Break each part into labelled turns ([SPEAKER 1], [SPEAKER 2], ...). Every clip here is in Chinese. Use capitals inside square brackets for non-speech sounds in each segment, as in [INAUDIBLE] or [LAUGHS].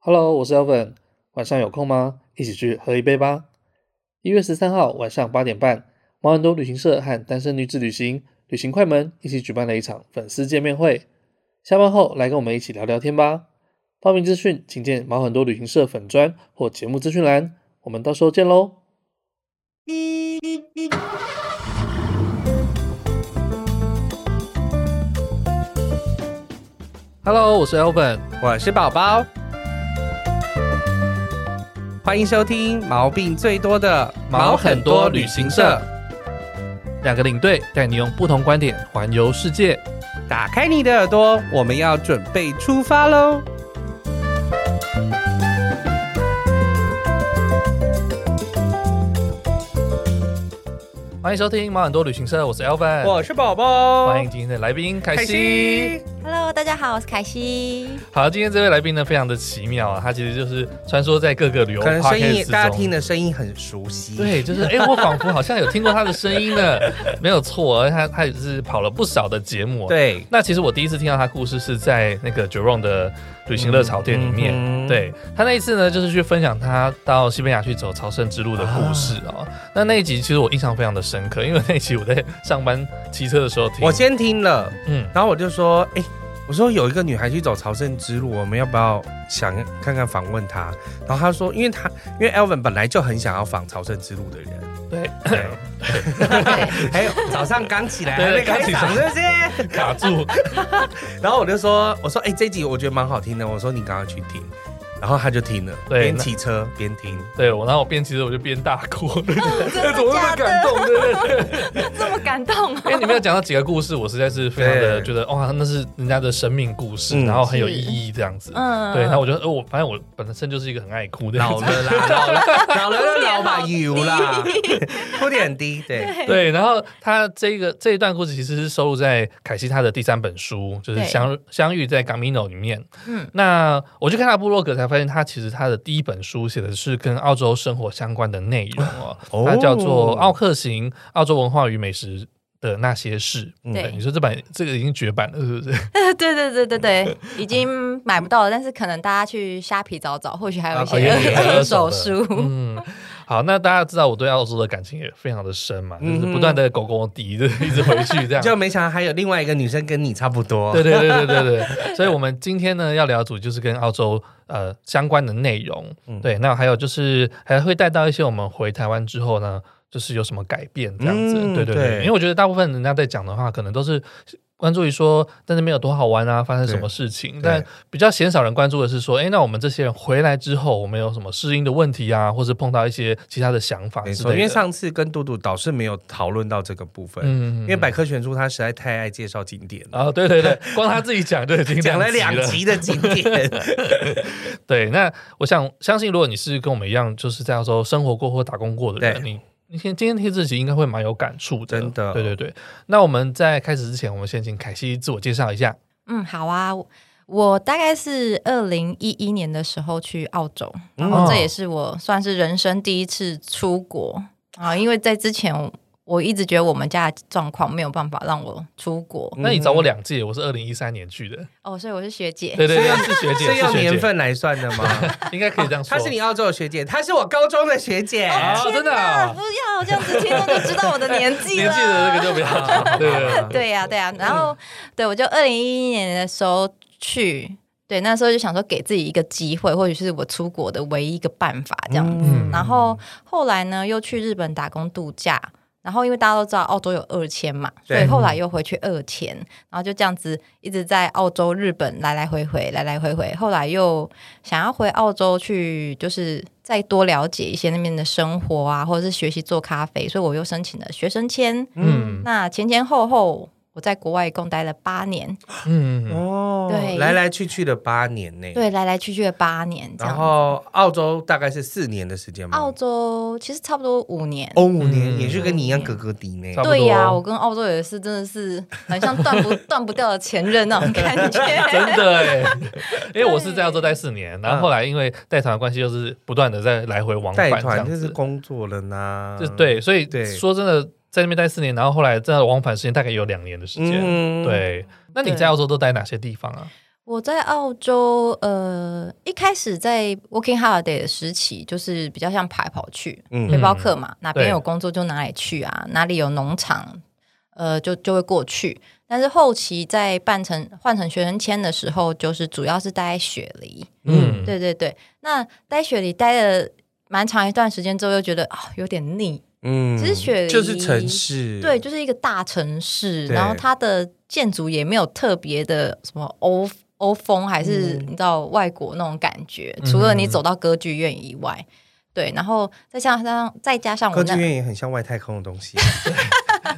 [SPEAKER 1] Hello，我是 Elvin，晚上有空吗？一起去喝一杯吧。一月十三号晚上八点半，毛很多旅行社和单身女子旅行旅行快门一起举办了一场粉丝见面会。下班后来跟我们一起聊聊天吧。报名资讯请见毛很多旅行社粉砖或节目资讯栏。我们到时候见喽。Hello，我是 Elvin。
[SPEAKER 2] 我是宝宝，欢迎收听毛病最多的毛很多旅行社，
[SPEAKER 1] 两个领队带你用不同观点环游世界。
[SPEAKER 2] 打开你的耳朵，我们要准备出发喽！
[SPEAKER 1] 欢迎收听毛很多旅行社，我是 Elvin，
[SPEAKER 2] 我是宝宝，
[SPEAKER 1] 哎欢迎今天的来宾凯
[SPEAKER 2] 凯
[SPEAKER 1] 西。
[SPEAKER 2] 西。
[SPEAKER 3] Hello，大家好，我是
[SPEAKER 1] [LAUGHS]
[SPEAKER 3] 凯西。
[SPEAKER 1] 好，今天这位来宾呢，非常的奇妙啊，他其实就是穿梭在各个旅游
[SPEAKER 2] 可能
[SPEAKER 1] podcast
[SPEAKER 2] 声音
[SPEAKER 1] 之
[SPEAKER 2] 大家
[SPEAKER 1] 中
[SPEAKER 2] 听的声音很熟悉，
[SPEAKER 1] 对，就是哎、我仿佛好像有听过他的声音呢，没有错，而他他也是跑了不少的节目。，啊
[SPEAKER 2] 对，
[SPEAKER 1] 那其实我第一次听到他故事是在那个 Jerome 的旅行乐草店里面。
[SPEAKER 2] 嗯哼
[SPEAKER 1] 对他那一次呢，就是去分享他到西班牙去走朝圣之路的故事哦。
[SPEAKER 2] 啊
[SPEAKER 1] 那那一集其实我印象非常的深刻，因为那一集我在上班骑车的时候听。
[SPEAKER 2] 我先听了，
[SPEAKER 1] 嗯，
[SPEAKER 2] 然后我就说，哎、我说有一个女孩去走朝圣之路，我们要不要想看看访问她？然后她说，因为她因为 Elvin 本来就很想要访朝圣之路的人，
[SPEAKER 1] 对， [LAUGHS]
[SPEAKER 2] 对，
[SPEAKER 3] 对
[SPEAKER 2] 还有早上刚起来，
[SPEAKER 1] 对
[SPEAKER 2] 还没
[SPEAKER 1] 刚
[SPEAKER 2] 开
[SPEAKER 1] 起
[SPEAKER 2] 嗓
[SPEAKER 1] 床
[SPEAKER 2] 是不是？
[SPEAKER 1] 卡住。
[SPEAKER 2] 然后我就说，我说，哎、这集我觉得蛮好听的，我说你刚刚去听，然后他就听了，
[SPEAKER 1] 对
[SPEAKER 2] 边
[SPEAKER 1] 那
[SPEAKER 2] 骑车边听，
[SPEAKER 1] 对，我然后我边骑着我就边大
[SPEAKER 2] [LAUGHS]
[SPEAKER 1] 哭，
[SPEAKER 3] 的
[SPEAKER 1] 怎么那么
[SPEAKER 3] 假的
[SPEAKER 1] 感动？对对对。
[SPEAKER 3] 这么感动啊！
[SPEAKER 1] 因哎为你们有讲到几个故事，我实在是非常的
[SPEAKER 2] 对
[SPEAKER 1] 觉得哇，那是人家的生命故事，
[SPEAKER 2] 嗯
[SPEAKER 1] 然后很有意义这样子。
[SPEAKER 3] 嗯
[SPEAKER 1] 对，然后我觉得，呃，我发现我本身就是一个很爱哭的人。
[SPEAKER 2] 老了啦，老了，老了就老把油啦，哭点低，对，
[SPEAKER 1] 对，然后他这个这一段故事其实是收录在凯西他的第三本书，就是
[SPEAKER 3] 对
[SPEAKER 1] 相相遇在 Gamino 里面。
[SPEAKER 3] 嗯，
[SPEAKER 1] 那我去看他部落格，才发现他其实他的第一本书写的是跟澳洲生活相关的内容哦，
[SPEAKER 2] 哦
[SPEAKER 1] 它叫做《奥克行：澳洲文化与美食的那些事》。
[SPEAKER 3] 对
[SPEAKER 1] 你说这版这个已经绝版了，是不 [LAUGHS] 是？
[SPEAKER 3] [LAUGHS] 对对对对对，已经买不到了，但是可能大家去虾皮找找，或许还有一
[SPEAKER 2] 哦
[SPEAKER 1] 啊
[SPEAKER 3] 些
[SPEAKER 2] 也有
[SPEAKER 3] 二手书。
[SPEAKER 1] 嗯，好，那大家知道我对澳洲的感情也非常的深嘛，就是不断的狗狗敌，就一直回去
[SPEAKER 2] [LAUGHS]
[SPEAKER 1] 这样。
[SPEAKER 2] 就没想到还有另外一个女生跟你差不多，
[SPEAKER 1] 对对对对对对，所以我们今天呢要聊的主题就是跟澳洲呃相关的内容，
[SPEAKER 2] 嗯
[SPEAKER 1] 对，那还有就是还会带到一些我们回台湾之后呢，就是有什么改变这样子，
[SPEAKER 2] 嗯
[SPEAKER 1] 对对对，
[SPEAKER 2] 对
[SPEAKER 1] 因为我觉得大部分人家在讲的话，可能都是关注于说在那边有多好玩啊，发生什么事情，但比较鲜少人关注的是说，哎，那我们这些人回来之后，我们有什么适应的问题啊，或是碰到一些其他的想法
[SPEAKER 2] 没
[SPEAKER 1] 之
[SPEAKER 2] 错，
[SPEAKER 1] 类
[SPEAKER 2] 因
[SPEAKER 1] 的。
[SPEAKER 2] 为上次跟杜杜导师没有讨论到这个部分，
[SPEAKER 1] 嗯，
[SPEAKER 2] 因为百科全书他实在太爱介绍景点了，
[SPEAKER 1] 啊、对对对，光他自己讲就已经
[SPEAKER 2] 讲了
[SPEAKER 1] 集
[SPEAKER 2] 两集的景点，
[SPEAKER 1] 对，那我想相信，如果你是跟我们一样，就是在澳洲生活过或打工过的人，
[SPEAKER 2] 对
[SPEAKER 1] 你你今今天听自己应该会蛮有感触的。
[SPEAKER 2] 真的
[SPEAKER 1] 对对对。那我们在开始之前，我们先请凯西自我介绍一下。
[SPEAKER 3] 嗯，好啊，我我大概是二零一一年的时候去澳洲，然
[SPEAKER 1] 哦
[SPEAKER 3] 后这也是我算是人生第一次出国啊，因为在之前我一直觉得我们家的状况没有办法让我出国
[SPEAKER 2] 嗯
[SPEAKER 1] 那你找我两届，我是二零一三年去的。
[SPEAKER 3] 哦，所以我是学姐。
[SPEAKER 1] 对对对，是学姐，
[SPEAKER 2] 是用
[SPEAKER 1] 学姐
[SPEAKER 2] 年，份来算
[SPEAKER 1] [LAUGHS]
[SPEAKER 2] 的吗？
[SPEAKER 1] 应该可以这样说。
[SPEAKER 2] 她啊是你澳洲的学姐，她是我高中的学姐。
[SPEAKER 1] 哦，真的
[SPEAKER 3] 啊
[SPEAKER 1] 啊、
[SPEAKER 3] 不要这样子，听众就知道我的年纪
[SPEAKER 1] [LAUGHS] 年
[SPEAKER 3] 了。
[SPEAKER 1] 纪的那个就不要讲。对对对。
[SPEAKER 3] 对呀、对呀、然后对我就二零一一年的时候去，对，那时候就想说给自己一个机会，或许是我出国的唯一一个办法这样子。
[SPEAKER 1] 嗯
[SPEAKER 3] 然后后来呢，又去日本打工度假。然后因为大家都知道澳洲有二签嘛，所
[SPEAKER 2] 对
[SPEAKER 3] 以后来又回去二签，然后就这样子一直在澳洲、日本来来回回，来来回回。后来又想要回澳洲去，就是再多了解一些那边的生活啊，或者是学习做咖啡，所以我又申请了学生签。
[SPEAKER 1] 嗯
[SPEAKER 3] 那前前后后，我在国外一共待了八年，
[SPEAKER 1] 嗯，
[SPEAKER 2] 哦
[SPEAKER 3] 对
[SPEAKER 2] 来来去去的八年呢。，
[SPEAKER 3] 对，来来去去的八年这
[SPEAKER 2] 然
[SPEAKER 3] 样。
[SPEAKER 2] 后澳洲大概是四年的时间吗？
[SPEAKER 3] 澳洲其实差不多五年。
[SPEAKER 2] 哦五年
[SPEAKER 1] 嗯
[SPEAKER 2] 也是跟你一样格格底呢
[SPEAKER 1] 差。不多
[SPEAKER 3] 对呀、我跟澳洲也是，真的是很像断不 [LAUGHS] 断不掉的前任那种感
[SPEAKER 1] [LAUGHS]
[SPEAKER 3] 觉。
[SPEAKER 1] 真的哎，因为我是在澳洲待四年，然后后来因为带团的关系，又是不断的在来回往返
[SPEAKER 2] 带
[SPEAKER 1] 这样
[SPEAKER 2] 团
[SPEAKER 1] 子。
[SPEAKER 2] 就是工作了呢，
[SPEAKER 1] 就对，所以
[SPEAKER 2] 嗯对
[SPEAKER 1] 说真的，在那边待四年，然后后来在往返时间大概有两年的时间。
[SPEAKER 2] 嗯， [LAUGHS]
[SPEAKER 1] 对，那你在澳洲都待哪些地方啊？
[SPEAKER 3] 我在澳洲，呃，一开始在 Working Holiday 的时期，就是比较像跑来跑去，
[SPEAKER 2] 嗯
[SPEAKER 3] 背包客嘛，哪边
[SPEAKER 2] 对
[SPEAKER 3] 有工作就哪里去啊，哪里有农场，呃，就就会过去。但是后期在办成换成学生签的时候，就是主要是待在雪梨，
[SPEAKER 2] 嗯，
[SPEAKER 3] 对对对。那待雪梨待了蛮长一段时间之后，又觉得啊、有点腻，
[SPEAKER 2] 嗯
[SPEAKER 3] 只是雪梨
[SPEAKER 2] 就是城市，
[SPEAKER 3] 对，，就是一个大城市，
[SPEAKER 2] 对
[SPEAKER 3] 然后它的建筑也没有特别的什么欧欧风，还是
[SPEAKER 2] 嗯
[SPEAKER 3] 你知道外国那种感觉。
[SPEAKER 2] 嗯
[SPEAKER 3] 除了你走到歌剧院以外，对，然后再加上再加上我
[SPEAKER 2] 歌剧
[SPEAKER 3] 那
[SPEAKER 2] 院也很像外太空的东西。
[SPEAKER 3] [LAUGHS]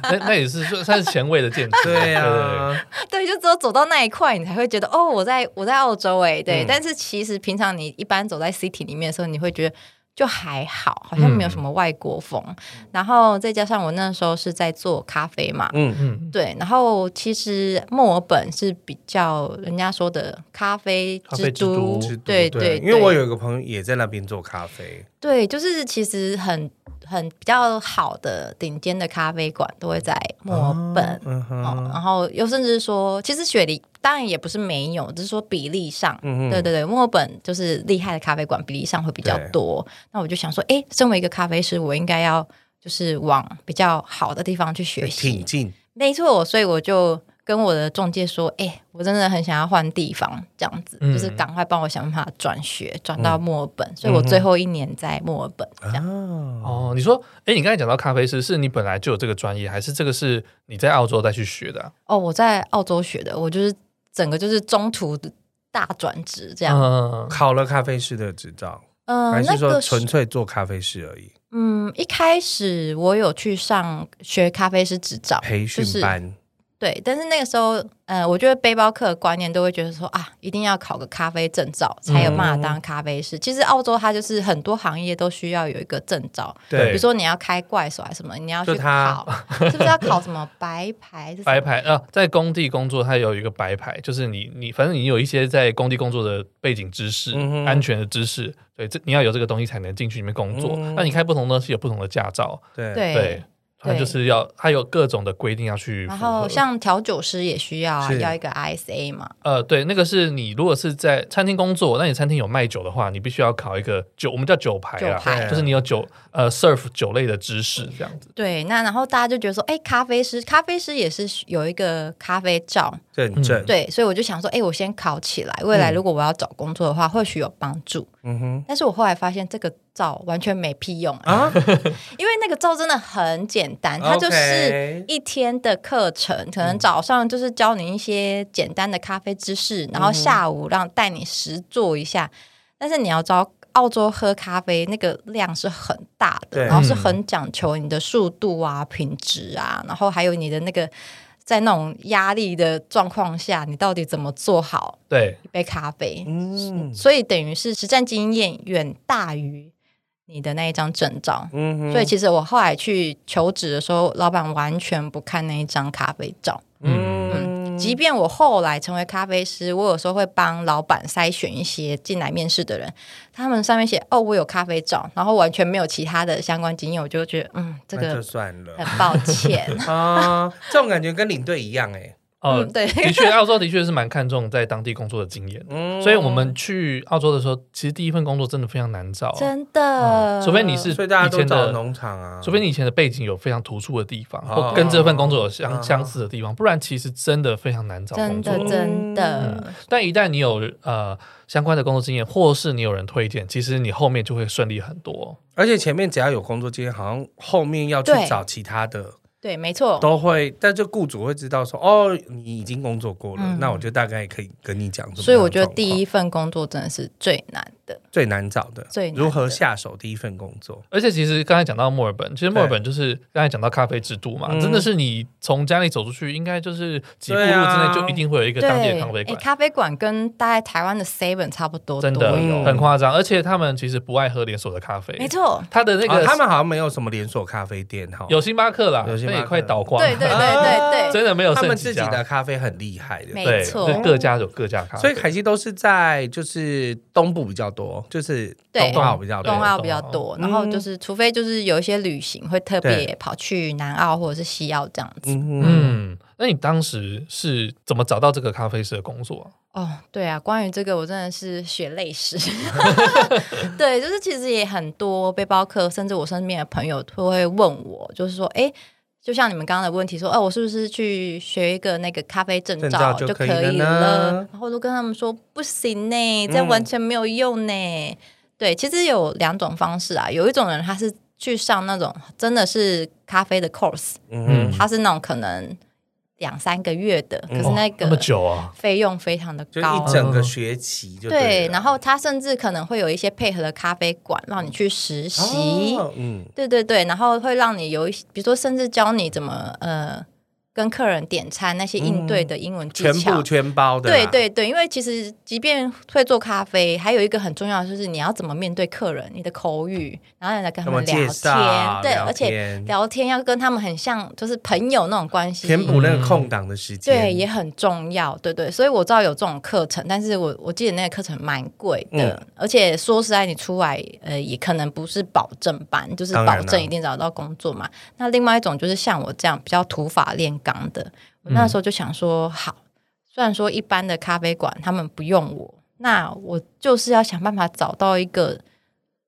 [SPEAKER 1] 那那也是算算是前卫的建筑，
[SPEAKER 2] 对
[SPEAKER 1] 对
[SPEAKER 2] 啊，
[SPEAKER 3] 对，就只有走到那一块，你才会觉得哦，我在我在澳洲哎、对。
[SPEAKER 2] 嗯
[SPEAKER 3] 但是其实平常你一般走在 city 里面的时候，你会觉得。就还好，好像没有什么外国风。然后再加上我那时候是在做咖啡嘛，
[SPEAKER 2] 嗯，
[SPEAKER 1] 嗯，
[SPEAKER 3] 对，然后其实墨尔本是比较人家说的咖啡
[SPEAKER 1] 咖
[SPEAKER 3] 之
[SPEAKER 1] 啡之
[SPEAKER 3] 都，
[SPEAKER 1] 都
[SPEAKER 2] 对，
[SPEAKER 3] 对对，
[SPEAKER 2] 因为我
[SPEAKER 3] 对
[SPEAKER 2] 有一个朋友也在那边做咖啡，
[SPEAKER 3] 对，就是其实很很比较好的顶尖的咖啡馆都会在墨尔本。
[SPEAKER 2] 啊嗯
[SPEAKER 3] 哦，
[SPEAKER 2] 哼，
[SPEAKER 3] 然后又甚至说，其实雪梨当然也不是没有，只是说比例上，
[SPEAKER 2] 嗯
[SPEAKER 3] 对对对，墨尔本就是厉害的咖啡馆比例上会比较
[SPEAKER 2] 对
[SPEAKER 3] 多。那我就想说，诶，身为一个咖啡师，我应该要就是往比较好的地方去学习，
[SPEAKER 2] 挺进，
[SPEAKER 3] 没错，所以我就跟我的中介说：“哎、我真的很想要换地方，这样子，
[SPEAKER 1] 嗯
[SPEAKER 3] 就是赶快帮我想办法转学，
[SPEAKER 2] 嗯
[SPEAKER 3] 转到墨尔本。所以我最后一年在墨尔本，这样、
[SPEAKER 2] 哦，
[SPEAKER 1] 哦，你说，哎，你刚才讲到咖啡师，是你本来就有这个专业，还是这个是你在澳洲再去学的啊？
[SPEAKER 3] 哦，我在澳洲学的，我就是整个就是中途大转职这样。
[SPEAKER 1] 嗯，
[SPEAKER 2] 考了啊咖啡师的执照，
[SPEAKER 3] 嗯、
[SPEAKER 2] 还
[SPEAKER 3] 那
[SPEAKER 2] 是说
[SPEAKER 3] 个
[SPEAKER 2] 纯粹做咖啡师而已？
[SPEAKER 3] 嗯，一开始我有去上学咖啡师执照
[SPEAKER 2] 培训
[SPEAKER 3] 哦就是
[SPEAKER 2] 班，
[SPEAKER 3] 对，但是那个时候，呃，我觉得背包客的观念都会觉得说啊，一定要考个咖啡证照
[SPEAKER 1] 嗯
[SPEAKER 3] 才有办法当咖啡师。其实澳洲它就是很多行业都需要有一个证照，比
[SPEAKER 2] 对
[SPEAKER 3] 如说你要开怪手还是什么，你要去
[SPEAKER 2] 就它
[SPEAKER 3] 考，
[SPEAKER 1] [LAUGHS]
[SPEAKER 3] 是不是要考什么白牌？
[SPEAKER 1] 白牌啊，在工地工作，它有一个白牌，就是你你反正你有一些在工地工作的背景知识、
[SPEAKER 2] 嗯哼
[SPEAKER 1] 安全的知识，对，这你要有这个东西才能进去里面工作。
[SPEAKER 2] 嗯
[SPEAKER 1] 那你开不同的东西有不同的驾照，
[SPEAKER 2] 对
[SPEAKER 3] 对
[SPEAKER 1] 对，它就是要它有各种的规定要去符合。
[SPEAKER 3] 然后像调酒师也需要啊，
[SPEAKER 2] 是
[SPEAKER 3] 要一个 ISA 嘛。
[SPEAKER 1] 呃，对，那个是你如果是在餐厅工作，那你餐厅有卖酒的话，你必须要考一个酒，我们叫酒牌啦，
[SPEAKER 3] 酒牌
[SPEAKER 1] 就是你有酒呃 serve 酒类的知识这样子。
[SPEAKER 3] 对，那然后大家就觉得说，哎，咖啡师，咖啡师也是有一个咖啡照，
[SPEAKER 1] 嗯
[SPEAKER 2] 认证，
[SPEAKER 3] 对，所以我就想说，哎，我先考起来，未来如果我要找工作的话，或许有帮助。
[SPEAKER 2] 嗯哼，
[SPEAKER 3] 但是我后来发现这个照完全没屁用啊，
[SPEAKER 2] 啊，
[SPEAKER 3] 因为那个照真的很简单，它就是
[SPEAKER 2] OK
[SPEAKER 3] 一天的课程，可能早上就是教你一些简单的咖啡知识，然后下午让带你实做一下。但是你要知道，澳洲喝咖啡那个量是很大的，
[SPEAKER 2] 对
[SPEAKER 3] 然后是很讲求你的速度啊、品质啊，然后还有你的那个在那种压力的状况下，你到底怎么做好
[SPEAKER 1] 对，
[SPEAKER 3] 一杯咖啡？
[SPEAKER 2] 嗯
[SPEAKER 3] 所以等于是实战经验远大于你的那一张证照。
[SPEAKER 2] 嗯哼，
[SPEAKER 3] 所以其实我后来去求职的时候，老板完全不看那一张咖啡照。
[SPEAKER 2] 嗯
[SPEAKER 3] 即便我后来成为咖啡师，我有时候会帮老板筛选一些进来面试的人，他们上面写哦，我有咖啡照，然后完全没有其他的相关经验，我就觉得嗯，这
[SPEAKER 2] 那就
[SPEAKER 3] 个
[SPEAKER 2] 算了
[SPEAKER 3] 很抱
[SPEAKER 1] [LAUGHS]
[SPEAKER 3] 歉。
[SPEAKER 2] 啊，这种感觉跟领队一样哎，
[SPEAKER 1] 呃，
[SPEAKER 3] 嗯，对，
[SPEAKER 1] 的确，澳洲的确是蛮看重在当地工作的经验的。
[SPEAKER 2] 嗯
[SPEAKER 1] 所以我们去澳洲的时候，其实第一份工作真的非常难找，啊
[SPEAKER 3] [LAUGHS] 真的、
[SPEAKER 1] 哦除非你是
[SPEAKER 2] 所以大家
[SPEAKER 1] 以
[SPEAKER 2] 都
[SPEAKER 1] 前
[SPEAKER 2] 找
[SPEAKER 1] 的
[SPEAKER 2] 农场啊，
[SPEAKER 1] 除非你以前的背景有非常突出的地方，
[SPEAKER 2] 哦
[SPEAKER 1] 或跟这份工作有相、
[SPEAKER 2] 嗯
[SPEAKER 1] 相似的地方，不然其实真的非常难找工
[SPEAKER 3] 真的
[SPEAKER 1] 作。嗯
[SPEAKER 3] 真的。
[SPEAKER 1] 但一旦你有呃相关的工作经验，或是你有人推荐，其实你后面就会顺利很多。
[SPEAKER 2] 而且前面只要有工作经验，好像后面要去
[SPEAKER 3] 对
[SPEAKER 2] 找其他的
[SPEAKER 3] 对，没错，
[SPEAKER 2] 都会，但就雇主会知道说，哦，你已经工作过了，
[SPEAKER 3] 嗯
[SPEAKER 2] 那我就大概可以跟你讲。
[SPEAKER 3] 所以我觉得第一份工作真的是最难的。
[SPEAKER 2] 最难找的，
[SPEAKER 3] 最难的
[SPEAKER 2] 如何下手第一份工作，
[SPEAKER 1] 而且其实刚才讲到墨尔本，其实墨尔本就是刚才讲到咖啡制度嘛，
[SPEAKER 2] 嗯
[SPEAKER 1] 真的是你从家里走出去，应该就是几步路
[SPEAKER 2] 对
[SPEAKER 1] 之
[SPEAKER 2] 啊
[SPEAKER 1] 内就一定会有一个
[SPEAKER 3] 对，啊
[SPEAKER 1] 当地的咖啡
[SPEAKER 3] 诶
[SPEAKER 1] 馆。
[SPEAKER 3] 咖啡馆跟大概台湾的 Seven 差不多，
[SPEAKER 1] 真
[SPEAKER 3] 多
[SPEAKER 1] 的
[SPEAKER 3] 有
[SPEAKER 2] 嗯
[SPEAKER 1] 很夸张，而且他们其实不爱喝连锁的咖啡，
[SPEAKER 3] 没，错。
[SPEAKER 1] 他的那
[SPEAKER 2] 啊
[SPEAKER 1] 个
[SPEAKER 2] 他们好像没有什么连锁咖啡店哈，
[SPEAKER 1] 有星巴克啦，
[SPEAKER 2] 有星巴克
[SPEAKER 1] 那也快倒光了，
[SPEAKER 3] 对对
[SPEAKER 1] [LAUGHS]
[SPEAKER 3] 对
[SPEAKER 2] 啊
[SPEAKER 3] 对对，
[SPEAKER 1] 真的没有
[SPEAKER 2] 他
[SPEAKER 1] 剩
[SPEAKER 2] 们
[SPEAKER 1] 几
[SPEAKER 2] 自己
[SPEAKER 1] 家
[SPEAKER 2] 的咖啡很厉害的，
[SPEAKER 3] 啊没
[SPEAKER 1] 对，
[SPEAKER 3] 错
[SPEAKER 1] 就各家有各家咖啡，
[SPEAKER 2] 所以凯西都是在就是东部比较多，就是
[SPEAKER 3] 对
[SPEAKER 2] 冬奥比较多。
[SPEAKER 3] 冬奥比
[SPEAKER 1] 懂
[SPEAKER 3] 较
[SPEAKER 1] 懂
[SPEAKER 3] 多，然后就是除非就是有一些旅行会特别
[SPEAKER 2] 对
[SPEAKER 3] 跑去南澳或者是西澳这样子。
[SPEAKER 2] 嗯嗯，
[SPEAKER 1] 嗯，那你当时是怎么找到这个咖啡师的工作啊？
[SPEAKER 3] 哦，对啊，关于这个我真的是血泪史。对，就是其实也很多背包客，甚至我身边的朋友都会问我，就是说，哎，就像你们刚刚的问题说，哦，我是不是去学一个那个咖啡证
[SPEAKER 2] 证
[SPEAKER 3] 照
[SPEAKER 2] 照就可
[SPEAKER 3] 可
[SPEAKER 2] 以了
[SPEAKER 3] 以
[SPEAKER 2] 呢
[SPEAKER 3] 了？然后我都跟他们说不行呢，这样
[SPEAKER 2] 嗯
[SPEAKER 3] 完全没有用呢。对，其实有两种方式啊，有一种人他是去上那种真的是咖啡的 course，
[SPEAKER 1] 嗯
[SPEAKER 2] 嗯嗯，
[SPEAKER 3] 他是那种可能两三个月的，可
[SPEAKER 2] 嗯
[SPEAKER 3] 是那个、
[SPEAKER 1] 哦久啊，
[SPEAKER 3] 费用非常的
[SPEAKER 2] 就
[SPEAKER 3] 高
[SPEAKER 2] 一。整个学期就
[SPEAKER 3] 对，
[SPEAKER 2] 了
[SPEAKER 3] 然后他甚至可能会有一些配合的咖啡馆让你去实习，
[SPEAKER 2] 哦嗯
[SPEAKER 3] 对对对，然后会让你有一些，比如说甚至教你怎么呃跟客人点餐那些应对的英文技
[SPEAKER 2] 嗯全
[SPEAKER 3] 巧。
[SPEAKER 2] 部全包的啦，
[SPEAKER 3] 对对对，因为其实即便会做咖啡，还有一个很重要的就是你要怎么面对客人，你的口语，然后你来跟他
[SPEAKER 2] 跟我
[SPEAKER 3] 们聊
[SPEAKER 2] 介
[SPEAKER 3] 天，
[SPEAKER 2] 绍，
[SPEAKER 3] 对，
[SPEAKER 2] 聊
[SPEAKER 3] 而且
[SPEAKER 2] 天
[SPEAKER 3] 聊天要跟他们很像，就是朋友那种关系，
[SPEAKER 2] 填补那
[SPEAKER 1] 嗯
[SPEAKER 2] 个空档的时间，
[SPEAKER 3] 对，也很重要，对对，所以我知道有这种课程，但是我我记得那个课程蛮贵的，
[SPEAKER 2] 嗯
[SPEAKER 3] 而且说实在，你出来呃也可能不是保证班，就是
[SPEAKER 2] 当然啊
[SPEAKER 3] 保
[SPEAKER 2] 啦
[SPEAKER 3] 证一定找到工作嘛。那另外一种就是像我这样比较土法炼钢的，我
[SPEAKER 2] 嗯
[SPEAKER 3] 那时候就想说，好，虽然说一般的咖啡馆他们不用我，那我就是要想办法找到一个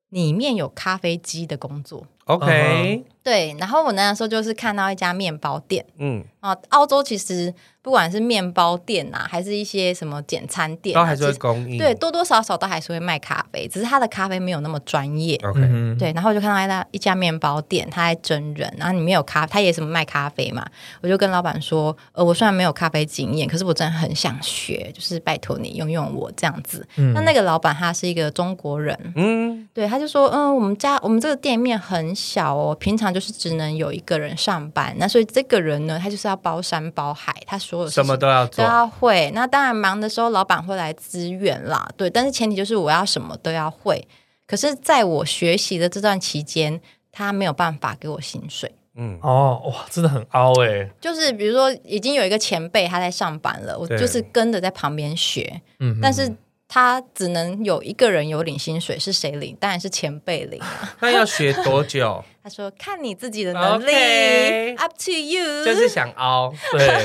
[SPEAKER 3] 里面有咖啡机的工作。
[SPEAKER 2] OK，
[SPEAKER 3] 对，然后我那时候就是看到一家面包店。
[SPEAKER 2] 嗯，
[SPEAKER 3] 啊，澳洲其实不管是面包店啊，还是一些什么简餐店、啊，
[SPEAKER 2] 都还是会
[SPEAKER 3] 其实
[SPEAKER 2] 供应，
[SPEAKER 3] 对多多少少都还是会卖咖啡，只是他的咖啡没有那么专业。
[SPEAKER 2] ，OK，
[SPEAKER 1] 嗯，
[SPEAKER 3] 对，然后我就看到一家一家面包店，他在真人，然后里面有咖，他也什么卖咖啡嘛，我就跟老板说，呃，我虽然没有咖啡经验，可是我真的很想学，就是拜托你用用我这样子。那那个老板他是一个中国人，
[SPEAKER 2] 嗯
[SPEAKER 3] 对，他就说，嗯，我们家我们这个店面很小哦，平常就是只能有一个人上班，那所以这个人呢，他就是要包山包海，他所有事
[SPEAKER 2] 什
[SPEAKER 3] 情啊
[SPEAKER 2] 么都要
[SPEAKER 3] 都
[SPEAKER 2] 做，
[SPEAKER 3] 要会。那当然忙的时候，老板会来支援啦，对，但是前提就是我要什么都要会。可是，在我学习的这段期间，他没有办法给我薪水。
[SPEAKER 2] 嗯，
[SPEAKER 1] 哦，哇，真的很凹哎，
[SPEAKER 3] 就是比如说，已经有一个前辈他在上班了，我
[SPEAKER 2] 对
[SPEAKER 3] 就是跟着在旁边学，
[SPEAKER 1] 嗯，
[SPEAKER 3] 但是他只能有一个人有领薪水，是谁领？当然是前辈领。
[SPEAKER 2] 那要学多
[SPEAKER 3] [LAUGHS]
[SPEAKER 2] 久？
[SPEAKER 3] 他说：“看你自己的能力
[SPEAKER 2] OK
[SPEAKER 3] u p to you。”
[SPEAKER 2] 就是想
[SPEAKER 3] [LAUGHS]
[SPEAKER 2] 凹，
[SPEAKER 1] 对，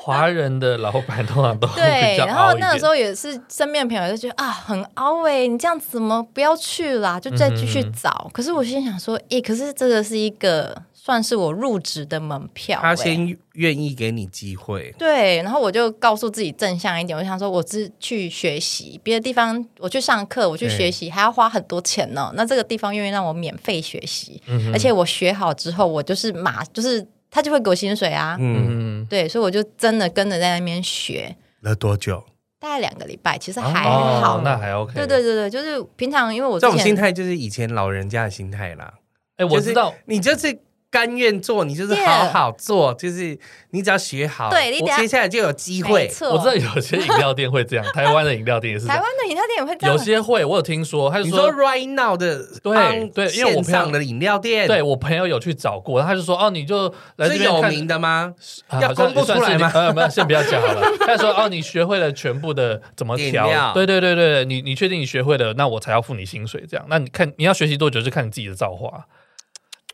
[SPEAKER 1] 华人的老板通常都
[SPEAKER 3] 对
[SPEAKER 1] 比，较
[SPEAKER 3] 然后
[SPEAKER 1] 凹一
[SPEAKER 3] 那个
[SPEAKER 1] 点
[SPEAKER 3] 时。候也是身边的朋友就觉得啊，很凹哎、你这样子怎么不要去啦？就再继续找。
[SPEAKER 2] 嗯
[SPEAKER 3] 可是我心想说，诶、可是这个是一个算是我入职的门票、
[SPEAKER 2] 他
[SPEAKER 3] 欸。
[SPEAKER 2] 先愿意给你机会，
[SPEAKER 3] 对，然后我就告诉自己正向一点，我想说，我是去学习，别的地方我去上课，我去学习还要花很多钱呢。那这个地方愿意让我免费学习，
[SPEAKER 2] 嗯
[SPEAKER 3] 而且我学好之后，我就是马就是他就会给我薪水啊。
[SPEAKER 2] 嗯，
[SPEAKER 1] 嗯，
[SPEAKER 3] 对，所以我就真的跟着在那边学，
[SPEAKER 2] 了多久？
[SPEAKER 3] 大概两个礼拜，其实还
[SPEAKER 1] 哦
[SPEAKER 3] 好。
[SPEAKER 1] 那还 OK。
[SPEAKER 3] 对对对对，就是平常因为我之
[SPEAKER 2] 这种
[SPEAKER 3] 前
[SPEAKER 2] 心态就是以前老人家的心态啦，
[SPEAKER 1] 哎，我知道
[SPEAKER 2] 就，
[SPEAKER 3] [LAUGHS]
[SPEAKER 2] 是你就是甘愿做，你就是
[SPEAKER 3] Yeah
[SPEAKER 2] 好好做，就是你只要学好，
[SPEAKER 3] 对你
[SPEAKER 2] 我
[SPEAKER 3] 等下
[SPEAKER 2] 接下来就有机
[SPEAKER 3] 没
[SPEAKER 2] 会。
[SPEAKER 3] 错，
[SPEAKER 1] 我知道有些饮料店会
[SPEAKER 3] [LAUGHS]
[SPEAKER 1] 这样，台湾的饮料店也是这
[SPEAKER 3] 台
[SPEAKER 1] 样
[SPEAKER 3] 湾，的饮料店也会这样啊
[SPEAKER 1] 有。些会，我有听说，他就
[SPEAKER 2] 你
[SPEAKER 1] 说
[SPEAKER 2] 说 right now 的
[SPEAKER 1] 对
[SPEAKER 2] 帮
[SPEAKER 1] 对因为我
[SPEAKER 2] 线上
[SPEAKER 1] 朋友
[SPEAKER 2] 的饮料店，
[SPEAKER 1] 对，我朋友有去找过，他就说哦，你就来这
[SPEAKER 2] 是
[SPEAKER 1] 边
[SPEAKER 2] 有
[SPEAKER 1] 看
[SPEAKER 2] 名的吗？
[SPEAKER 1] 啊
[SPEAKER 2] 要
[SPEAKER 1] 好像
[SPEAKER 2] 公布
[SPEAKER 1] 也算
[SPEAKER 2] 出来
[SPEAKER 1] 是
[SPEAKER 2] 吗
[SPEAKER 1] 你呃，没有，先不要讲好了。他说哦，你学会了全部的怎么
[SPEAKER 2] 饮
[SPEAKER 1] 调
[SPEAKER 2] 料，
[SPEAKER 1] 对对对对，你你确定你学会了，那我才要付你薪水。这样，那你看你要学习多久，就看你自己的造化。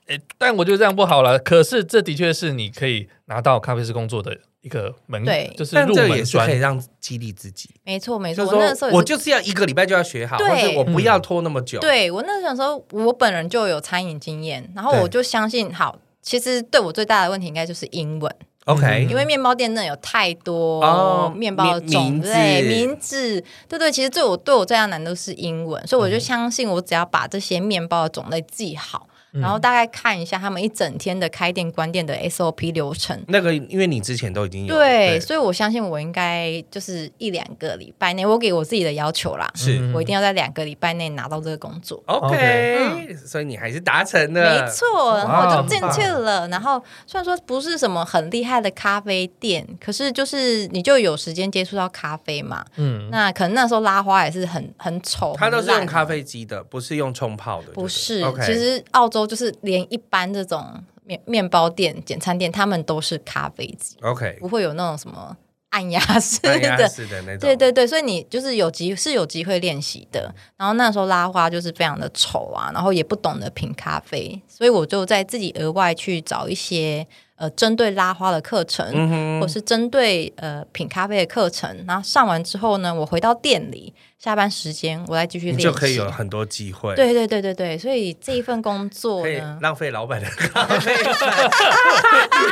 [SPEAKER 1] 诶，但我觉得这样不好了。可是这的确是你可以拿到咖啡师工作的一个门，
[SPEAKER 3] 对
[SPEAKER 1] 就是
[SPEAKER 2] 但
[SPEAKER 1] 入
[SPEAKER 2] 这
[SPEAKER 1] 门
[SPEAKER 2] 也是可
[SPEAKER 1] 砖。
[SPEAKER 2] 以让激励自己，
[SPEAKER 3] 没错没错，
[SPEAKER 2] 就
[SPEAKER 3] 我
[SPEAKER 2] 是
[SPEAKER 3] 那个时
[SPEAKER 2] 说
[SPEAKER 3] 候也
[SPEAKER 2] 我
[SPEAKER 3] 是。
[SPEAKER 2] 就是要一个礼拜就要学好，
[SPEAKER 3] 对
[SPEAKER 2] 或者我不要拖那么久。，
[SPEAKER 3] 对我那时候想说，我本人就有餐饮经验，然后
[SPEAKER 2] 对
[SPEAKER 3] 我就相信，好，其实对我最大的问题应该就是英文，
[SPEAKER 2] OK，
[SPEAKER 1] 嗯
[SPEAKER 3] 因为面包店那有太多
[SPEAKER 2] 哦
[SPEAKER 3] 面包的种
[SPEAKER 2] 名
[SPEAKER 3] 类、
[SPEAKER 2] 名字
[SPEAKER 3] 名字，对对，其实对我对我最大的难度是英文，所以我
[SPEAKER 2] 嗯
[SPEAKER 3] 就相信，我只要把这些面包的种类记好，
[SPEAKER 2] 嗯
[SPEAKER 3] 然后大概看一下他们一整天的开店关店的 SOP 流程。
[SPEAKER 2] 那个因为你之前都已经有
[SPEAKER 3] 对，所以我相信我应该就是一两个礼拜内，我给我自己的要求啦，
[SPEAKER 2] 是
[SPEAKER 3] 我一定要在两个礼拜内拿到这个工作。
[SPEAKER 2] OK，所以你还是达成了，
[SPEAKER 3] 嗯没错，然
[SPEAKER 2] 哇
[SPEAKER 3] 后我就进去了。然后虽然说不是什么很厉害的咖啡店，可是就是你就有时间接触到咖啡嘛。
[SPEAKER 1] 嗯，
[SPEAKER 3] 那可能那时候拉花也是很很丑，
[SPEAKER 2] 它都是
[SPEAKER 3] 很
[SPEAKER 2] 用
[SPEAKER 3] 烂
[SPEAKER 2] 咖，啡机的，不是用冲泡的，
[SPEAKER 3] 不是。
[SPEAKER 2] OK
[SPEAKER 3] 其实澳洲就是连一般这种面面包店、简餐店，他们都是咖啡机， [LAUGHS]
[SPEAKER 2] OK，
[SPEAKER 3] 不会有那种什么按压式
[SPEAKER 2] 按压
[SPEAKER 3] 的。
[SPEAKER 2] 式的那种，
[SPEAKER 3] 对对对，所以你就是有机是有机会练习的。然后那时候拉花就是非常的丑啊，然后也不懂得品咖啡，所以我就在自己额外去找一些呃针对拉花的课程，
[SPEAKER 2] 嗯
[SPEAKER 3] 或是针对呃品咖啡的课程。然后上完之后呢，我回到店里，下班时间我再继续
[SPEAKER 2] 你
[SPEAKER 3] 练习。
[SPEAKER 2] 就可以有很多机会，，
[SPEAKER 3] 对对对对对，所以这一份工作
[SPEAKER 2] 可以
[SPEAKER 3] 呢，
[SPEAKER 2] 浪费老
[SPEAKER 3] [LAUGHS]
[SPEAKER 2] 板的咖啡钱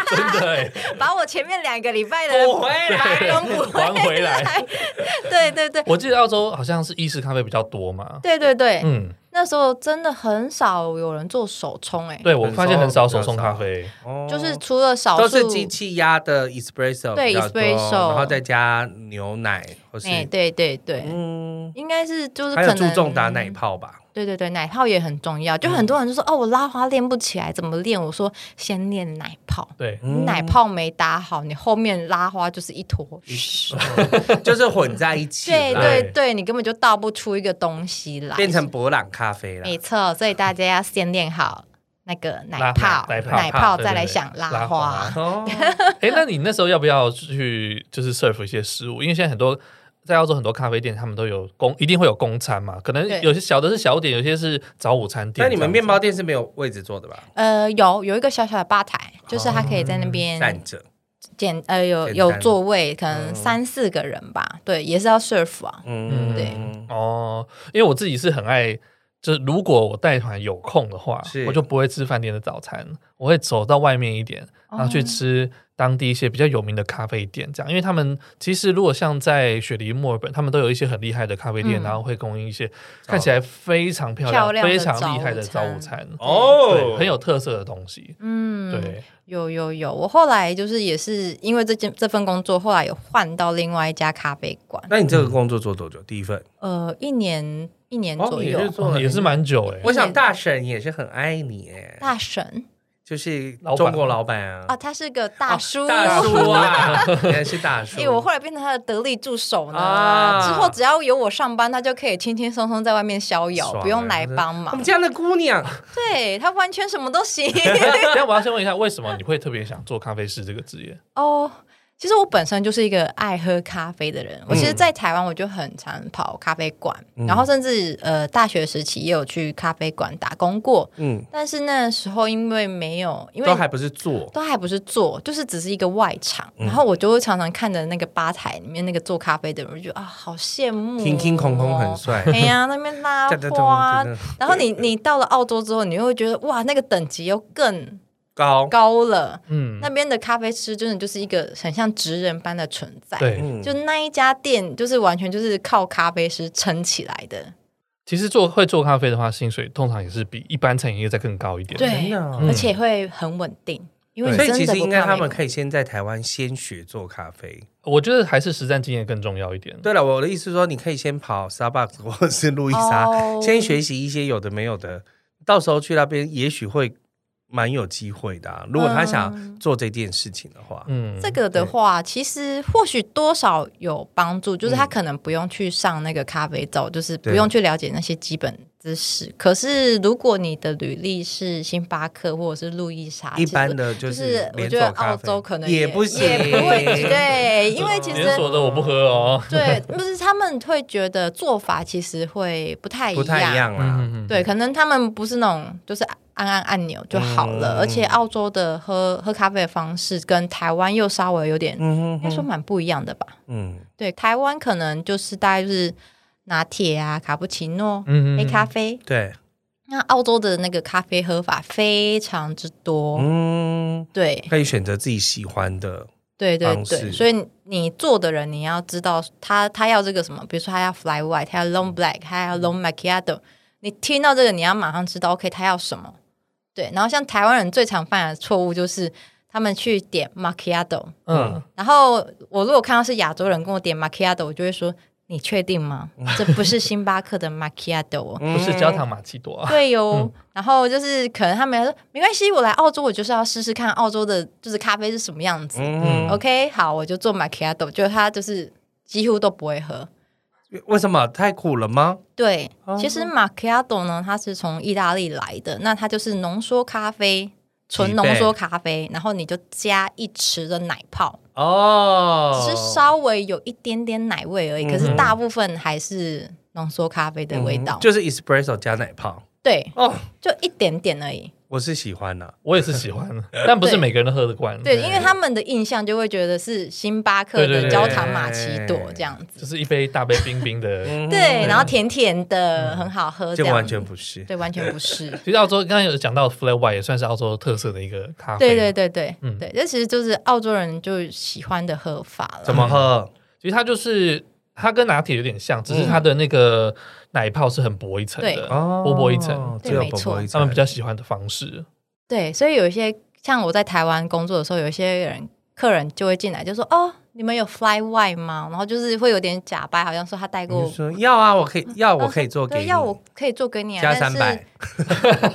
[SPEAKER 1] 真的欸，
[SPEAKER 3] 把我前面两个礼拜的
[SPEAKER 2] [LAUGHS] 补回来。
[SPEAKER 3] 都补
[SPEAKER 1] 还回来。
[SPEAKER 3] 来。对对对
[SPEAKER 1] 我记得澳洲好像是意式咖啡比较多嘛，
[SPEAKER 3] 对对对，
[SPEAKER 1] 嗯，
[SPEAKER 3] 那时候真的很少有人做手冲、欸，
[SPEAKER 1] 对我
[SPEAKER 2] 很
[SPEAKER 1] 发现很
[SPEAKER 2] 少
[SPEAKER 1] 少手
[SPEAKER 2] 很
[SPEAKER 1] 冲
[SPEAKER 2] 少
[SPEAKER 1] 咖啡，
[SPEAKER 2] 哦
[SPEAKER 3] 就是除了少
[SPEAKER 2] 都
[SPEAKER 3] 数
[SPEAKER 2] 是机器压的 espresso，
[SPEAKER 3] 对
[SPEAKER 2] 比较多
[SPEAKER 3] espresso
[SPEAKER 2] 然后再加牛奶，或是
[SPEAKER 3] 哎、对对对，
[SPEAKER 2] 嗯，
[SPEAKER 3] 应该是就是
[SPEAKER 2] 还
[SPEAKER 3] 可
[SPEAKER 2] 有
[SPEAKER 3] 能
[SPEAKER 2] 注重打奶，泡嗯吧。
[SPEAKER 3] 对对对，奶泡也很重要。就很多人就说、哦，我拉花练不起来，怎么练？我说先练奶泡。
[SPEAKER 1] 对，
[SPEAKER 3] 你嗯
[SPEAKER 2] 嗯
[SPEAKER 3] 奶泡没打好，你后面拉花就是一坨屎。
[SPEAKER 2] [LAUGHS] 就是混在一起，
[SPEAKER 3] 对
[SPEAKER 2] 啦
[SPEAKER 3] 对对，你根本就倒不出一个东西来，
[SPEAKER 2] 变成博朗咖啡啦。
[SPEAKER 3] 没错，所以大家要先练好那个奶
[SPEAKER 1] 拉
[SPEAKER 3] 泡，
[SPEAKER 1] 奶泡对对
[SPEAKER 3] 再来
[SPEAKER 1] 对
[SPEAKER 3] 想
[SPEAKER 1] 拉
[SPEAKER 3] 拉
[SPEAKER 1] 花
[SPEAKER 3] 花。
[SPEAKER 1] [LAUGHS]
[SPEAKER 2] 哦，
[SPEAKER 1] 哎，那你那时候要不要去就是 serve 一些食物？因为现在很多在澳洲很多咖啡店，他们都有供，一定会有供餐嘛。可能
[SPEAKER 3] 对
[SPEAKER 1] 有些小的是小点，有些是早午餐店。
[SPEAKER 2] 那你们
[SPEAKER 1] 这
[SPEAKER 2] 面
[SPEAKER 1] 样子
[SPEAKER 2] 包店是没有位置坐的吧？
[SPEAKER 3] 呃，有有一个小小的吧台，就是他可以在
[SPEAKER 2] 哦
[SPEAKER 3] 那边
[SPEAKER 2] 站着，
[SPEAKER 3] 简呃有
[SPEAKER 2] 简单
[SPEAKER 3] 有座位，可能
[SPEAKER 2] 嗯
[SPEAKER 3] 三四个人吧。对，也是要 serve 啊。
[SPEAKER 2] 嗯，
[SPEAKER 3] 对
[SPEAKER 1] 哦，因为我自己是很爱。就是如果我带团有空的话
[SPEAKER 2] 是，
[SPEAKER 1] 我就不会吃饭店的早餐，我会走到外面一点，然
[SPEAKER 3] 哦
[SPEAKER 1] 后去吃当地一些比较有名的咖啡店，这样。因为他们其实如果像在雪梨、墨尔本，他们都有一些很厉害的咖啡店，
[SPEAKER 3] 嗯
[SPEAKER 1] 然后会供应一些看起来非常漂亮、
[SPEAKER 3] 漂亮的
[SPEAKER 1] 非常厉害的
[SPEAKER 3] 早
[SPEAKER 1] 早
[SPEAKER 3] 午餐
[SPEAKER 1] 午餐。
[SPEAKER 2] 哦
[SPEAKER 1] 对，，很有特色的东西。
[SPEAKER 3] 嗯，
[SPEAKER 1] 对，
[SPEAKER 3] 有有有。我后来就是也是因为这件这份工作，后来有换到另外一家咖啡馆，
[SPEAKER 2] 那你这个工作做多久？第一份，
[SPEAKER 3] 呃，一年一年
[SPEAKER 2] 哦
[SPEAKER 3] 左
[SPEAKER 2] 你
[SPEAKER 3] 右。
[SPEAKER 2] 是做
[SPEAKER 1] 哦
[SPEAKER 2] 了
[SPEAKER 1] 也是蛮久哎。 [LAUGHS]
[SPEAKER 2] 我想大婶也是很爱你耶，
[SPEAKER 3] 大神
[SPEAKER 2] 就是
[SPEAKER 1] 老板
[SPEAKER 2] 中国老板啊，
[SPEAKER 3] 啊，他是个大叔，
[SPEAKER 2] 大叔
[SPEAKER 1] [LAUGHS]
[SPEAKER 2] 啊，原来是大叔
[SPEAKER 3] [LAUGHS] 哎、。我后来变成他的得力助手呢。
[SPEAKER 2] 啊
[SPEAKER 3] 之后只要有我上班，他就可以轻轻松松在外面逍遥，
[SPEAKER 2] 爽
[SPEAKER 3] 不用
[SPEAKER 2] 啊
[SPEAKER 3] 来
[SPEAKER 2] 真的
[SPEAKER 3] 帮
[SPEAKER 2] 我
[SPEAKER 3] 忙
[SPEAKER 2] 们。家的姑娘，
[SPEAKER 3] 对他完全什么
[SPEAKER 2] [LAUGHS]
[SPEAKER 3] 都行。
[SPEAKER 1] 但我要先问一下，为什么你会特别想做咖啡师这个职业？
[SPEAKER 3] 哦，其实我本身就是一个爱喝咖啡的
[SPEAKER 2] 嗯
[SPEAKER 3] 人。我其实，在台湾我就很常跑咖啡馆，然后甚至呃大学时期也有去咖啡馆打工过。
[SPEAKER 2] 嗯，
[SPEAKER 3] 但是那时候因为没有，因为
[SPEAKER 2] 都还不是做，
[SPEAKER 3] 都还不是做，就是只是一个外场。
[SPEAKER 2] 嗯
[SPEAKER 3] 然后我就会常常看着那个吧台里面那个做咖啡的人，我就觉得啊，好羡
[SPEAKER 2] [LAUGHS]
[SPEAKER 3] 慕、哦，
[SPEAKER 2] 听听空空很帅。
[SPEAKER 3] 哎呀，那边
[SPEAKER 2] [LAUGHS]
[SPEAKER 3] 拉
[SPEAKER 2] 这这这
[SPEAKER 3] 花
[SPEAKER 2] 这这，
[SPEAKER 3] 然后你你到了澳洲之后，你又会觉得哇，那个等级又更
[SPEAKER 2] 高，
[SPEAKER 3] 高了。
[SPEAKER 1] 嗯，
[SPEAKER 3] 那边的咖啡师真的就是一个很像职人般的存在。，
[SPEAKER 1] 对，
[SPEAKER 2] 嗯，
[SPEAKER 3] 就那一家店，就是完全就是靠咖啡师撑起来的。
[SPEAKER 1] 其实做会做咖啡的话，薪水通常也是比一般餐饮业再更高一点。
[SPEAKER 3] 对
[SPEAKER 2] 真的
[SPEAKER 1] 啊
[SPEAKER 2] 哦
[SPEAKER 3] 而且会很稳定，因为你
[SPEAKER 2] 所以
[SPEAKER 3] 真
[SPEAKER 2] 其
[SPEAKER 3] 的
[SPEAKER 2] 实
[SPEAKER 3] 不
[SPEAKER 2] 应该
[SPEAKER 3] 怕
[SPEAKER 2] 他
[SPEAKER 3] 没
[SPEAKER 2] 们
[SPEAKER 3] 有
[SPEAKER 2] 可以先在台湾先学做咖啡。
[SPEAKER 1] 我觉得还是实战经验更重要一点。
[SPEAKER 2] 对了，我的意思说，你可以先跑
[SPEAKER 3] [LAUGHS]
[SPEAKER 2] Starbucks 或者是路易莎，
[SPEAKER 3] 哦
[SPEAKER 2] 先学习一些有的没有的，到时候去那边也许会蛮有机会的啊、如果他想做这件事情的话，
[SPEAKER 1] 嗯，
[SPEAKER 3] 这个
[SPEAKER 2] 对
[SPEAKER 3] 的话，其实或许多少有帮助，就是他可能不用去上那个咖啡皂，就是不
[SPEAKER 2] 对
[SPEAKER 3] 用去了解那些基本知识。可是如果你的履历是星巴克或者是路易莎，
[SPEAKER 2] 一般
[SPEAKER 3] 其实
[SPEAKER 2] 的
[SPEAKER 3] 就
[SPEAKER 2] 就是是
[SPEAKER 3] 我
[SPEAKER 2] 连
[SPEAKER 3] 觉
[SPEAKER 2] 锁
[SPEAKER 3] 得
[SPEAKER 2] 咖
[SPEAKER 3] 澳
[SPEAKER 2] 啡
[SPEAKER 3] 洲可能
[SPEAKER 2] 也不行，
[SPEAKER 3] 也不会对，因为其实
[SPEAKER 1] 连锁的我不喝哦。
[SPEAKER 3] 对，不是他们会觉得做法其实会不太
[SPEAKER 2] [LAUGHS] 不太一样啦。
[SPEAKER 1] 嗯，嗯嗯
[SPEAKER 3] 对，可能他们不是那种就是按按按钮就好了，
[SPEAKER 2] 嗯
[SPEAKER 3] 而且澳洲的喝喝咖啡的方式跟台湾又稍微有点，
[SPEAKER 2] 嗯
[SPEAKER 3] 应该说蛮不一样的吧。
[SPEAKER 2] 嗯，
[SPEAKER 3] 对，台湾可能就是大概就是拿铁啊、卡布奇诺、
[SPEAKER 1] 嗯
[SPEAKER 3] 黑咖
[SPEAKER 1] 啡，
[SPEAKER 3] 啡。
[SPEAKER 2] 对，
[SPEAKER 3] 那澳洲的那个咖啡喝法非常之多，
[SPEAKER 2] 嗯，
[SPEAKER 3] 对
[SPEAKER 2] 可以选择自己喜欢的，
[SPEAKER 3] 对对
[SPEAKER 2] 方
[SPEAKER 3] 对，
[SPEAKER 2] 式
[SPEAKER 3] 所以你做的人你要知道他他要这个什么，比如说他要 fly white，他要 long black，他
[SPEAKER 2] 嗯
[SPEAKER 3] 要 long macchiato，你听到这个你要马上知道 OK 他要什么。对，然后像台湾人最常犯的错误就是他们去点 macchiato，
[SPEAKER 1] 嗯，
[SPEAKER 3] 然后我如果看到是亚洲人跟我点 macchiato，我就会说你确定吗？这不是星巴克的 macchiato
[SPEAKER 2] 嗯
[SPEAKER 3] 哦。
[SPEAKER 1] 嗯不是焦糖玛奇朵啊。
[SPEAKER 3] [LAUGHS] 对哟、然后就是可能他们说没关系，我来澳洲我就是要试试看澳洲的，就是咖啡是什么样子。
[SPEAKER 2] 嗯，
[SPEAKER 3] OK，好，我就做 macchiato，就他就是几乎都不会喝。
[SPEAKER 2] 为什么太苦了吗？
[SPEAKER 3] 对，
[SPEAKER 2] 哦
[SPEAKER 3] 其实 macchiato 呢，它是从意大利来的，那它就是浓缩咖啡，纯浓缩咖啡，然后你就加一匙的奶泡，
[SPEAKER 2] 哦，
[SPEAKER 3] 只是稍微有一点点奶味而已，可是
[SPEAKER 2] 嗯哼
[SPEAKER 3] 大部分还是浓缩咖啡的味道，
[SPEAKER 2] 嗯就是 espresso 加奶泡
[SPEAKER 3] 对，
[SPEAKER 2] 哦，
[SPEAKER 3] 就一点点而已。
[SPEAKER 2] 我是喜欢的、啊
[SPEAKER 1] 我也是喜
[SPEAKER 3] [LAUGHS]
[SPEAKER 1] 欢，但不是每个人都喝得惯。
[SPEAKER 3] 对，因为他们的印象就会觉得是星巴克
[SPEAKER 1] 对对
[SPEAKER 3] 的
[SPEAKER 1] 对
[SPEAKER 3] 焦糖玛奇朵这样子，
[SPEAKER 1] 就是一杯大杯冰冰
[SPEAKER 3] [LAUGHS]
[SPEAKER 1] 的。
[SPEAKER 2] 嗯
[SPEAKER 3] 对，然后甜甜的，很好喝，
[SPEAKER 2] 这
[SPEAKER 3] 这
[SPEAKER 2] 个
[SPEAKER 3] 样
[SPEAKER 2] 完全不是。
[SPEAKER 3] 对，完全
[SPEAKER 2] [LAUGHS]
[SPEAKER 3] 不是。
[SPEAKER 1] 其实澳洲刚刚有讲到 flat white 也算是澳洲特色的一个咖啡。
[SPEAKER 3] 对对对对、
[SPEAKER 1] 嗯
[SPEAKER 3] 对，这其实就是澳洲人就喜欢的喝法
[SPEAKER 2] 怎
[SPEAKER 3] 了。
[SPEAKER 2] 么喝？
[SPEAKER 1] 其实它就是它跟拿铁有点像，只是它的那个奶泡是很薄一层
[SPEAKER 3] 嗯对
[SPEAKER 1] 的，
[SPEAKER 2] 哦，
[SPEAKER 1] 薄薄一层，
[SPEAKER 2] 只
[SPEAKER 3] 对
[SPEAKER 2] 有
[SPEAKER 3] 没
[SPEAKER 2] 薄
[SPEAKER 3] 错
[SPEAKER 2] 薄一
[SPEAKER 1] 他
[SPEAKER 2] 层。
[SPEAKER 1] 们比较喜欢的方式。
[SPEAKER 3] 对，所以有一些像我在台湾工作的时候，有一些人客人就会进来就说：“哦，你们有 fly white 吗？”然后就是会有点假掰，好像说他带过
[SPEAKER 2] 你。说要啊，我可以要，我可以做给
[SPEAKER 3] 嗯对，
[SPEAKER 2] 你，
[SPEAKER 3] 要我可以做给你啊，
[SPEAKER 2] 加
[SPEAKER 3] 但
[SPEAKER 2] 三
[SPEAKER 3] 是
[SPEAKER 2] 百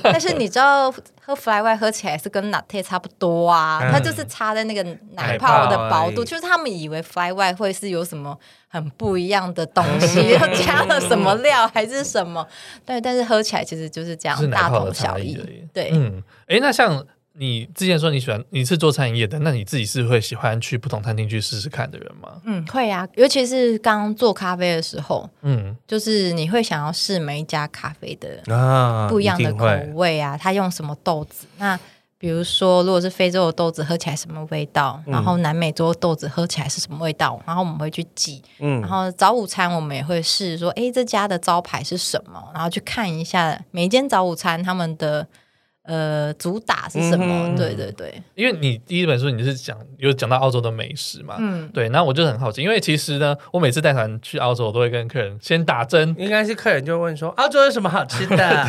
[SPEAKER 1] [LAUGHS]
[SPEAKER 3] 但是你知道喝 fly white 喝起来是跟 latte 差不多啊，
[SPEAKER 2] 嗯
[SPEAKER 3] 它就是差在那个奶泡的薄
[SPEAKER 2] 奶泡而
[SPEAKER 3] 度，
[SPEAKER 2] 已
[SPEAKER 3] 就是他们以为 fly white 会是有什么很不一样的东
[SPEAKER 1] [LAUGHS]
[SPEAKER 3] 西，又加了什么料还是什么，对，但是喝起来其实就是这
[SPEAKER 1] 就是
[SPEAKER 3] 样，
[SPEAKER 1] 奶
[SPEAKER 3] 大
[SPEAKER 1] 泡的
[SPEAKER 3] 同
[SPEAKER 1] 差
[SPEAKER 3] 小
[SPEAKER 1] 异
[SPEAKER 3] 异
[SPEAKER 1] 而已，
[SPEAKER 3] 对。
[SPEAKER 1] 嗯，诶，那像你之前说你喜欢你是做餐饮业的，那你自己是会喜欢去不同餐厅去试试看的人吗？
[SPEAKER 3] 嗯，会啊，尤其是刚做咖啡的时候，
[SPEAKER 1] 嗯，
[SPEAKER 3] 就是你会想要试每一家咖啡的
[SPEAKER 2] 啊，
[SPEAKER 3] 不一样的
[SPEAKER 2] 定
[SPEAKER 3] 口
[SPEAKER 2] 会
[SPEAKER 3] 味啊，它用什么豆子？那比如说，如果是非洲的豆子，喝起来什么味道？
[SPEAKER 2] 嗯
[SPEAKER 3] 然后南美洲的豆子喝起来是什么味道？然后我们会去记。
[SPEAKER 2] 嗯
[SPEAKER 3] 然后早午餐我们也会试说，诶，这家的招牌是什么？然后去看一下每一间早午餐他们的呃主打是什么？
[SPEAKER 2] 嗯哼
[SPEAKER 3] 对对对，
[SPEAKER 1] 因为你第一本书你是讲有讲到澳洲的美食嘛，
[SPEAKER 3] 嗯，
[SPEAKER 1] 对，那我就很好奇，因为其实呢，我每次带团去澳洲，我都会跟客人先打针。
[SPEAKER 2] 应该是客人就问说澳洲有什么好
[SPEAKER 1] [LAUGHS]
[SPEAKER 2] 吃的？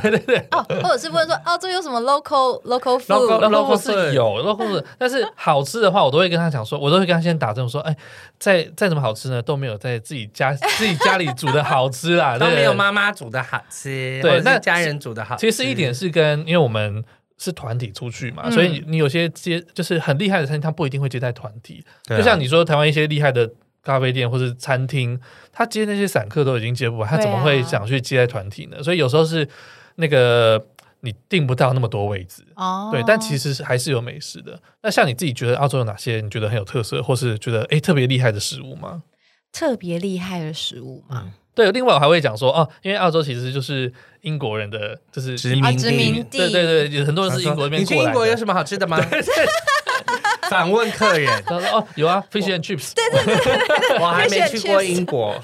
[SPEAKER 3] 哦，或者是问说澳洲有什么 local local
[SPEAKER 2] Local-
[SPEAKER 3] food？
[SPEAKER 1] 那
[SPEAKER 2] local
[SPEAKER 1] 或
[SPEAKER 2] food
[SPEAKER 1] 是有，那
[SPEAKER 2] 嗯
[SPEAKER 1] 或是但是好吃的话，我都会跟他讲说，我都会跟他先打针，我说，哎，再再怎么好吃呢，都没有在自己家自己家里煮的好吃啦，
[SPEAKER 2] [LAUGHS] 都
[SPEAKER 1] 对
[SPEAKER 2] 没有？妈妈煮的好吃，
[SPEAKER 1] 对
[SPEAKER 2] 或者是
[SPEAKER 1] 那
[SPEAKER 2] 家人煮的好吃。
[SPEAKER 1] 其实一点是跟，因为我们是团体出去嘛，
[SPEAKER 3] 嗯
[SPEAKER 1] 所以你你有些接就是很厉害的餐厅，他不一定会接待团体，
[SPEAKER 2] 对啊，
[SPEAKER 1] 就像你说台湾一些厉害的。咖啡店或是餐厅，他接那些散客都已经接不完，他
[SPEAKER 3] 对啊
[SPEAKER 1] 怎么会想去接待团体呢？所以有时候是那个你订不到那么多位置，
[SPEAKER 3] 哦，
[SPEAKER 1] 对，但其实是还是有美食的。那像你自己觉得澳洲有哪些你觉得很有特色，或是觉得诶特别厉害的食物吗？
[SPEAKER 3] 特别厉害的食物嘛，
[SPEAKER 1] 对，另外我还会讲说哦，因为澳洲其实就是英国人的，就是
[SPEAKER 2] 殖
[SPEAKER 1] 移
[SPEAKER 2] 民
[SPEAKER 3] 啊，
[SPEAKER 2] 地
[SPEAKER 3] 殖民地，
[SPEAKER 1] 对对对，有很多
[SPEAKER 2] 啊他
[SPEAKER 1] 人
[SPEAKER 2] 说
[SPEAKER 1] 是英国那边
[SPEAKER 2] 你去
[SPEAKER 1] 过
[SPEAKER 2] 英
[SPEAKER 1] 来
[SPEAKER 2] 国有
[SPEAKER 1] 的。
[SPEAKER 2] 什么好吃的吗？ [LAUGHS] 反问客人，
[SPEAKER 1] 他说哦，有啊，fish and chips，对
[SPEAKER 2] 我还没去过英国，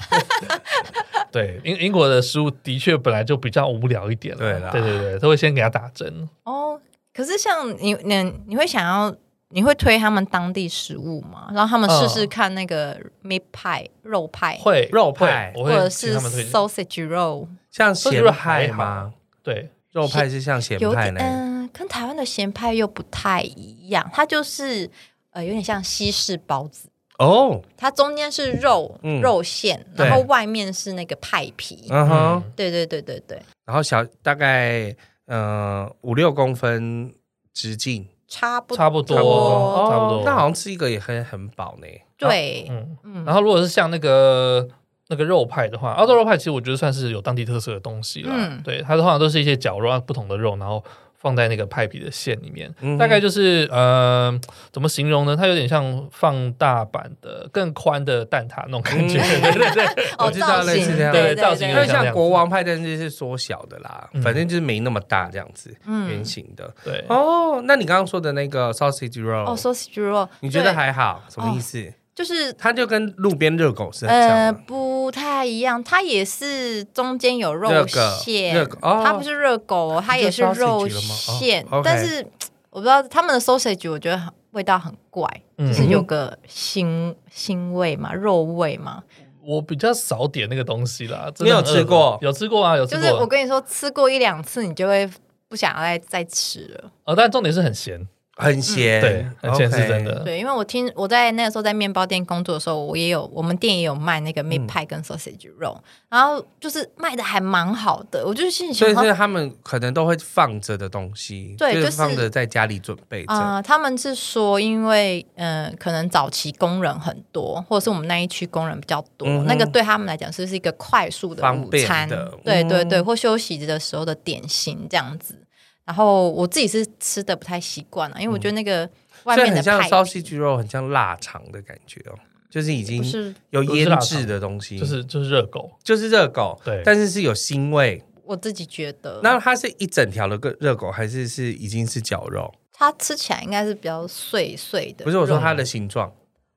[SPEAKER 1] 对，英英国的食物的确本来就比较无聊一点了，
[SPEAKER 2] 对啦
[SPEAKER 1] 对对对，他会先给他打针，
[SPEAKER 3] 哦，可是像你你你会想要，你会推他们当地食物吗？让他们试试看那个 meat pie 肉派，
[SPEAKER 1] 会
[SPEAKER 2] 肉派
[SPEAKER 1] 会我
[SPEAKER 3] 或者
[SPEAKER 1] 会请
[SPEAKER 3] 是
[SPEAKER 1] 他们推荐，
[SPEAKER 3] sausage roll，
[SPEAKER 2] 像
[SPEAKER 1] 说实
[SPEAKER 2] 咸
[SPEAKER 1] 话
[SPEAKER 2] 派
[SPEAKER 1] 还好
[SPEAKER 2] 吗？
[SPEAKER 1] 对，
[SPEAKER 2] 肉派是像咸
[SPEAKER 3] 有
[SPEAKER 2] 派
[SPEAKER 3] 点
[SPEAKER 2] 呢？
[SPEAKER 3] 嗯、跟台湾的咸派又不太一样，它就是呃有点像西式包子。
[SPEAKER 2] 哦，
[SPEAKER 3] 它中间是肉、
[SPEAKER 2] 嗯
[SPEAKER 3] 肉馅，
[SPEAKER 2] 对
[SPEAKER 3] 然后外面是那个派皮。
[SPEAKER 2] 嗯哼，
[SPEAKER 3] 对对对对对，
[SPEAKER 2] 然后小大概嗯五六公分直径，
[SPEAKER 3] 差不
[SPEAKER 1] 差不多
[SPEAKER 3] 多，
[SPEAKER 1] 哦差不多
[SPEAKER 2] 那好像吃一个也很很饱呢。啊
[SPEAKER 3] 对，
[SPEAKER 1] 嗯
[SPEAKER 3] 嗯
[SPEAKER 1] 然后如果是像那个那个肉派的话，澳洲肉派其实我觉得算是有当地特色的东西啦。
[SPEAKER 3] 嗯
[SPEAKER 1] 对，它通常都是一些绞肉，啊不同的肉，然后放在那个派皮的馅里面，
[SPEAKER 2] 嗯哼
[SPEAKER 1] 大概就是呃，怎么形容呢？它有点像放大版的、更宽的蛋挞那种感觉。
[SPEAKER 2] 嗯
[SPEAKER 1] [LAUGHS] 对对对，
[SPEAKER 3] 哦，
[SPEAKER 2] 我知道
[SPEAKER 3] 造
[SPEAKER 2] 类似
[SPEAKER 3] 型
[SPEAKER 2] 这样
[SPEAKER 1] 对
[SPEAKER 3] 对
[SPEAKER 1] 造型有
[SPEAKER 2] 因为
[SPEAKER 1] 点
[SPEAKER 2] 像
[SPEAKER 1] 这样
[SPEAKER 2] 国王派，但是是缩小的啦，
[SPEAKER 1] 嗯
[SPEAKER 2] 反正就是没那么大这样子，
[SPEAKER 3] 嗯
[SPEAKER 2] 圆形的。
[SPEAKER 1] 对
[SPEAKER 2] 哦，那你刚刚说的那个 sausage roll，
[SPEAKER 3] 哦，sausage roll，
[SPEAKER 2] 你觉得
[SPEAKER 3] 对
[SPEAKER 2] 还好？什么意思？
[SPEAKER 3] 就是
[SPEAKER 2] 它就跟路边热狗是很
[SPEAKER 3] 呃
[SPEAKER 2] 像吗？
[SPEAKER 3] 不太一样，它也是中间有呃肉
[SPEAKER 2] 热狗
[SPEAKER 3] 馅，
[SPEAKER 2] 热狗哦
[SPEAKER 3] 它不是热狗、哦，它也是肉馅，
[SPEAKER 2] 哦，OK
[SPEAKER 3] 但是我不知道他们的 sausage 我觉得很味道很怪，
[SPEAKER 1] 嗯
[SPEAKER 3] 就是有个腥腥味嘛，肉味嘛。
[SPEAKER 1] 我比较少点那个东西啦。真的
[SPEAKER 2] 你有
[SPEAKER 1] 很饿
[SPEAKER 2] 吃过
[SPEAKER 1] 有吃过啊，有吃
[SPEAKER 3] 就
[SPEAKER 1] 过。
[SPEAKER 3] 是我跟你说，吃过一两次，你就会不想要再再吃了。
[SPEAKER 1] 呃，但重点是很咸，
[SPEAKER 2] 很咸，
[SPEAKER 1] 对，很咸
[SPEAKER 2] OK
[SPEAKER 1] 是真。的。
[SPEAKER 3] 对，因为我听我在那个时候在面包店工作的时候，我也有我们店也有卖那个
[SPEAKER 2] 嗯
[SPEAKER 3] meat pie 跟 sausage roll，、然后就是卖的还蛮好的，我就心里
[SPEAKER 2] 所
[SPEAKER 3] 想
[SPEAKER 2] 以
[SPEAKER 3] 说
[SPEAKER 2] 是他们可能都会放着的东西，
[SPEAKER 3] 对
[SPEAKER 2] 就是
[SPEAKER 3] 就是
[SPEAKER 2] 放着在家里准备着。
[SPEAKER 3] 啊、他们是说，因为呃，可能早期工人很多，或者是我们那一区工人比较多，
[SPEAKER 2] 嗯哼
[SPEAKER 3] 那个对他们来讲是是一个快速的
[SPEAKER 2] 方
[SPEAKER 3] 午
[SPEAKER 2] 便
[SPEAKER 3] 餐
[SPEAKER 2] 的，
[SPEAKER 3] 对对
[SPEAKER 2] 嗯
[SPEAKER 3] 对，或休息的时候的点心这样子。然后我自己是吃的不太习惯啊了，因为我觉得那个
[SPEAKER 2] 嗯
[SPEAKER 3] 外
[SPEAKER 2] 虽然
[SPEAKER 3] 面的
[SPEAKER 2] 很像
[SPEAKER 3] 派
[SPEAKER 2] 烧西鸡肉，很像腊肠的感觉哦，就是已经
[SPEAKER 3] 不是
[SPEAKER 2] 有
[SPEAKER 1] 不是
[SPEAKER 2] 腌
[SPEAKER 1] 腊
[SPEAKER 2] 制
[SPEAKER 1] 肠
[SPEAKER 2] 的东西，
[SPEAKER 1] 就是就是热狗，
[SPEAKER 2] 就是热狗，
[SPEAKER 1] 对
[SPEAKER 2] 但是是有腥味。
[SPEAKER 3] 我自己觉得，
[SPEAKER 2] 那它是一整条的个热狗，还是是已经是绞肉？
[SPEAKER 3] 它吃起来应该是比较碎碎的。
[SPEAKER 2] 不是我说
[SPEAKER 1] 肉
[SPEAKER 2] 它的形状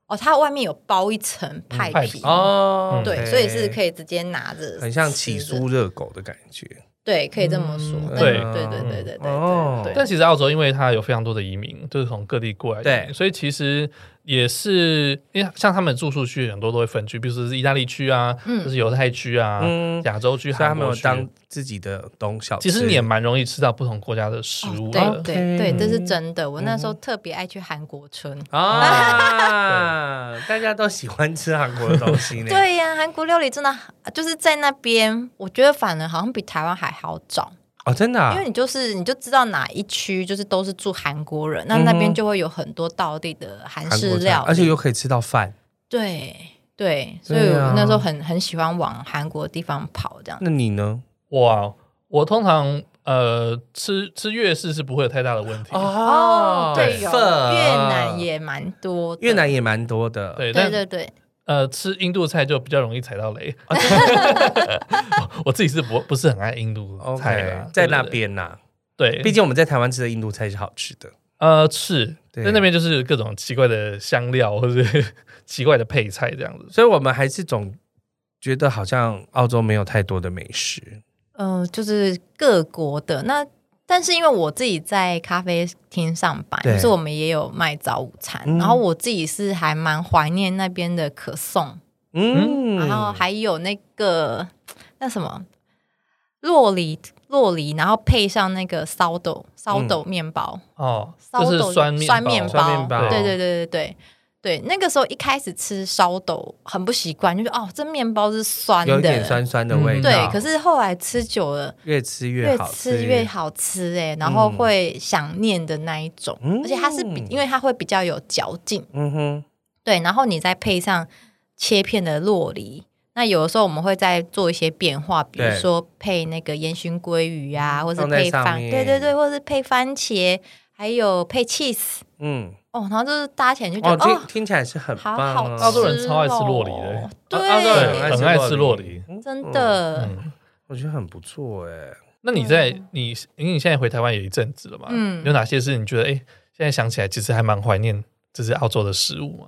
[SPEAKER 3] 哦，它外面有包一层派
[SPEAKER 1] 派
[SPEAKER 3] 皮
[SPEAKER 1] 皮，
[SPEAKER 2] 嗯哦
[SPEAKER 1] 嗯
[SPEAKER 3] 对，所以是可
[SPEAKER 2] 以
[SPEAKER 3] 以直接拿着，
[SPEAKER 2] 很像起
[SPEAKER 3] 酥，
[SPEAKER 2] 酥热狗的感觉。
[SPEAKER 3] 对，可以这么说。但
[SPEAKER 1] 对
[SPEAKER 3] 对对对对对
[SPEAKER 2] 嗯哦
[SPEAKER 3] 对对。
[SPEAKER 1] 但其实澳洲因为它有非常多的移民，就是从各地过来的移民，
[SPEAKER 2] 对
[SPEAKER 1] 所以其实也是因为像他们住宿区很多都会分区，比如说是意大利区啊，
[SPEAKER 3] 嗯
[SPEAKER 1] 就是犹太区啊，
[SPEAKER 2] 嗯，
[SPEAKER 1] 亚洲区、
[SPEAKER 2] 所以他
[SPEAKER 1] 韩
[SPEAKER 2] 们
[SPEAKER 1] 国
[SPEAKER 2] 有
[SPEAKER 1] 区，
[SPEAKER 2] 当自己的东小吃。
[SPEAKER 1] 其实你也蛮容易吃到不同国家的食物的。
[SPEAKER 3] 哦对对对，
[SPEAKER 2] OK 嗯
[SPEAKER 3] 这是真的。我那时候特别爱去韩国村。
[SPEAKER 1] [LAUGHS]
[SPEAKER 2] 啊，大家都喜欢吃韩国的东西
[SPEAKER 3] [LAUGHS]
[SPEAKER 2] 呢。
[SPEAKER 3] 对呀、韩国料理真的就是在那边，我觉得反而好像比台湾还好找，
[SPEAKER 2] 哦，真的啊
[SPEAKER 3] 因为你就是你就知道哪一区就是都是住韩国人，
[SPEAKER 2] 嗯
[SPEAKER 3] 那那边就会有很多道地的韩
[SPEAKER 2] 韩
[SPEAKER 3] 式
[SPEAKER 2] 国
[SPEAKER 3] 料
[SPEAKER 2] 菜
[SPEAKER 3] 理，
[SPEAKER 2] 而且又可以吃到饭。
[SPEAKER 3] 对对，所
[SPEAKER 2] 对啊
[SPEAKER 3] 以我那时候很很喜欢往韩国地方跑，这样
[SPEAKER 2] 那你呢？
[SPEAKER 1] 哇，我通常呃吃吃粤式是不会有太大的问题。
[SPEAKER 3] 哦，对，有
[SPEAKER 2] 粉
[SPEAKER 3] 越南也蛮多的，
[SPEAKER 2] 越南也蛮多的。
[SPEAKER 1] 对，
[SPEAKER 3] 对
[SPEAKER 1] 但
[SPEAKER 3] 对对，
[SPEAKER 1] 呃，吃印度菜就比较容易踩到雷。
[SPEAKER 2] 哦
[SPEAKER 1] [LAUGHS] 我自己是不不是很爱印度菜啦
[SPEAKER 2] ，OK，
[SPEAKER 1] 对对
[SPEAKER 2] 在那
[SPEAKER 1] 对
[SPEAKER 2] 边呐，
[SPEAKER 1] 对，
[SPEAKER 2] 毕竟我们在台湾吃的印度菜是好吃的。
[SPEAKER 1] 呃是
[SPEAKER 2] 对
[SPEAKER 1] 在那边就是各种奇怪的香料或者是 [LAUGHS] 奇怪的配菜这样子。
[SPEAKER 2] 所以我们还是总觉得好像澳洲没有太多的美食。
[SPEAKER 3] 嗯、就是各国的那。但是因为我自己在咖啡厅上班，
[SPEAKER 2] 对
[SPEAKER 3] 就是我们也有卖早午餐，
[SPEAKER 2] 嗯
[SPEAKER 3] 然后我自己是还蛮怀念那边的可颂，
[SPEAKER 2] 嗯，
[SPEAKER 3] 然后还有那个那什么洛梨洛梨，然后配上那个烧豆烧豆面包，
[SPEAKER 1] 哦，
[SPEAKER 3] 烧
[SPEAKER 1] 就
[SPEAKER 3] 豆
[SPEAKER 1] 是酸面
[SPEAKER 3] 酸
[SPEAKER 1] 包
[SPEAKER 3] 面
[SPEAKER 2] 嗯酸面包
[SPEAKER 3] 对对对对对对，那个时候一开始吃烧豆很不习惯，就是哦，这面包是酸的，嗯
[SPEAKER 2] 有一点酸酸的味道。
[SPEAKER 1] 嗯
[SPEAKER 3] 对。可是后来吃久了，
[SPEAKER 2] 越吃越
[SPEAKER 3] 越
[SPEAKER 2] 好
[SPEAKER 3] 吃越。好吃哎、然后会想念的那一种，
[SPEAKER 2] 嗯
[SPEAKER 3] 而且它是比，因为它会比较有嚼劲，
[SPEAKER 2] 嗯哼，
[SPEAKER 3] 对，然后你再配上切片的洛梨。那有的时候我们会再做一些变化，比如
[SPEAKER 2] 对嗯
[SPEAKER 3] 说配那个烟熏鲑鱼啊，或是
[SPEAKER 2] 放在
[SPEAKER 3] 配
[SPEAKER 2] 上
[SPEAKER 3] 番，
[SPEAKER 2] 面
[SPEAKER 3] 对对对，或是配番茄，还有配 cheese
[SPEAKER 2] 嗯，
[SPEAKER 3] 哦，然后就是搭起来你就觉
[SPEAKER 2] 哦，
[SPEAKER 3] 得哦
[SPEAKER 2] 听听起来是很
[SPEAKER 3] 好
[SPEAKER 2] 棒
[SPEAKER 3] 好
[SPEAKER 2] 哦。
[SPEAKER 3] 吃、哦，
[SPEAKER 1] 澳洲人超爱吃洛梨的欸
[SPEAKER 3] 对，
[SPEAKER 2] 澳洲人
[SPEAKER 1] 很爱吃洛梨，
[SPEAKER 3] 真的，
[SPEAKER 1] 嗯
[SPEAKER 2] 我觉得很不错哎。
[SPEAKER 1] 那你在你因为你现在回台湾有一阵子了嘛，
[SPEAKER 3] 嗯
[SPEAKER 1] 有哪些是你觉得哎、诶现在想起来其实还蛮怀念就是澳洲的食物嘛？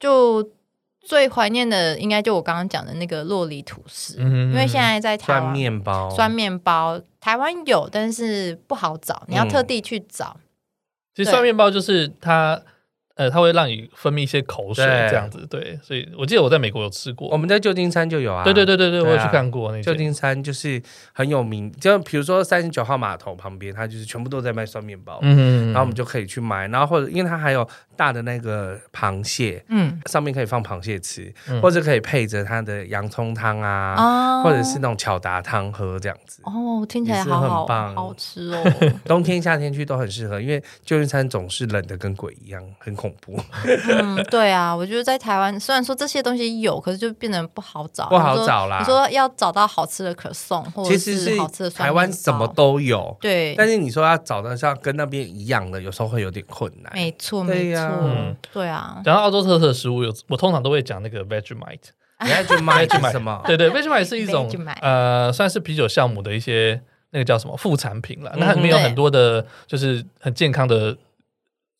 [SPEAKER 3] 就最怀念的应该就我刚刚讲的那个洛梨吐司，
[SPEAKER 1] 嗯
[SPEAKER 3] 因为现在在台
[SPEAKER 2] 酸
[SPEAKER 3] 湾
[SPEAKER 2] 面包，
[SPEAKER 3] 啊酸面包台湾有，但是不好找，你要
[SPEAKER 2] 嗯
[SPEAKER 3] 特地去找。
[SPEAKER 1] 其实
[SPEAKER 3] 对
[SPEAKER 1] 酸面包就是它，呃，它会让你分泌一些口水
[SPEAKER 2] 对
[SPEAKER 1] 这样子，对，所以我记得我在美国有吃过，
[SPEAKER 2] 我们在旧金山就有啊。
[SPEAKER 1] 对对对对对，
[SPEAKER 2] 对啊
[SPEAKER 1] 我有去看过那
[SPEAKER 2] 旧
[SPEAKER 1] 间，
[SPEAKER 2] 金山就是很有名，就比如说三十九号码头旁边，它就是全部都在卖酸面包，
[SPEAKER 1] 嗯，
[SPEAKER 2] 然后我们就可以去买，然后或者因为它还有大的那个螃蟹，
[SPEAKER 3] 嗯
[SPEAKER 2] 上面可以放螃蟹吃，
[SPEAKER 1] 嗯
[SPEAKER 2] 或者可以配着它的洋葱汤啊，
[SPEAKER 3] 啊
[SPEAKER 2] 或者是那种巧达汤喝这样子。
[SPEAKER 3] 哦，听起来
[SPEAKER 2] 也是
[SPEAKER 3] 好
[SPEAKER 2] 很
[SPEAKER 3] 好
[SPEAKER 2] 棒
[SPEAKER 3] 好吃哦。
[SPEAKER 2] 冬天、夏天去都很适合，因为旧金山总是冷的跟鬼一样，很恐怖，
[SPEAKER 3] 嗯，对啊，我觉得在台湾虽然说这些东西有，可是就变得不好找，
[SPEAKER 2] 不好找啦
[SPEAKER 3] 你说你说要找到好吃的可颂，或者
[SPEAKER 2] 其实
[SPEAKER 3] 是好吃的
[SPEAKER 2] 是
[SPEAKER 3] 酸面包
[SPEAKER 2] 台湾什么都有，
[SPEAKER 3] 对，
[SPEAKER 2] 但是你说要找到像跟那边一样的，有时候会有点困难。
[SPEAKER 3] 没错
[SPEAKER 2] 对
[SPEAKER 3] 没
[SPEAKER 2] 呀嗯
[SPEAKER 3] 错，对啊，
[SPEAKER 1] 讲到澳洲特色的食物，有我通常都会讲那个 Vegemite，
[SPEAKER 2] 你要去买是什么？
[SPEAKER 1] [LAUGHS] 对对，Vegemite 是一种
[SPEAKER 3] Vegemite
[SPEAKER 1] 呃，算是啤酒酵母的一些那个叫什么副产品
[SPEAKER 3] 嗯
[SPEAKER 1] 了，那它里面有
[SPEAKER 3] 对
[SPEAKER 1] 很多的，就是很健康的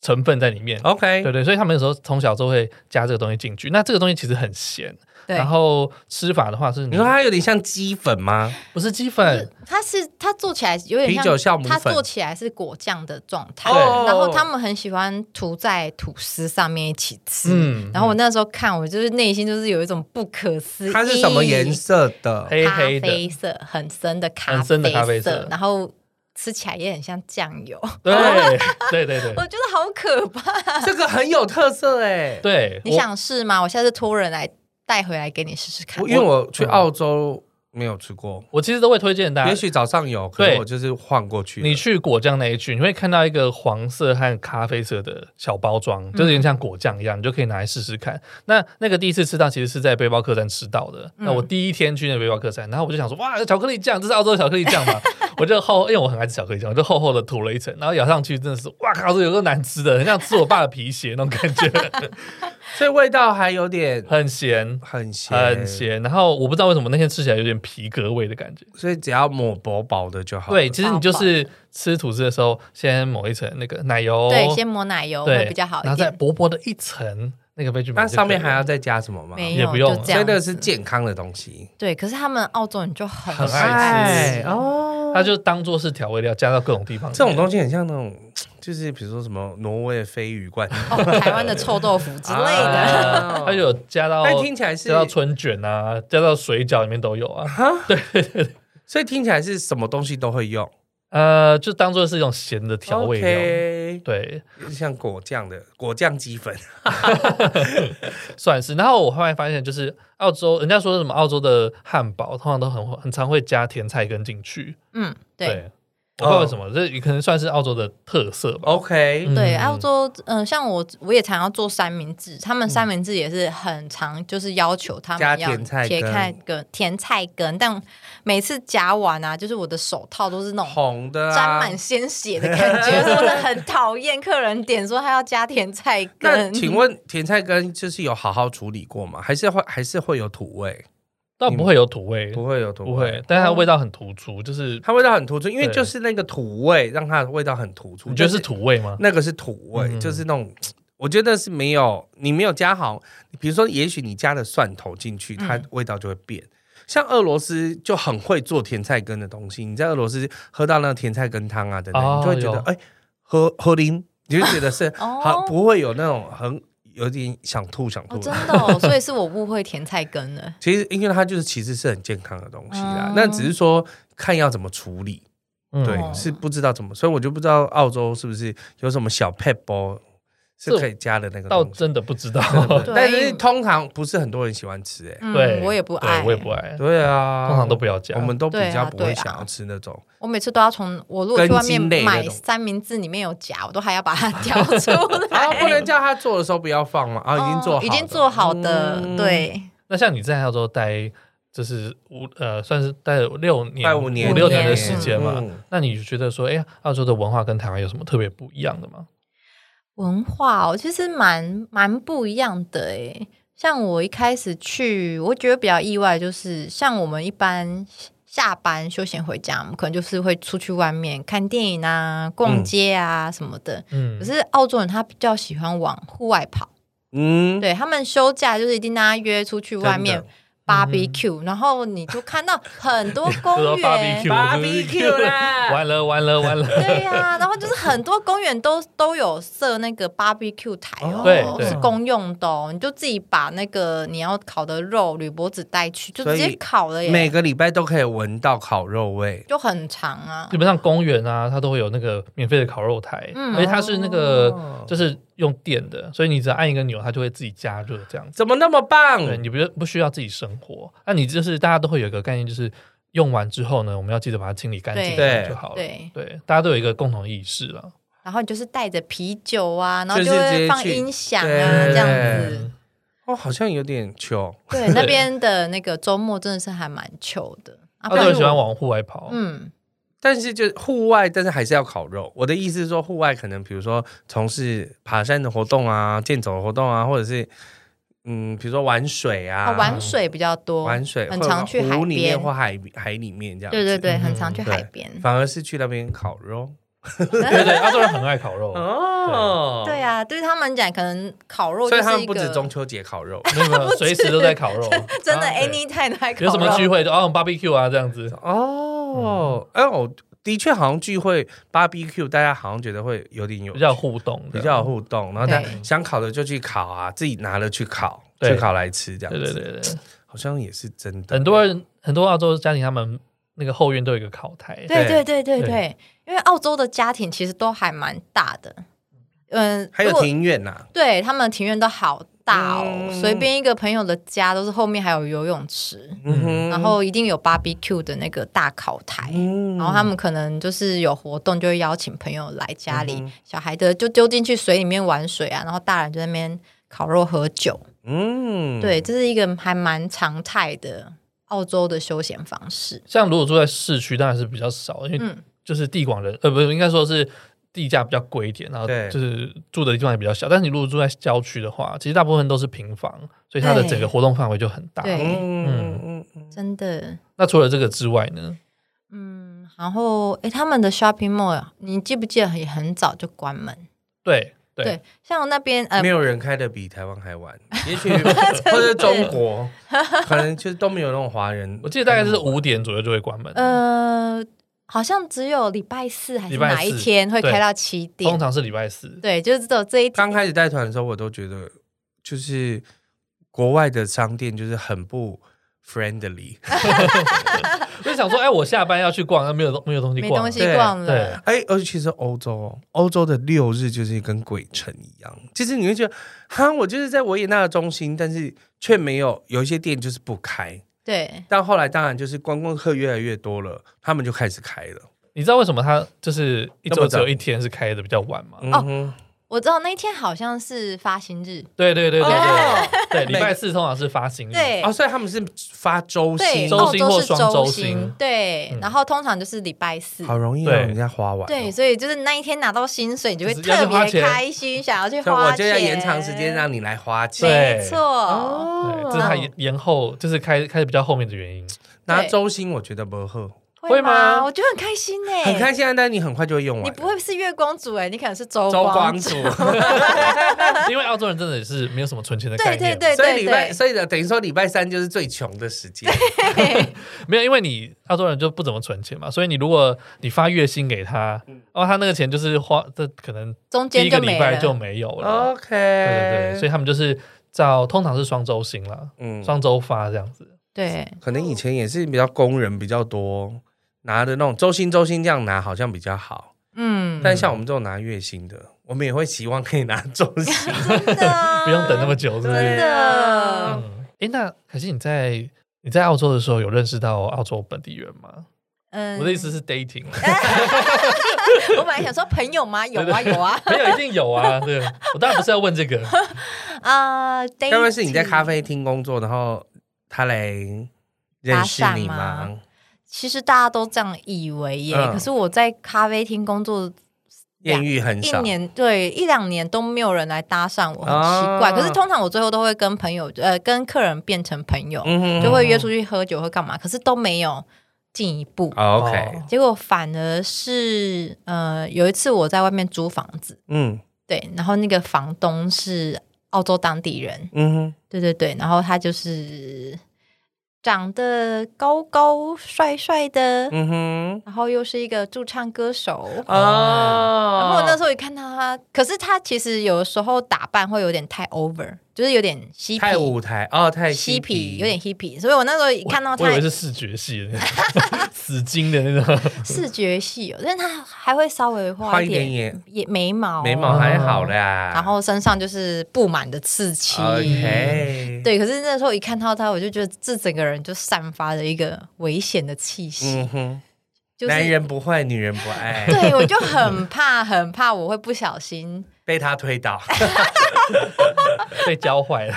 [SPEAKER 1] 成分在里面。
[SPEAKER 2] OK，
[SPEAKER 1] 对对，所以他们有时候从小都会加这个东西进去。那这个东西其实很咸，
[SPEAKER 3] 对
[SPEAKER 1] 然。后吃法的话是
[SPEAKER 2] 你说它有点像鸡粉吗？
[SPEAKER 1] 不是鸡粉，
[SPEAKER 3] 它是它做起来有点
[SPEAKER 2] 啤
[SPEAKER 3] 像
[SPEAKER 2] 酒酵母
[SPEAKER 3] 它
[SPEAKER 2] 粉
[SPEAKER 3] 做起来是果酱的状态，
[SPEAKER 1] 对
[SPEAKER 2] 哦
[SPEAKER 3] 然后他们很喜欢涂在吐司上面一起吃。
[SPEAKER 1] 嗯
[SPEAKER 3] 然后我那时候看，我就是内心就是有一种不可思议。
[SPEAKER 2] 它是什么颜？色
[SPEAKER 3] [LAUGHS]
[SPEAKER 2] 的？
[SPEAKER 1] 黑
[SPEAKER 3] 咖
[SPEAKER 1] 黑的，
[SPEAKER 3] 啡色，很深的咖啡色，
[SPEAKER 1] 很深的咖啡色
[SPEAKER 3] 然后吃起来也很像酱油， [LAUGHS] 我
[SPEAKER 1] 对对对对
[SPEAKER 3] 觉得好可怕。
[SPEAKER 2] 这个很有特色哎、
[SPEAKER 1] 对，
[SPEAKER 3] [LAUGHS] 你想试吗？我下次托人来带回来给你试试看
[SPEAKER 2] 我。因为我去澳洲没有吃过，
[SPEAKER 1] 我其实都会推荐大
[SPEAKER 2] 也
[SPEAKER 1] 家，
[SPEAKER 2] 许早上有，可
[SPEAKER 1] 嗯对
[SPEAKER 2] 是我就是晃过去了。
[SPEAKER 1] 你去果酱那一区，你会看到一个黄色和咖啡色的小包装，就是有点像果酱一样，你就可以拿来试试看。那那个第一次吃到，其实是在背包客栈吃到的。那我第一天去那个背包客栈，然后我就想说，哇，巧克力酱，这是澳洲的巧克力酱嘛？ [LAUGHS] 我就厚，因为我很爱吃巧克力酱，我就厚厚的涂了一层，然后咬上去真的是，哇靠，这有个难吃的，很像吃我爸的皮鞋那种感觉， [LAUGHS]
[SPEAKER 2] 所以味道还有点
[SPEAKER 1] 很咸，
[SPEAKER 2] 很咸，
[SPEAKER 1] 很。咸。然后我不知道为什么那天吃起来有点皮革味的感觉。
[SPEAKER 2] 所以只要抹薄薄的就好。
[SPEAKER 1] 对，，其实你就是吃吐司的时候，先抹一层那个奶油，
[SPEAKER 3] 对，先抹奶油
[SPEAKER 1] 对
[SPEAKER 3] 会比较好
[SPEAKER 1] 然
[SPEAKER 3] 一
[SPEAKER 1] 后再
[SPEAKER 3] 点。
[SPEAKER 1] 薄薄的一层那个贝菌，
[SPEAKER 2] 那上面还要再加什么吗？
[SPEAKER 3] 没
[SPEAKER 1] 也
[SPEAKER 3] 有，
[SPEAKER 1] 不用
[SPEAKER 3] 就这
[SPEAKER 2] 所以
[SPEAKER 3] 样
[SPEAKER 2] 那
[SPEAKER 3] 子。
[SPEAKER 2] 个是健康的东西。
[SPEAKER 3] 对，可是他们澳洲人就很
[SPEAKER 1] 很爱
[SPEAKER 3] 爱
[SPEAKER 1] 吃
[SPEAKER 3] 吃
[SPEAKER 2] 哦
[SPEAKER 1] 它就当做是调味料，加到各种地方。
[SPEAKER 2] 这种东
[SPEAKER 1] 西，
[SPEAKER 2] 西很像那种，就是比如说什么挪威的鲱鱼罐之
[SPEAKER 3] 哦，台湾的臭豆腐之类的。
[SPEAKER 1] 它就有加到
[SPEAKER 2] 但听起来是
[SPEAKER 1] 加到春卷啊，加到水饺里面都有啊。
[SPEAKER 2] 所以听起来是什么东西都会用
[SPEAKER 1] 呃，就当做是一种咸的调味料。
[SPEAKER 2] 料，
[SPEAKER 1] 对，
[SPEAKER 2] 对，像果酱的果酱
[SPEAKER 1] [LAUGHS]
[SPEAKER 2] 鸡粉，
[SPEAKER 1] 算是。然后我后来发现，就是澳洲人家说什么澳洲的汉堡，通常都很很常会加甜菜根进去。
[SPEAKER 3] [LAUGHS] 嗯，对。
[SPEAKER 1] 我不知道为什么，这也可能算是澳洲的特色吧。哦
[SPEAKER 2] OK，
[SPEAKER 1] 嗯
[SPEAKER 3] 对，澳洲，嗯、像我我也常要做三明治，他们三明治也是很常就是要求他
[SPEAKER 2] 加
[SPEAKER 3] 们要
[SPEAKER 2] 甜菜根
[SPEAKER 3] 甜菜根、甜菜根，但每次夹完啊，就是我的手套都是那种
[SPEAKER 2] 红的
[SPEAKER 3] 沾
[SPEAKER 2] 啊
[SPEAKER 3] 满鲜血的感觉，所以我真的很讨厌客人点说他要加甜菜
[SPEAKER 2] 那
[SPEAKER 3] 根。
[SPEAKER 2] 请问甜菜根就是有好好处理过吗？还是会还是会有土味？
[SPEAKER 1] 倒不会有土味，
[SPEAKER 2] 不会有土
[SPEAKER 1] 不会，，但它
[SPEAKER 3] 嗯
[SPEAKER 1] 的味道很突出，就是
[SPEAKER 2] 它味道很突出，因为
[SPEAKER 1] 对
[SPEAKER 2] 就是那个土味让它的味道很突出。
[SPEAKER 1] 你觉得
[SPEAKER 2] 就是
[SPEAKER 1] 土味吗？
[SPEAKER 2] 那个是土味，
[SPEAKER 1] 啊嗯
[SPEAKER 2] 就是那种。我觉得是没有，你没有加好，比如说，也许你加了蒜头进去，它
[SPEAKER 3] 嗯
[SPEAKER 2] 味道就会变。像俄罗斯就很会做甜菜根的东西，你在俄罗斯喝到那个甜菜根汤啊等等，
[SPEAKER 1] 哦
[SPEAKER 2] 你就会觉得
[SPEAKER 1] 有
[SPEAKER 2] 哎，喝喝啉，你就觉得
[SPEAKER 1] [LAUGHS]
[SPEAKER 2] 是
[SPEAKER 3] 哦
[SPEAKER 2] 好、不会有那种很有点想吐想
[SPEAKER 3] 哦，
[SPEAKER 2] 吐。
[SPEAKER 3] 真的、哦，所以是我误会甜菜根了。
[SPEAKER 2] 其实因为它就是其实是很健康的东西啦，
[SPEAKER 1] 哦
[SPEAKER 3] 嗯
[SPEAKER 2] 那只是说看要怎么处理。
[SPEAKER 1] 嗯
[SPEAKER 2] 对，是不知道怎么，所以我就不知道澳洲是不是有什么小 pet ball 是可以加的那个
[SPEAKER 1] 倒
[SPEAKER 2] 东西。
[SPEAKER 1] 真的不
[SPEAKER 2] [LAUGHS]
[SPEAKER 1] 知道。
[SPEAKER 3] 对
[SPEAKER 2] 但是通常不是很多人喜欢吃、哎、
[SPEAKER 1] [LAUGHS]
[SPEAKER 3] 嗯，
[SPEAKER 1] 对，
[SPEAKER 3] 我也不爱，
[SPEAKER 1] 对我也不爱，
[SPEAKER 2] 对啊，
[SPEAKER 1] 通常都不要加。
[SPEAKER 2] 我们都比较不
[SPEAKER 3] 对
[SPEAKER 2] 会
[SPEAKER 3] 啊对啊
[SPEAKER 2] 想要吃那种。
[SPEAKER 3] 我每次都要从我如果去外面
[SPEAKER 2] 根茎类的
[SPEAKER 3] 买
[SPEAKER 2] 那种
[SPEAKER 3] 三明治，里面有夹，我都还要把它 [LAUGHS] 挑出来。
[SPEAKER 2] 啊，不能叫他做的时候不要放嘛，啊，已经做好
[SPEAKER 3] 哦
[SPEAKER 2] 的，
[SPEAKER 3] 已经做好的，
[SPEAKER 2] 嗯，
[SPEAKER 3] 对，
[SPEAKER 1] 那像你在澳洲待，就是五呃，算是待了六年、
[SPEAKER 2] 快五年、
[SPEAKER 1] 五六年
[SPEAKER 3] 年
[SPEAKER 1] 的时间嘛。
[SPEAKER 2] 嗯
[SPEAKER 1] 那你觉得说，哎、呀，澳洲的文化跟台湾有什么特别不一样的吗？
[SPEAKER 3] 文化哦，其实蛮蛮不一样的诶。像我一开始去，我觉得比较意外，就是像我们一般下班休闲回家，我们可能就是会出去外面看电影啊、逛街啊什么的。
[SPEAKER 1] 嗯
[SPEAKER 3] 可，是澳洲人他比较喜欢往户外跑，
[SPEAKER 2] 嗯，
[SPEAKER 3] 对他们休假就是一定大家约出去
[SPEAKER 2] 真的，
[SPEAKER 3] 外面 barbecue，、然后你就看到
[SPEAKER 2] [LAUGHS]
[SPEAKER 3] 很多公园
[SPEAKER 1] barbecue，。
[SPEAKER 2] 嗯 barbecue 啦
[SPEAKER 1] 完了完
[SPEAKER 2] [LAUGHS]
[SPEAKER 1] 了完了，
[SPEAKER 3] 对呀、然后就是很多公园都都有设那个 barbecue 台哦，
[SPEAKER 2] 哦
[SPEAKER 1] 对对
[SPEAKER 3] 是公用的哦，你就自己把那个你要烤的肉铝箔纸带去，就直
[SPEAKER 2] 所
[SPEAKER 3] 接
[SPEAKER 2] 以
[SPEAKER 3] 烤了
[SPEAKER 2] 每
[SPEAKER 3] 耶，
[SPEAKER 2] 个礼拜都可以闻到烤肉味。
[SPEAKER 3] 就很长啊
[SPEAKER 1] 基。本上公园啊，它都会有那个免费的烤肉台，
[SPEAKER 3] 嗯
[SPEAKER 1] 而且它是那个
[SPEAKER 2] 哦
[SPEAKER 1] 就是用电的，所以你只要按一个钮，它就会自己加热这样子。
[SPEAKER 2] 怎么那么棒？
[SPEAKER 1] 对，你不不需要自己生火，那你就是大家都会有一个概念，就是用完之后呢，我们要记得把它清理干净
[SPEAKER 3] 对
[SPEAKER 1] 这样就好了。
[SPEAKER 3] 对，
[SPEAKER 1] 对，大家都有一个共同意识了。
[SPEAKER 3] 然后你就是带着啤酒啊，然后
[SPEAKER 2] 就是
[SPEAKER 3] 就
[SPEAKER 2] 直接
[SPEAKER 3] 会放
[SPEAKER 2] 去
[SPEAKER 3] 音响啊，
[SPEAKER 2] 对
[SPEAKER 3] 这样子。
[SPEAKER 1] 嗯
[SPEAKER 2] 哦，好像有点糗。
[SPEAKER 3] 对，那边的那个周末真的是还蛮糗的啊，
[SPEAKER 1] 澳
[SPEAKER 2] 哦
[SPEAKER 1] 洲人喜欢
[SPEAKER 3] 我，
[SPEAKER 1] 往户外跑，
[SPEAKER 3] 嗯，
[SPEAKER 2] 但是就户外，但是还是要烤肉。我的意思是说，户外可能比如说从事爬山的活动啊、健走的活动啊，或者是嗯，比如说玩水啊，
[SPEAKER 3] 啊玩水比较多，
[SPEAKER 2] 玩水，
[SPEAKER 3] 很
[SPEAKER 2] 或者
[SPEAKER 3] 常去海
[SPEAKER 2] 湖里面
[SPEAKER 3] 边
[SPEAKER 2] 或，海海里面这样子。
[SPEAKER 3] 对对对，很
[SPEAKER 1] 嗯
[SPEAKER 3] 常去
[SPEAKER 2] 对
[SPEAKER 3] 海边。
[SPEAKER 2] 反而是去那边烤肉
[SPEAKER 1] 对对，澳洲人很爱烤
[SPEAKER 2] 嗯
[SPEAKER 1] 肉，
[SPEAKER 2] 哦
[SPEAKER 3] 对，啊，对他们讲，可能烤肉
[SPEAKER 2] 所
[SPEAKER 3] 就
[SPEAKER 2] 以他
[SPEAKER 3] 是
[SPEAKER 2] 们
[SPEAKER 3] 一
[SPEAKER 2] 不止
[SPEAKER 3] 个 [LAUGHS]
[SPEAKER 2] 中秋节哦烤肉
[SPEAKER 1] 没有没有，随时都在烤肉，
[SPEAKER 3] 真的
[SPEAKER 1] 啊对
[SPEAKER 3] anytime 都在烤
[SPEAKER 1] 有
[SPEAKER 3] 肉。
[SPEAKER 1] 什么聚会就哦 barbecue 啊这样子，
[SPEAKER 3] 嗯
[SPEAKER 2] 哦。哎，我的确好像聚会 barbecue，大家好像觉得会有点有
[SPEAKER 1] 比较有互动的，
[SPEAKER 2] 比较有互动，然后他
[SPEAKER 3] 对
[SPEAKER 2] 想烤的就去烤啊，自己拿了去烤，
[SPEAKER 1] 对
[SPEAKER 2] 去烤来吃这样
[SPEAKER 1] 对
[SPEAKER 2] 子。
[SPEAKER 1] 对对对，
[SPEAKER 2] 好像也是真的。
[SPEAKER 1] 很多人很多澳洲家庭他们那个后院都有一个烤台，
[SPEAKER 3] 对对
[SPEAKER 2] 对
[SPEAKER 3] 对对
[SPEAKER 1] 对
[SPEAKER 3] 对，因为澳洲的家庭其实都还蛮大的，嗯，
[SPEAKER 2] 还
[SPEAKER 3] 如
[SPEAKER 2] 有
[SPEAKER 3] 果
[SPEAKER 2] 庭院呐、啊
[SPEAKER 3] 对他们庭院都好大哦，
[SPEAKER 2] 嗯
[SPEAKER 3] 随便一个朋友的家都是后面还有游泳池，
[SPEAKER 2] 嗯哼，
[SPEAKER 3] 然后一定有 barbecue 的那个大烤台。
[SPEAKER 2] 嗯
[SPEAKER 3] 然后他们可能就是有活动，就会邀请朋友来家里，
[SPEAKER 2] 嗯
[SPEAKER 3] 小孩的就丢进去水里面玩水啊，然后大人就在那边烤肉喝酒。
[SPEAKER 2] 嗯
[SPEAKER 3] 对，，这是一个还蛮常态的澳洲的休闲方式。
[SPEAKER 1] 像如果住在市区，当然是比较少，因为
[SPEAKER 3] 嗯，
[SPEAKER 1] 就是地广人，呃，不是，应该说是地价比较贵一点，然后
[SPEAKER 2] 对
[SPEAKER 1] 就是住的地方也比较小。但是你如果住在郊区的话，其实大部分都是平房，所以它的
[SPEAKER 3] 对
[SPEAKER 1] 整个活动范围就很大。
[SPEAKER 3] 对
[SPEAKER 2] 嗯嗯嗯，
[SPEAKER 3] 真的，
[SPEAKER 1] 那除了这个之外呢？
[SPEAKER 3] 嗯，然后诶，他们的 shopping mall，你记不记得也很早就关门？
[SPEAKER 1] 对对
[SPEAKER 3] 对，像那边呃
[SPEAKER 2] 没，有人开的比台湾还晚，也
[SPEAKER 3] [LAUGHS]
[SPEAKER 2] 许或者中国，可能就是都没有那种华人。
[SPEAKER 1] 我记得大概是五点左右就会关门，
[SPEAKER 3] 呃，好像只有礼拜四还是
[SPEAKER 1] 礼拜四
[SPEAKER 3] 哪一天会开到七
[SPEAKER 1] 通
[SPEAKER 3] 点？
[SPEAKER 1] 常是礼拜四。
[SPEAKER 3] 对，就是只有这一天。
[SPEAKER 2] 刚开始带团的时候，我都觉得就是国外的商店就是很不 friendly。
[SPEAKER 1] 我就想说，哎，我下班要去逛，那没有东没有东西
[SPEAKER 3] 没
[SPEAKER 1] 逛
[SPEAKER 3] 东
[SPEAKER 1] 了，
[SPEAKER 3] 西
[SPEAKER 2] 对
[SPEAKER 3] 逛
[SPEAKER 1] 对
[SPEAKER 3] 了，
[SPEAKER 2] 哎，而且其实欧洲哦，欧洲的六日就是跟鬼城一样，就是你会觉得，哈，我就是在维也纳的中心，但是却没有有一些店就是不开。
[SPEAKER 3] 对，
[SPEAKER 2] 但后来当然就是观光客越来越多了，他们就开始开了。
[SPEAKER 1] 你知道为什么它就是一
[SPEAKER 2] 那
[SPEAKER 1] 周
[SPEAKER 2] 么
[SPEAKER 1] 只
[SPEAKER 2] 早
[SPEAKER 1] 有一天是开的比较晚吗？
[SPEAKER 2] 嗯哼，
[SPEAKER 3] 我知道那一天好像是发行日，
[SPEAKER 1] 对对对对对
[SPEAKER 2] 哦
[SPEAKER 1] 对，
[SPEAKER 2] 每
[SPEAKER 1] 礼拜四通嗯啊常是发行日。
[SPEAKER 3] 对
[SPEAKER 2] 哦，所以他们是发周
[SPEAKER 3] 对，
[SPEAKER 2] 薪，哦
[SPEAKER 1] 周
[SPEAKER 3] 澳
[SPEAKER 1] 薪
[SPEAKER 3] 洲
[SPEAKER 1] 或
[SPEAKER 3] 是
[SPEAKER 1] 双周
[SPEAKER 3] 周
[SPEAKER 1] 薪
[SPEAKER 3] 薪，对
[SPEAKER 1] 嗯，
[SPEAKER 3] 然后通常就是礼拜四。
[SPEAKER 2] 好容易让
[SPEAKER 1] 对
[SPEAKER 2] 人家花完哦。
[SPEAKER 3] 对，所以就是那一天拿到薪水，你就会
[SPEAKER 1] 就是要去
[SPEAKER 3] 特
[SPEAKER 1] 花
[SPEAKER 3] 别
[SPEAKER 1] 钱
[SPEAKER 3] 开心，想要去
[SPEAKER 2] 所以
[SPEAKER 3] 花
[SPEAKER 2] 我
[SPEAKER 3] 钱。
[SPEAKER 2] 就要延长时间让你来花
[SPEAKER 1] 啊
[SPEAKER 2] 钱。哦
[SPEAKER 1] 对哦
[SPEAKER 3] 没错，
[SPEAKER 1] 对，这是它延延后，就是开开的比较后面的原因。
[SPEAKER 2] 拿周薪我觉得不合，
[SPEAKER 1] 会吗
[SPEAKER 3] 我觉得很开心呢，
[SPEAKER 2] 很开心啊，但你很快就会用完。
[SPEAKER 3] 你不会是月光族哎，你可能是周
[SPEAKER 2] 周光
[SPEAKER 3] 光
[SPEAKER 2] 族，
[SPEAKER 3] [LAUGHS]
[SPEAKER 1] 因为澳洲人真的也是没有什么存钱的概
[SPEAKER 3] 对
[SPEAKER 1] 念，
[SPEAKER 3] 对对
[SPEAKER 2] 所以礼
[SPEAKER 3] 对
[SPEAKER 2] 拜，
[SPEAKER 3] 对，
[SPEAKER 2] 所以等于说礼拜三就是最穷的时间。
[SPEAKER 1] 没有，因为你澳洲人就不怎么存钱嘛，所以你如果你发月薪给他，
[SPEAKER 3] 嗯
[SPEAKER 1] 然后他那个钱就是花，这可能
[SPEAKER 3] 中
[SPEAKER 1] 第一
[SPEAKER 3] 间
[SPEAKER 1] 个
[SPEAKER 3] 就
[SPEAKER 1] 礼
[SPEAKER 3] 没
[SPEAKER 1] 拜
[SPEAKER 3] 了。
[SPEAKER 1] 就没有
[SPEAKER 3] 哦 [LAUGHS]
[SPEAKER 1] 了。
[SPEAKER 2] OK，
[SPEAKER 1] 对对对，所以他们就是照通常是双周薪啦，
[SPEAKER 2] 嗯
[SPEAKER 1] 双周发这样子。 [LAUGHS]
[SPEAKER 3] 对，
[SPEAKER 2] 可能以前也是比较工人比较多，拿的那种周薪周薪这样拿好像比较好，
[SPEAKER 3] 嗯，
[SPEAKER 2] 但像我们这种拿月薪的，我们也会希望可以拿周 [LAUGHS] 薪。
[SPEAKER 3] 真的啊
[SPEAKER 1] 不用等那么久，是不
[SPEAKER 3] 真
[SPEAKER 2] 啊
[SPEAKER 1] 是？
[SPEAKER 3] 的。
[SPEAKER 1] 嗯，哎，那可是你在你在澳洲的时候有认识到澳洲本地人吗？
[SPEAKER 3] 嗯
[SPEAKER 1] 我的意思，是 dating，啊
[SPEAKER 3] 我本来想说朋友吗？有啊，
[SPEAKER 1] 对对
[SPEAKER 3] 有
[SPEAKER 1] [LAUGHS]
[SPEAKER 3] 啊，
[SPEAKER 1] [LAUGHS] 没有一定有啊。对，我当然不是要问这个，
[SPEAKER 3] 啊，
[SPEAKER 2] 该不会是你在咖？啡厅工作，然后他来认识你
[SPEAKER 3] 搭讪
[SPEAKER 2] 吗？
[SPEAKER 3] 其实大家都这样以为耶，
[SPEAKER 2] 嗯
[SPEAKER 3] 可是我在咖啡厅工作
[SPEAKER 2] 艳遇很
[SPEAKER 3] 一
[SPEAKER 2] 少，
[SPEAKER 3] 年，对一两年都没有人来搭讪我，很奇怪。
[SPEAKER 2] 啊
[SPEAKER 3] 可是通常我最后都会跟朋友，呃，跟客人变成朋友，
[SPEAKER 2] 嗯哼
[SPEAKER 3] 就会约出去喝酒或干嘛，可是都没有进一步。
[SPEAKER 2] 哦 OK，
[SPEAKER 1] 哦
[SPEAKER 3] 结果反而是，呃，有一次我在外面租房子，
[SPEAKER 2] 嗯
[SPEAKER 3] 对，然后那个房东是澳洲当地人，
[SPEAKER 2] 嗯哼，
[SPEAKER 3] 对对对，然后他就是长得高高帅帅的，
[SPEAKER 2] 嗯哼，
[SPEAKER 3] 然后又是一个驻唱歌手。
[SPEAKER 2] 哦，
[SPEAKER 3] 然后我那时候一看到他，可是他其实有时候打扮会有点太 over，就是有点嬉皮，
[SPEAKER 2] 太舞台哦，太
[SPEAKER 3] 嬉皮，
[SPEAKER 2] 皮，
[SPEAKER 3] 有点嬉皮。所以我那时候一
[SPEAKER 1] 我
[SPEAKER 3] 看到他
[SPEAKER 1] 我以为是视觉系的那种 [LAUGHS] 死金的那种。
[SPEAKER 3] 视觉系哦，但是他还会稍微
[SPEAKER 2] 画
[SPEAKER 3] 画
[SPEAKER 2] 一点眼
[SPEAKER 3] 也眉毛，
[SPEAKER 2] 眉毛还好啦，
[SPEAKER 3] 哦然后身上就是布满的刺青。
[SPEAKER 2] OK，，
[SPEAKER 3] 对，可是那时候一看到他，我就觉得这整个人就散发着一个危险的气息，
[SPEAKER 2] 嗯哼，
[SPEAKER 3] 就是
[SPEAKER 2] 男人不坏，女人不爱，
[SPEAKER 3] 对我就很怕，很怕我会不小心。
[SPEAKER 2] 被他推倒。
[SPEAKER 1] [LAUGHS] 被教坏了。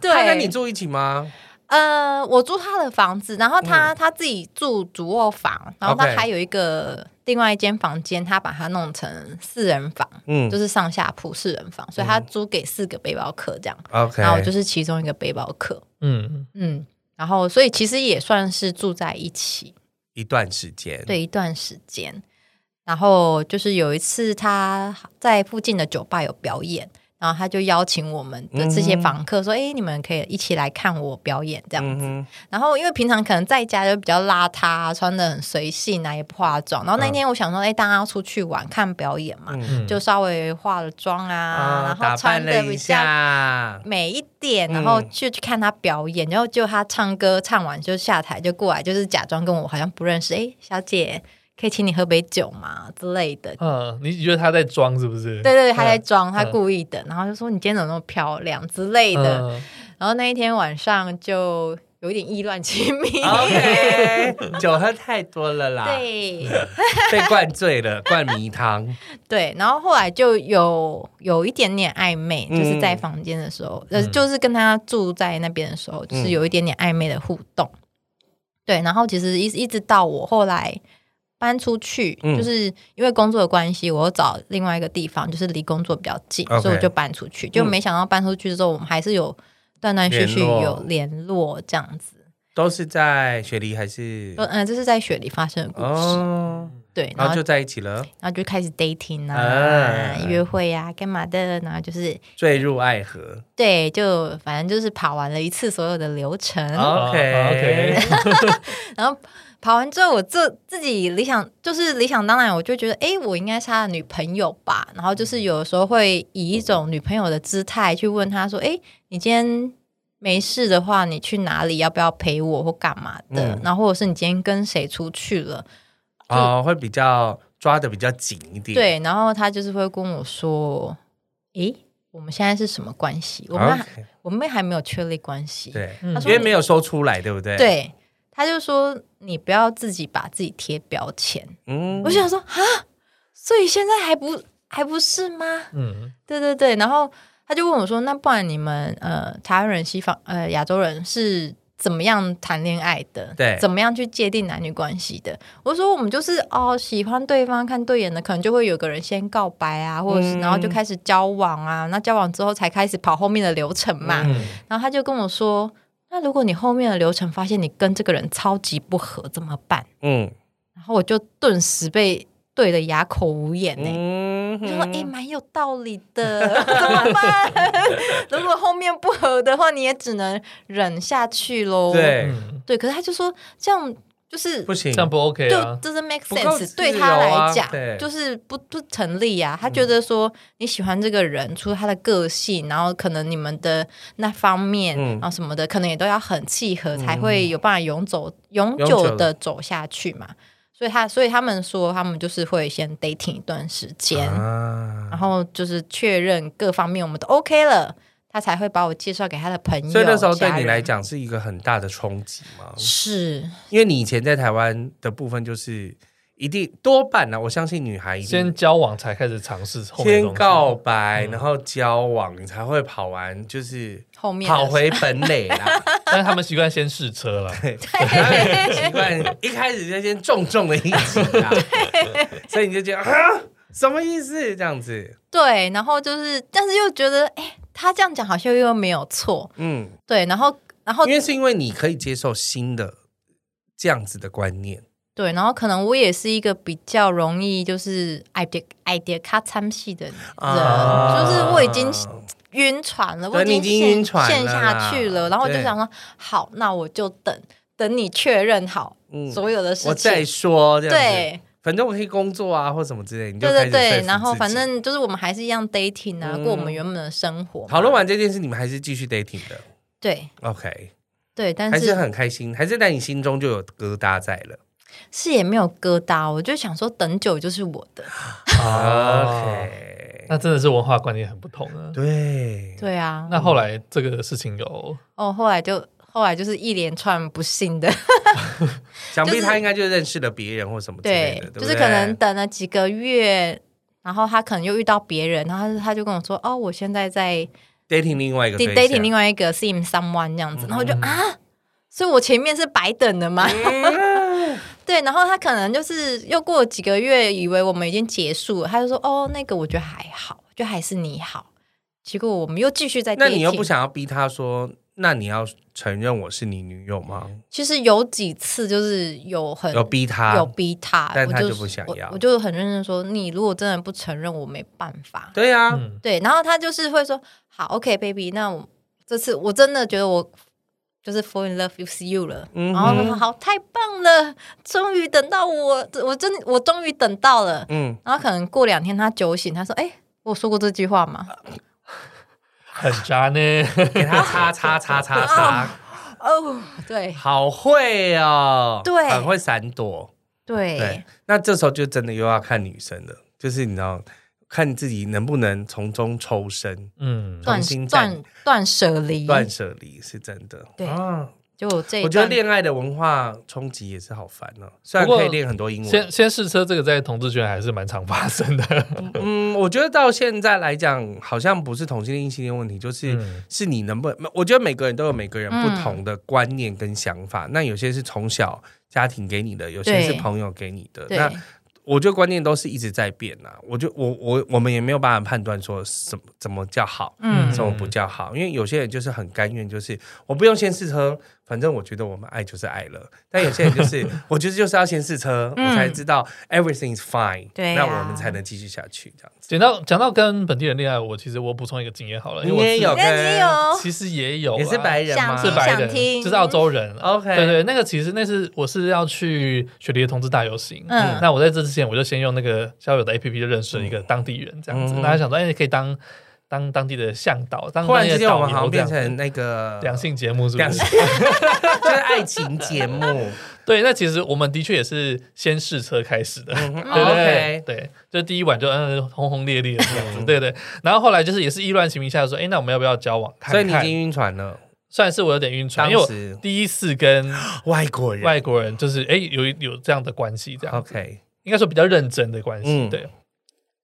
[SPEAKER 3] 对，
[SPEAKER 2] 他跟你住一起
[SPEAKER 3] [LAUGHS]
[SPEAKER 2] 吗？
[SPEAKER 3] 呃，我租他的房子，然后他、他自己住主卧房，然后他
[SPEAKER 2] 嗯 OK
[SPEAKER 3] 还有一个另外一间房间，他把它弄成四人房，
[SPEAKER 2] 嗯
[SPEAKER 3] 就是上下铺四人房，所以他租给四个背包客这样，
[SPEAKER 2] ，OK，
[SPEAKER 3] 然后我就是其中一个背包客，
[SPEAKER 1] 嗯，
[SPEAKER 3] 嗯，然后所以其实也算是住在一起，
[SPEAKER 2] 一段时间，，
[SPEAKER 3] 对一段时间。然后就是有一次他在附近的酒吧有表演，然后他就邀请我们的这些
[SPEAKER 2] 嗯哼
[SPEAKER 3] 房客说：“哎、你们可以一起来看我表演这样
[SPEAKER 2] 嗯
[SPEAKER 3] 子。
[SPEAKER 2] 哼，
[SPEAKER 3] 然后因为平常可能在家就比较邋遢、啊，穿的很随性啊，也不化妆。然后那天我想说：“哎、大家要出去玩看表演嘛，
[SPEAKER 2] 嗯
[SPEAKER 1] 嗯
[SPEAKER 3] 就稍微化了妆啊，
[SPEAKER 2] 啊，
[SPEAKER 3] 然
[SPEAKER 2] 打
[SPEAKER 3] 后穿
[SPEAKER 2] 扮了
[SPEAKER 3] 的
[SPEAKER 2] 一
[SPEAKER 3] 比较 [LAUGHS]
[SPEAKER 2] 下，
[SPEAKER 3] 美一点，
[SPEAKER 2] 嗯
[SPEAKER 3] 然后就去看他表演，然后就他唱歌唱完就下台就过来，就是假装跟我好像不认识，哎，小姐，可以请你喝杯酒吗之类的。
[SPEAKER 1] 嗯，你觉得他在装是不是？
[SPEAKER 3] 哦对对对，他在装，他
[SPEAKER 1] 嗯
[SPEAKER 3] 故意的，然后就说你今天怎么那么漂亮之类的。
[SPEAKER 1] 嗯
[SPEAKER 3] 然后那一天晚上就有点意乱情迷，
[SPEAKER 2] OK，酒 [LAUGHS] 喝太多了啦，
[SPEAKER 3] [LAUGHS] 对
[SPEAKER 2] 被灌醉了，灌迷汤。
[SPEAKER 3] 对。然后后来就有有一点点暧昧，就是在
[SPEAKER 2] 嗯嗯
[SPEAKER 3] 房间的时候，呃，就是跟他住在那边的时候，就是有一点点暧昧的互动。对，然后其实一一直到我后来搬出去，
[SPEAKER 2] 嗯
[SPEAKER 3] 就是因为工作的关系，我又找另外一个地方，就是离工作比较近
[SPEAKER 2] OK 嗯
[SPEAKER 3] 所以我就搬出去。就没想到搬出去之后，我们还是有断断续续
[SPEAKER 2] 联络
[SPEAKER 3] 有联络这样子。
[SPEAKER 2] 都是在雪梨还是
[SPEAKER 3] 就？嗯、呃这是在雪里发生的故事。
[SPEAKER 2] 哦，
[SPEAKER 3] 对，然
[SPEAKER 2] 然
[SPEAKER 3] 后
[SPEAKER 2] 后就在一起了，
[SPEAKER 3] 然后就开始 dating 啊，
[SPEAKER 2] 啊
[SPEAKER 3] 约会啊，干嘛的？然后就是
[SPEAKER 2] 坠入爱河。
[SPEAKER 3] 对，就反正就是跑完了一次所有的流程，
[SPEAKER 2] OK
[SPEAKER 1] OK
[SPEAKER 3] [LAUGHS] 然后跑完之后，我自自己理想就是理想当然，我就觉得，诶，我应该是他的女朋友吧。然后就是有的时候会以一种女朋友的姿态去问他说，诶，你今天没事的话，你去哪里？要不要陪我或干嘛的？
[SPEAKER 2] 嗯
[SPEAKER 3] 然后或者是你今天跟谁出去了？
[SPEAKER 2] 哦，会比较抓的比较紧一点。
[SPEAKER 3] 对，然后他就是会跟我说，诶，我们现在是什么关系？我们还、
[SPEAKER 2] ，OK，
[SPEAKER 3] 我们还没有确立关系。
[SPEAKER 2] 啊对，
[SPEAKER 1] 嗯
[SPEAKER 3] 他说
[SPEAKER 2] 因为没有说出来，对不对？，
[SPEAKER 3] 对，他就说你不要自己把自己贴标签。
[SPEAKER 2] 嗯
[SPEAKER 3] 我想说啊，所以现在还不还不是吗？
[SPEAKER 1] 嗯，
[SPEAKER 3] 对对对，然后他就问我说，那不然你们呃台湾人、西方呃亚洲人是怎么样谈恋爱的？
[SPEAKER 2] 对
[SPEAKER 3] 怎么样去界定男女关系的？我说我们就是哦喜欢对方看对眼的，可能就会有个人先告白啊，或者是、
[SPEAKER 2] 嗯
[SPEAKER 3] 然后就开始交往啊，那交往之后才开始跑后面的流程嘛。
[SPEAKER 2] 嗯
[SPEAKER 3] 然后他就跟我说。那如果你后面的流程发现你跟这个人超级不合怎么办？ [LAUGHS]
[SPEAKER 2] 嗯
[SPEAKER 3] 然后我就顿时被对的哑口无言呢、
[SPEAKER 2] 嗯
[SPEAKER 3] 我就说：“哎、蛮有道理的， [LAUGHS] 怎么办？如果后面不合的话，你也只能忍下去喽。”
[SPEAKER 2] 对，
[SPEAKER 1] 嗯
[SPEAKER 3] 对，可是他就说这样就是
[SPEAKER 2] 不行
[SPEAKER 1] 这，样不 OK
[SPEAKER 3] 就
[SPEAKER 1] 啊？
[SPEAKER 3] 这是 make
[SPEAKER 2] 不够
[SPEAKER 3] sense，
[SPEAKER 2] 自
[SPEAKER 3] 对他来
[SPEAKER 2] 由啊对嗯
[SPEAKER 3] 讲就是不不成立啊。他觉得说你喜欢这个人，除了他的个性，然后可能你们的那方面，
[SPEAKER 2] 嗯
[SPEAKER 3] 然后什么的，可能也都要很契合，才会有办法永走永
[SPEAKER 2] 永
[SPEAKER 3] 久
[SPEAKER 2] 久
[SPEAKER 3] 的走下去嘛。所以他，所以他们说，他们就是会先 dating 一段时间，
[SPEAKER 2] 啊
[SPEAKER 3] 然后就是确认各方面我们都 OK 了，他才会把我介绍给他的朋友。
[SPEAKER 2] 所以那时候对
[SPEAKER 3] 家
[SPEAKER 2] 你
[SPEAKER 3] 人
[SPEAKER 2] 来讲是一个很大的冲击嘛，
[SPEAKER 3] 是
[SPEAKER 2] 因为你以前在台湾的部分就是一定多半呢、啊我相信女孩一定
[SPEAKER 1] 先交往才开始尝试后面的
[SPEAKER 2] 先
[SPEAKER 1] 东西
[SPEAKER 2] 告白，
[SPEAKER 1] 嗯
[SPEAKER 2] 然后交往，你才会跑完，就是
[SPEAKER 3] 后面的
[SPEAKER 2] 跑回本垒
[SPEAKER 3] [LAUGHS]
[SPEAKER 2] 啦。
[SPEAKER 1] 但是他们习惯先试车了。
[SPEAKER 2] 他们习惯哎一开始就先重重的一击啦，所以你就觉得啊，什么意思？这样子，
[SPEAKER 3] 对，然后就是，但是又觉得，哎、他这样讲好像又没有错，
[SPEAKER 2] 嗯，
[SPEAKER 3] 对，然后，然后
[SPEAKER 2] 因为是因为你可以接受新的这样子的观念，
[SPEAKER 3] 对，然后可能我也是一个比较容易就是 idea idea 咔参戏的人，
[SPEAKER 2] 啊
[SPEAKER 3] 就是我已经晕船了，我
[SPEAKER 2] 对你已经
[SPEAKER 3] 陷
[SPEAKER 2] 晕船了
[SPEAKER 3] 陷下去了，
[SPEAKER 2] 啦
[SPEAKER 3] 然后我就
[SPEAKER 2] 对
[SPEAKER 3] 想说，好，那我就等等你确认好
[SPEAKER 2] 嗯
[SPEAKER 3] 所有的事
[SPEAKER 2] 我再
[SPEAKER 3] 情，
[SPEAKER 2] 说这样子，
[SPEAKER 3] 对。
[SPEAKER 2] 反正我可以工作啊，或什么之类，你就
[SPEAKER 3] 对
[SPEAKER 2] 开
[SPEAKER 3] 对
[SPEAKER 2] 始说
[SPEAKER 3] 对，
[SPEAKER 2] 服
[SPEAKER 3] 然后
[SPEAKER 2] 自己
[SPEAKER 3] 反正就是我们还是一样 dating 啊，
[SPEAKER 2] 嗯
[SPEAKER 3] 过我们原本的生活嘛。
[SPEAKER 2] 讨论完这件事，你们还是继续 dating 的
[SPEAKER 3] 对
[SPEAKER 2] ，OK，
[SPEAKER 3] 对，但
[SPEAKER 2] 还
[SPEAKER 3] 是
[SPEAKER 2] 是很开心，还是在你心中就有疙瘩在了。
[SPEAKER 3] 是也没有疙瘩，我就想说等久就是我的。
[SPEAKER 1] 哦
[SPEAKER 2] OK，
[SPEAKER 1] 那真的是文化观念很不同啊。
[SPEAKER 2] 对，
[SPEAKER 3] 对啊，
[SPEAKER 1] 那后来这个事情有
[SPEAKER 3] 哦，后来就后来就是一连串不幸的，
[SPEAKER 2] 想
[SPEAKER 3] 就
[SPEAKER 2] 必
[SPEAKER 3] 是
[SPEAKER 2] 他应该就认识了别人或什么之类
[SPEAKER 3] 对
[SPEAKER 2] 的，，对不
[SPEAKER 3] 就是
[SPEAKER 2] 对
[SPEAKER 3] 可能等了几个月，然后他可能又遇到别人，然后他他就跟我说：“哦，我现在在
[SPEAKER 2] dating 另外一个
[SPEAKER 3] d-
[SPEAKER 2] 对
[SPEAKER 3] dating
[SPEAKER 2] 象
[SPEAKER 3] 另外一个 sim someone 这样子。”然后我就
[SPEAKER 1] 嗯
[SPEAKER 3] 啊，所以我前面是白等的吗？ [LAUGHS] 对，然后他可能就是又过了几个月，以为我们已经结束了，他就说：“哦，那个我觉得还好，就还是你好。”结果我们又继续在 dating，
[SPEAKER 2] 那你又不想要逼他说，那你要承认我是你女友吗？
[SPEAKER 3] 其实有几次就是有很
[SPEAKER 2] 有逼他，
[SPEAKER 3] 呃有逼他，
[SPEAKER 2] 但他
[SPEAKER 3] 我
[SPEAKER 2] 就不想要
[SPEAKER 3] 我。我就很认真说，你如果真的不承认，我没办法。
[SPEAKER 2] 对呀、啊，
[SPEAKER 1] 嗯
[SPEAKER 3] 对，然后他就是会说，好，OK，baby，、那我这次我真的觉得我就是 fall in love with you 了。
[SPEAKER 2] 嗯哼
[SPEAKER 3] 然后我说好，太棒了，终于等到我，我真的我终于等到了。
[SPEAKER 2] 嗯，
[SPEAKER 3] 然后可能过两天他酒醒，他说，哎、我说过这句话吗？
[SPEAKER 1] 很渣呢？ [LAUGHS]
[SPEAKER 2] 给他擦擦擦擦擦，
[SPEAKER 3] 哦，对
[SPEAKER 2] 好会哦，
[SPEAKER 3] 对
[SPEAKER 2] 很会闪躲。
[SPEAKER 3] 对
[SPEAKER 2] 对，那这时候就真的又要看女生了，就是你知道，看自己能不能从中抽身，
[SPEAKER 1] 嗯，
[SPEAKER 2] 重
[SPEAKER 3] 断
[SPEAKER 2] 新站
[SPEAKER 3] 断断舍离，
[SPEAKER 2] 断舍离是真的。
[SPEAKER 3] 对
[SPEAKER 2] 啊，
[SPEAKER 3] 就我这一
[SPEAKER 2] 我觉得
[SPEAKER 3] 段
[SPEAKER 2] 恋爱的文化冲击也是好烦哦、虽然
[SPEAKER 1] 不过
[SPEAKER 2] 可以练很多英文，
[SPEAKER 3] [LAUGHS]
[SPEAKER 1] 先先试车这个在同志圈还是蛮常发生的。 [LAUGHS]
[SPEAKER 2] 嗯，我觉得到现在来讲，好像不是同性恋、异性恋问题，就是、
[SPEAKER 1] 嗯
[SPEAKER 2] 是你能不能？我觉得每个人都有每个人不同的观念跟想法。
[SPEAKER 3] 嗯
[SPEAKER 2] 那有些是从小家庭给你的，有些是
[SPEAKER 3] 对
[SPEAKER 2] 朋友给你的。
[SPEAKER 3] 对
[SPEAKER 2] 那我觉得观念都是一直在变啊。我就我我我们也没有办法判断说什么怎么叫好，
[SPEAKER 3] 嗯
[SPEAKER 2] 什么不叫好，因为有些人就是很甘愿，就是我不用先试车，反正我觉得我们爱就是爱了。但有些人就是
[SPEAKER 3] [LAUGHS]
[SPEAKER 2] 我觉得就是要先试车，
[SPEAKER 3] 嗯
[SPEAKER 2] 我才知道 everything is fine，
[SPEAKER 3] 对
[SPEAKER 2] 那
[SPEAKER 3] 啊
[SPEAKER 2] 我们才能继续下去这样子。
[SPEAKER 1] 讲到讲到跟本地人恋爱，我其实我补充一个经验好了，因为
[SPEAKER 2] 你
[SPEAKER 1] 我
[SPEAKER 2] 也
[SPEAKER 1] 自
[SPEAKER 2] 有
[SPEAKER 3] 那你
[SPEAKER 2] 跟
[SPEAKER 3] 有
[SPEAKER 1] 其实也有啦啊
[SPEAKER 2] 也是白人吗？
[SPEAKER 3] 想
[SPEAKER 1] 是白
[SPEAKER 3] 想听
[SPEAKER 1] 人，就是澳洲人。
[SPEAKER 2] 啊 OK
[SPEAKER 1] 对对，那个其实那是我是要去雪梨的同志大游行，
[SPEAKER 3] 嗯
[SPEAKER 1] 那我在这之前我就先用那个交友的 APP 就认识了一个当地人，这样子，
[SPEAKER 2] 嗯
[SPEAKER 1] 那他想说，哎，你可以当当当地的向导，当
[SPEAKER 2] 忽然
[SPEAKER 1] 当地
[SPEAKER 2] 之
[SPEAKER 1] 的
[SPEAKER 2] 间，
[SPEAKER 1] 导
[SPEAKER 2] 我们好
[SPEAKER 1] 游这
[SPEAKER 2] 像变
[SPEAKER 1] 样子。
[SPEAKER 2] 成那个
[SPEAKER 1] 两性节目是
[SPEAKER 2] 两
[SPEAKER 1] 不
[SPEAKER 2] 性 [LAUGHS]
[SPEAKER 1] 是？，
[SPEAKER 2] 就是爱情节 [LAUGHS] 目。
[SPEAKER 1] 对，那其实我们的确也是先试车开始的，
[SPEAKER 2] 嗯
[SPEAKER 1] 对对
[SPEAKER 2] OK，
[SPEAKER 1] 对，就第一晚就嗯轰轰烈烈的这样子，对对。然后后来就是也是意乱情迷下说，哎，那我们要不要交往看
[SPEAKER 2] 所以
[SPEAKER 1] 看？
[SPEAKER 2] 你已经晕船了，
[SPEAKER 1] 算是我有点晕船，因为
[SPEAKER 2] 当
[SPEAKER 1] 我
[SPEAKER 2] 时
[SPEAKER 1] 第一次跟
[SPEAKER 2] 外国人
[SPEAKER 1] 外国人就是哎、有有这样的关系，这样
[SPEAKER 2] OK，
[SPEAKER 1] 应该说比较认真的关系。
[SPEAKER 2] 嗯
[SPEAKER 1] 对，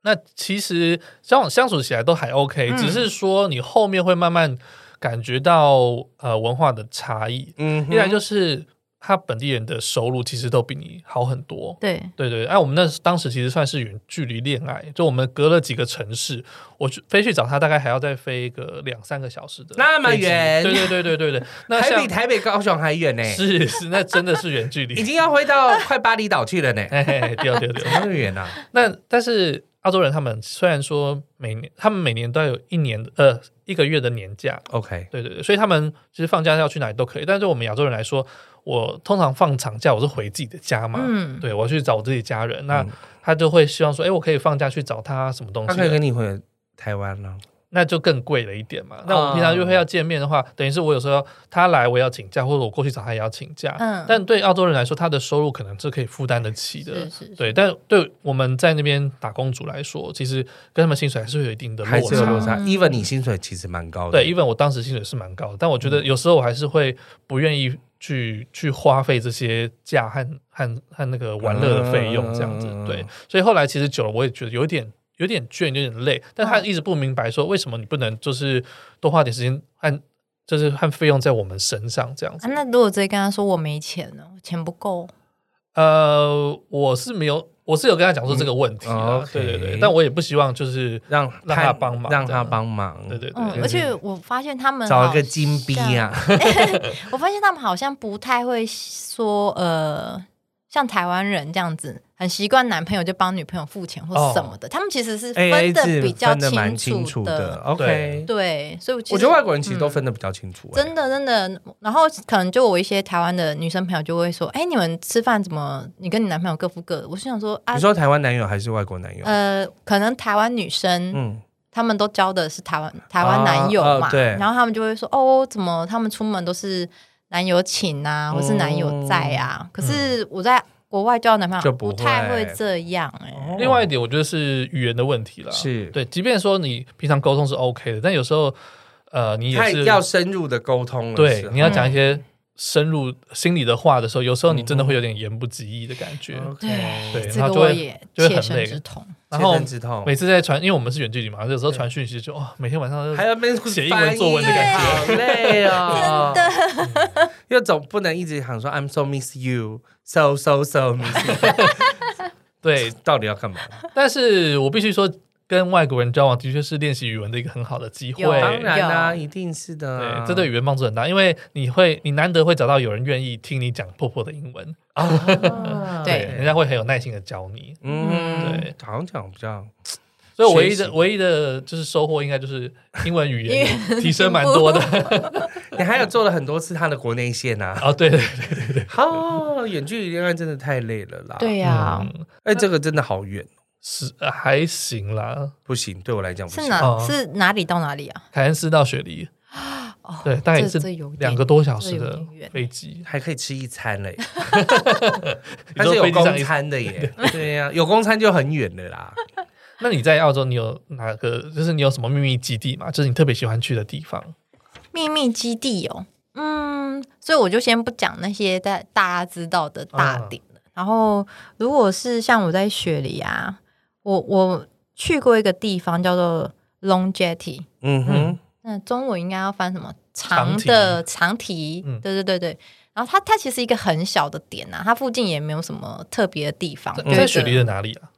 [SPEAKER 1] 那其实相往相处起来都还 OK，、
[SPEAKER 3] 嗯
[SPEAKER 1] 只是说你后面会慢慢感觉到呃文化的差异，
[SPEAKER 2] 嗯哼，
[SPEAKER 1] 依然就是他本地人的收入其实都比你好很多。
[SPEAKER 3] 对，
[SPEAKER 1] 对对，哎、我们那时当时其实算是远距离恋爱，就我们隔了几个城市，我去飞去找他，大概还要再飞个两三个小时的飞机，
[SPEAKER 2] 那么远
[SPEAKER 1] 对对对对对对，那
[SPEAKER 2] 还
[SPEAKER 1] 像
[SPEAKER 2] 比台北、高雄还远呢，
[SPEAKER 1] 是是，那真的是远距离，，
[SPEAKER 2] 已经要回到快巴厘岛去了呢
[SPEAKER 1] 哎，嘿嘿对对
[SPEAKER 2] 怎
[SPEAKER 1] 对。
[SPEAKER 2] 么那么远啊？
[SPEAKER 1] [LAUGHS] 那但是澳洲人他们虽然说每年他们每年都要有一年呃一个月的年假，
[SPEAKER 2] OK，
[SPEAKER 1] 对对对，所以他们其实放假要去哪里都可以。但是对我们亚洲人来说，我通常放长假我是回自己的家嘛，
[SPEAKER 3] 嗯，
[SPEAKER 1] 对我去找我自己家人，那
[SPEAKER 2] 嗯
[SPEAKER 1] 他就会希望说，哎，我可以放假去找他什么东
[SPEAKER 2] 他
[SPEAKER 1] 西
[SPEAKER 2] 可以
[SPEAKER 1] 的，
[SPEAKER 2] 跟你回台湾啊了。
[SPEAKER 1] 那就更贵了一点嘛。那我们平常约会要见面的话，等于是我有时候他来我也要请假，或者我过去找他也要请假。
[SPEAKER 3] 嗯
[SPEAKER 1] 但对澳洲人来说，他的收入可能是可以负担得起的，
[SPEAKER 3] 是是，
[SPEAKER 1] 对，但对我们在那边打工族来说，其实跟他们薪水还是会有一定的
[SPEAKER 2] 还
[SPEAKER 1] 落
[SPEAKER 2] 是有
[SPEAKER 1] 差。
[SPEAKER 2] 落差。
[SPEAKER 3] 嗯
[SPEAKER 2] Even 你薪水其实蛮高的，
[SPEAKER 1] 对，，even 我当时薪水是蛮高的，但我觉得
[SPEAKER 2] 嗯
[SPEAKER 1] 有时候我还是会不愿意去去花费这些假和和和那个玩乐的费用这样子
[SPEAKER 2] 嗯。
[SPEAKER 1] 对，所以后来其实久了，我也觉得有点有点倦，有点累。但
[SPEAKER 3] 嗯
[SPEAKER 1] 他一直不明白说为什么你不能就是多花点时间和就是和费用在我们身上这样
[SPEAKER 3] 啊，
[SPEAKER 1] 子。
[SPEAKER 3] 那如果直接跟他说我没钱呢，钱不够，
[SPEAKER 1] 呃，我是没有，我是有跟他讲说这个问题
[SPEAKER 2] 嗯
[SPEAKER 1] 啊，
[SPEAKER 2] ，OK
[SPEAKER 1] 对对对，但我也不希望就是。
[SPEAKER 2] 让
[SPEAKER 1] 让他帮忙
[SPEAKER 2] 让
[SPEAKER 1] 这
[SPEAKER 2] 他
[SPEAKER 1] 样
[SPEAKER 2] 帮忙，
[SPEAKER 1] 对对对，
[SPEAKER 3] 嗯，而且我发现他们
[SPEAKER 2] 找
[SPEAKER 3] 好
[SPEAKER 2] 一个金逼啊，
[SPEAKER 3] 像，我发现他们好像不太会说呃，像台湾人这样子，很习惯男朋友就帮女朋友付钱或什么的，他们其实是
[SPEAKER 2] AA
[SPEAKER 3] 分的
[SPEAKER 2] 哦制
[SPEAKER 3] 比较
[SPEAKER 2] 分的蛮清
[SPEAKER 3] 楚
[SPEAKER 2] 楚的。OK，
[SPEAKER 1] 对
[SPEAKER 3] 对，所以我其
[SPEAKER 2] 我
[SPEAKER 3] 实嗯
[SPEAKER 2] 觉得外国人其实都分的比较清楚，
[SPEAKER 3] 真
[SPEAKER 2] 哎
[SPEAKER 3] 的真的，然后可能就我一些台湾的女生朋友就会说，哎、你们吃饭怎么你跟你男朋友各付各的？我是想说
[SPEAKER 2] 哎
[SPEAKER 3] 啊
[SPEAKER 2] 你，说台湾男友还是外国男友？
[SPEAKER 3] 呃，可能台湾女生。
[SPEAKER 2] 嗯，
[SPEAKER 3] 他们都交的是台湾台湾男友
[SPEAKER 2] 啊
[SPEAKER 3] 嘛，
[SPEAKER 1] 哦
[SPEAKER 2] 啊对
[SPEAKER 3] 然后他们就会说哦，怎么他们出门都是男友请啊，
[SPEAKER 1] 哦
[SPEAKER 3] 或是男友在啊？可是我在国外交的男朋
[SPEAKER 2] 就
[SPEAKER 3] 友
[SPEAKER 2] 不会
[SPEAKER 3] 太会这样哎、
[SPEAKER 2] 哦
[SPEAKER 1] 另外一点，我觉得是语言的问题啦。
[SPEAKER 2] 是
[SPEAKER 1] 对，即便说你平常沟通是 OK 的，但有时候，呃，你也
[SPEAKER 2] 太
[SPEAKER 1] 是
[SPEAKER 2] 要深入的沟通了，
[SPEAKER 1] 对
[SPEAKER 2] 是，啊
[SPEAKER 1] 你要讲一些深入心里的话的时候，有时候你真
[SPEAKER 2] 嗯
[SPEAKER 1] 的会有点言不及义的感觉。
[SPEAKER 3] 嗯
[SPEAKER 2] 哦 OK，
[SPEAKER 1] 对
[SPEAKER 3] 这
[SPEAKER 1] 然后
[SPEAKER 3] 个
[SPEAKER 1] 就
[SPEAKER 3] 我
[SPEAKER 1] 会
[SPEAKER 3] 也
[SPEAKER 1] 就会
[SPEAKER 3] 切
[SPEAKER 1] 很
[SPEAKER 3] 身
[SPEAKER 1] 累
[SPEAKER 3] 之痛。
[SPEAKER 1] 然后
[SPEAKER 2] 切身之痛，
[SPEAKER 1] 每次在传，因为我们是远距离嘛，有时候传讯息就哦，每天晚上都
[SPEAKER 2] 还要被
[SPEAKER 1] 写英文作文的感
[SPEAKER 2] 觉，好累哦，
[SPEAKER 1] 啊 [LAUGHS]
[SPEAKER 2] 真的，又总不能一直喊说 I'm so miss you，so so so miss
[SPEAKER 3] [LAUGHS]
[SPEAKER 2] you，
[SPEAKER 1] 对，
[SPEAKER 2] 到底
[SPEAKER 1] [LAUGHS]
[SPEAKER 2] 要干嘛？
[SPEAKER 1] 但是我必须说，跟外国人交往的确是练习语文的一个很好的机会。
[SPEAKER 3] 有对
[SPEAKER 2] 当然啦、
[SPEAKER 3] 有
[SPEAKER 2] 一定是的啊、
[SPEAKER 3] 嗯
[SPEAKER 1] 对，这对语言帮助很大，因为你会，你难得会找到有人愿意听你讲破破的英文，
[SPEAKER 2] 啊，
[SPEAKER 3] 嗯对
[SPEAKER 1] 人家会很有耐心的教你。
[SPEAKER 2] 嗯，
[SPEAKER 1] 对，
[SPEAKER 2] 好像讲比较
[SPEAKER 1] 所以唯一
[SPEAKER 2] 学
[SPEAKER 1] 的
[SPEAKER 2] 习
[SPEAKER 1] 唯一的就是收获，应该就是英文语
[SPEAKER 3] 因
[SPEAKER 1] 言
[SPEAKER 3] [LAUGHS] 为
[SPEAKER 1] 提升蛮多的。
[SPEAKER 2] 你还有做了很多次他的国内线
[SPEAKER 3] [LAUGHS]
[SPEAKER 2] 啊，
[SPEAKER 1] [LAUGHS] 哦，对对对，
[SPEAKER 2] 哦，远距离恋爱真的太累了啦，，
[SPEAKER 3] 对呀、啊
[SPEAKER 1] 嗯
[SPEAKER 2] 哎、这个真的好远，
[SPEAKER 1] 是呃还行啦，
[SPEAKER 2] 不行，对我来讲不
[SPEAKER 3] 是
[SPEAKER 2] 行，
[SPEAKER 3] 哪、
[SPEAKER 1] 哦
[SPEAKER 3] 是哪里到哪里啊？
[SPEAKER 1] 凯恩斯到雪梨，
[SPEAKER 3] 哦，
[SPEAKER 1] 对，但也
[SPEAKER 3] 这
[SPEAKER 1] 是
[SPEAKER 3] 这有点
[SPEAKER 1] 两个多小时
[SPEAKER 3] 这有
[SPEAKER 1] 的
[SPEAKER 3] 点远
[SPEAKER 1] 飞机，
[SPEAKER 2] 还可以吃一
[SPEAKER 1] [LAUGHS]
[SPEAKER 2] 餐嘞，
[SPEAKER 1] 你
[SPEAKER 2] 但
[SPEAKER 1] 说
[SPEAKER 2] 是有
[SPEAKER 1] 飞机上
[SPEAKER 2] 公
[SPEAKER 1] 一
[SPEAKER 2] 餐的耶，对呀、有公餐就很远了啦。
[SPEAKER 1] 那你在澳洲，你有哪个就是你有什么秘密基地吗？就是你特别喜欢去的地方？
[SPEAKER 3] 秘密基地哦，嗯，所以我就先不讲那些大大家知道的大点了。然后，如果是像我在雪梨啊，我我去过一个地方叫做 Long Jetty，
[SPEAKER 2] 嗯哼，
[SPEAKER 3] 那中文应该要翻什么？
[SPEAKER 1] 长
[SPEAKER 3] 长
[SPEAKER 1] 堤
[SPEAKER 3] 的长堤，
[SPEAKER 1] 嗯
[SPEAKER 3] 对对对对。然后它它其实一个很小的点啊，它附近也没有什么特别的地方。
[SPEAKER 1] 在
[SPEAKER 3] 就一
[SPEAKER 1] 在
[SPEAKER 3] 个
[SPEAKER 1] 雪梨的哪里啊？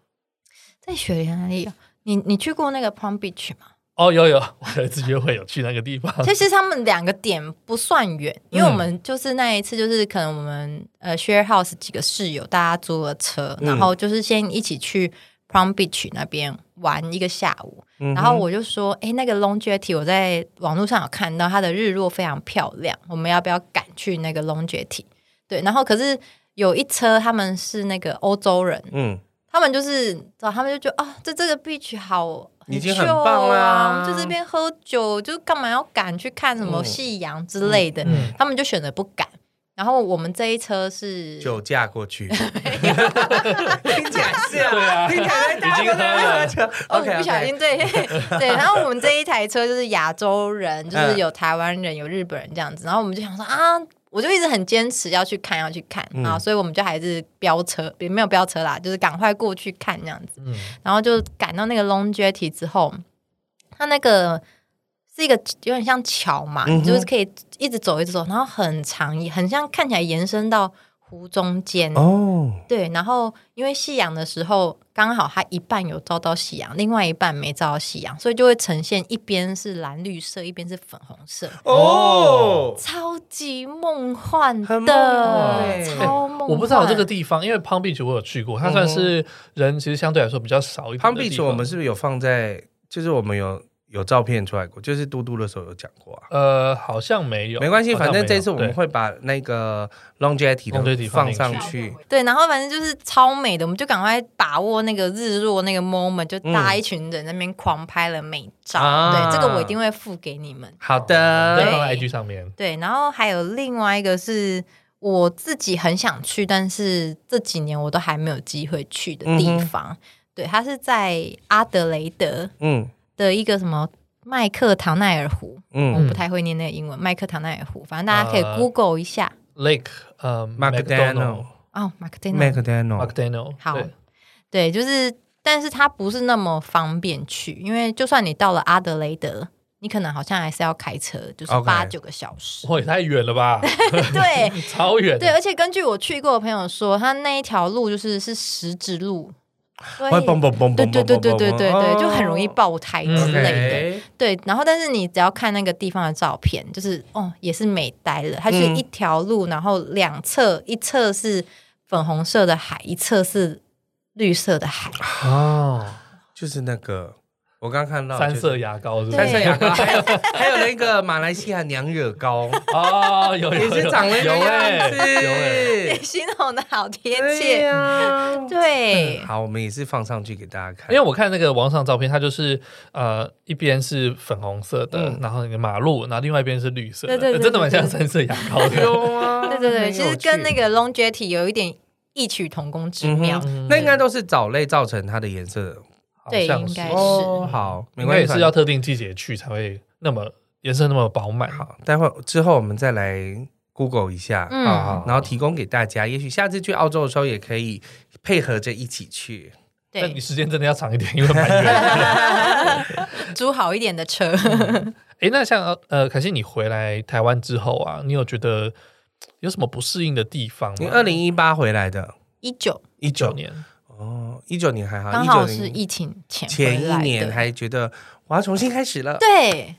[SPEAKER 3] 在雪梨哪里有？啊你你去过那个 Palm Beach 吗？
[SPEAKER 1] 哦，有 [LAUGHS] 有，我有一次约会有去那个地方，
[SPEAKER 2] [LAUGHS]
[SPEAKER 3] 其实他们两个点不算远，因为
[SPEAKER 2] 嗯
[SPEAKER 3] 我们就是那一次，就是可能我们呃 share house 几个室友，大家租了车，
[SPEAKER 2] 嗯
[SPEAKER 3] 然后就是先一起去 Palm Beach 那边玩一个下午，
[SPEAKER 2] 嗯哼
[SPEAKER 3] 然后我就说，哎、那个 Longevity 我在网络上有看到它的日落非常漂亮，我们要不要赶去那个 Longevity？对，然后可是有一车他们是那个欧洲人，
[SPEAKER 2] 嗯，
[SPEAKER 3] 他们就是，他们就觉得啊，这这个 beach 好，
[SPEAKER 2] 已经很
[SPEAKER 3] chill
[SPEAKER 2] 棒啦嗯
[SPEAKER 3] 啊，就这边喝酒，就干嘛要赶去看什么夕阳之类的？
[SPEAKER 1] 嗯
[SPEAKER 3] 他们就选择不赶。然后我们这一车是， [LAUGHS] 哎
[SPEAKER 2] 酒驾过去， [LAUGHS] 听起来是啊，
[SPEAKER 1] 对啊
[SPEAKER 2] 听起来大家都在喝酒 [LAUGHS]
[SPEAKER 3] 哦，
[SPEAKER 2] ，OK，
[SPEAKER 3] 不小心对 [LAUGHS] 对。然后我们这一台车就是亚洲人，就是
[SPEAKER 2] 嗯
[SPEAKER 3] 有台湾人，有日本人这样子。然后我们就想说啊。我就一直很坚持要去看，要去看
[SPEAKER 2] 嗯
[SPEAKER 3] 啊，所以我们就还是飙车，也没有飙车啦，就是赶快过去看这样子。
[SPEAKER 1] 嗯，
[SPEAKER 3] 然后就赶到那个 Longevity 之后，它那个是一个有点像桥嘛，
[SPEAKER 2] 嗯哼
[SPEAKER 3] 你就是可以一直走一直走，然后很长，也很像看起来延伸到湖中间。
[SPEAKER 2] 哦，
[SPEAKER 3] 对，然后因为夕阳的时候，刚好它一半有照到夕阳，另外一半没照到夕阳，所以就会呈现一边是蓝绿色，一边是粉红色，
[SPEAKER 2] 哦，
[SPEAKER 3] 超级梦幻
[SPEAKER 2] 很梦幻
[SPEAKER 3] 的，
[SPEAKER 2] 欸
[SPEAKER 3] 超梦幻。
[SPEAKER 1] 我不知道这个地方，因为 Palm Beach 我有去过，它
[SPEAKER 3] 哦
[SPEAKER 1] 算是人其实相对来说比较少一点
[SPEAKER 2] 潘
[SPEAKER 1] 的
[SPEAKER 2] 碧
[SPEAKER 1] 地
[SPEAKER 2] 池
[SPEAKER 1] 方。
[SPEAKER 2] 我们是不是有放在，就是我们有有照片出来过，就是嘟嘟的时候有讲过啊。
[SPEAKER 1] 呃，好像没有，
[SPEAKER 2] 没关系，
[SPEAKER 1] 好像
[SPEAKER 2] 反正这次我
[SPEAKER 1] 没有
[SPEAKER 2] 们会把那个 longevity 的
[SPEAKER 1] Longevity 放
[SPEAKER 2] 放
[SPEAKER 1] 进去
[SPEAKER 2] 上去。
[SPEAKER 3] 对，然后反正就是超美的，我们就赶快把握那个日落那个 moment，就大家一群人在那边狂拍了美照。
[SPEAKER 2] 嗯啊
[SPEAKER 3] 对，这个我一定会付给你们。
[SPEAKER 2] 好
[SPEAKER 1] 对
[SPEAKER 2] 的，
[SPEAKER 1] 放
[SPEAKER 3] 哎
[SPEAKER 1] 在 IG 上面。
[SPEAKER 3] 对，然后还有另外一个是我自己很想去，但是这几年我都还没有机会去的地方。对，它是在阿德雷德
[SPEAKER 2] 嗯
[SPEAKER 3] 的一个什么麦克唐奈尔湖，
[SPEAKER 2] 嗯
[SPEAKER 3] 我不太会念那个英文，麦克唐奈尔湖，反正大家可以
[SPEAKER 1] 呃
[SPEAKER 3] Google 一下。
[SPEAKER 1] Lake，呃
[SPEAKER 2] m a c d o n a
[SPEAKER 1] ，McDonald，McDonald，
[SPEAKER 2] l
[SPEAKER 3] 哦，马克
[SPEAKER 2] m
[SPEAKER 3] 丹
[SPEAKER 2] a c d o n a l
[SPEAKER 3] 好
[SPEAKER 1] 对
[SPEAKER 3] 对，就是，但是它不是那么方便去，因为就算你到了阿德雷德，你可能好像还是要开车，就是
[SPEAKER 2] OK
[SPEAKER 3] 八九个小时。 [LAUGHS]
[SPEAKER 1] 哇，也太远了吧，
[SPEAKER 3] 对
[SPEAKER 1] 超远。
[SPEAKER 3] 对，而且根据我去过的朋友说，他那一条路就是是石子路，所以
[SPEAKER 2] 会蹦蹦蹦
[SPEAKER 3] 对
[SPEAKER 2] 蹦蹦蹦
[SPEAKER 3] 对
[SPEAKER 2] 蹦，
[SPEAKER 3] 对对对对对，就很容易
[SPEAKER 2] 哦
[SPEAKER 3] 爆胎之
[SPEAKER 1] 嗯
[SPEAKER 3] 类的。
[SPEAKER 2] OK，
[SPEAKER 3] 对，然后但是你只要看那个地方的照片，就是哦，也是美呆了。它就是
[SPEAKER 2] 嗯
[SPEAKER 3] 一条路，然后两侧一侧是粉红色的海，一侧是绿色的海。
[SPEAKER 1] 哦，
[SPEAKER 2] 就是那个我刚看到
[SPEAKER 1] 三色
[SPEAKER 2] 就是
[SPEAKER 1] 牙膏是不
[SPEAKER 2] 三色
[SPEAKER 1] 是？
[SPEAKER 2] 牙膏，还有还有那个马来西亚娘惹膏，
[SPEAKER 1] [LAUGHS] 哦，有有
[SPEAKER 2] 也
[SPEAKER 1] 有
[SPEAKER 2] 是长那个
[SPEAKER 1] 有
[SPEAKER 2] 样
[SPEAKER 1] 哎
[SPEAKER 2] 子，
[SPEAKER 1] 有哎，
[SPEAKER 3] 对，形容的哦好贴
[SPEAKER 2] 对
[SPEAKER 3] 切。
[SPEAKER 2] 呀，嗯
[SPEAKER 3] 对，
[SPEAKER 2] 好，我们也是放上去给大家看，
[SPEAKER 1] 因为我看那个网上照片，它就是呃一边是粉红色的，
[SPEAKER 2] 嗯
[SPEAKER 1] 然后那个马路，然后另外一边是绿色的，
[SPEAKER 3] 对对
[SPEAKER 1] 呃
[SPEAKER 3] 对
[SPEAKER 1] 真的蛮像
[SPEAKER 3] 对
[SPEAKER 1] 三色牙膏
[SPEAKER 2] [LAUGHS]
[SPEAKER 1] 的。
[SPEAKER 2] 有啊，
[SPEAKER 3] 对对对，
[SPEAKER 2] 很
[SPEAKER 3] 其
[SPEAKER 2] 有
[SPEAKER 3] 实
[SPEAKER 2] 趣
[SPEAKER 3] 跟那个 Longevity 有一点异曲同工之妙。
[SPEAKER 1] 嗯
[SPEAKER 2] 那应该都是藻类造成它的颜色的。
[SPEAKER 1] 好
[SPEAKER 3] 对
[SPEAKER 1] 像
[SPEAKER 3] 应该是
[SPEAKER 2] 哦，好，没
[SPEAKER 1] 应该
[SPEAKER 2] 关
[SPEAKER 1] 也
[SPEAKER 2] 系，
[SPEAKER 1] 是要特定季节去才会那么颜色那么饱满。
[SPEAKER 2] 好。待会儿之后我们再来 Google 一下，
[SPEAKER 3] 嗯
[SPEAKER 2] 好好然后提供给大家。也许下次去澳洲的时候也可以配合着一起去。
[SPEAKER 1] 但你
[SPEAKER 3] 对，
[SPEAKER 1] 时间真的要长一点， [LAUGHS] 因为蛮远
[SPEAKER 2] [LAUGHS]
[SPEAKER 1] 的。
[SPEAKER 3] 租好一点的车。
[SPEAKER 2] 嗯
[SPEAKER 1] 哎，那像呃，可惜你回来台湾之后啊，你有觉得有什么不适应的地方
[SPEAKER 2] 你
[SPEAKER 1] 吗？
[SPEAKER 2] 二零一八回来的，
[SPEAKER 3] 一九
[SPEAKER 2] 一
[SPEAKER 1] 九
[SPEAKER 2] 九
[SPEAKER 1] 年，
[SPEAKER 2] 哦，一九年还好，
[SPEAKER 3] 刚好
[SPEAKER 2] 19
[SPEAKER 3] 是
[SPEAKER 2] 年
[SPEAKER 3] 疫情前
[SPEAKER 2] 前
[SPEAKER 3] 回
[SPEAKER 2] 一
[SPEAKER 3] 来的
[SPEAKER 2] 年还觉得我要重新开始了，
[SPEAKER 3] 对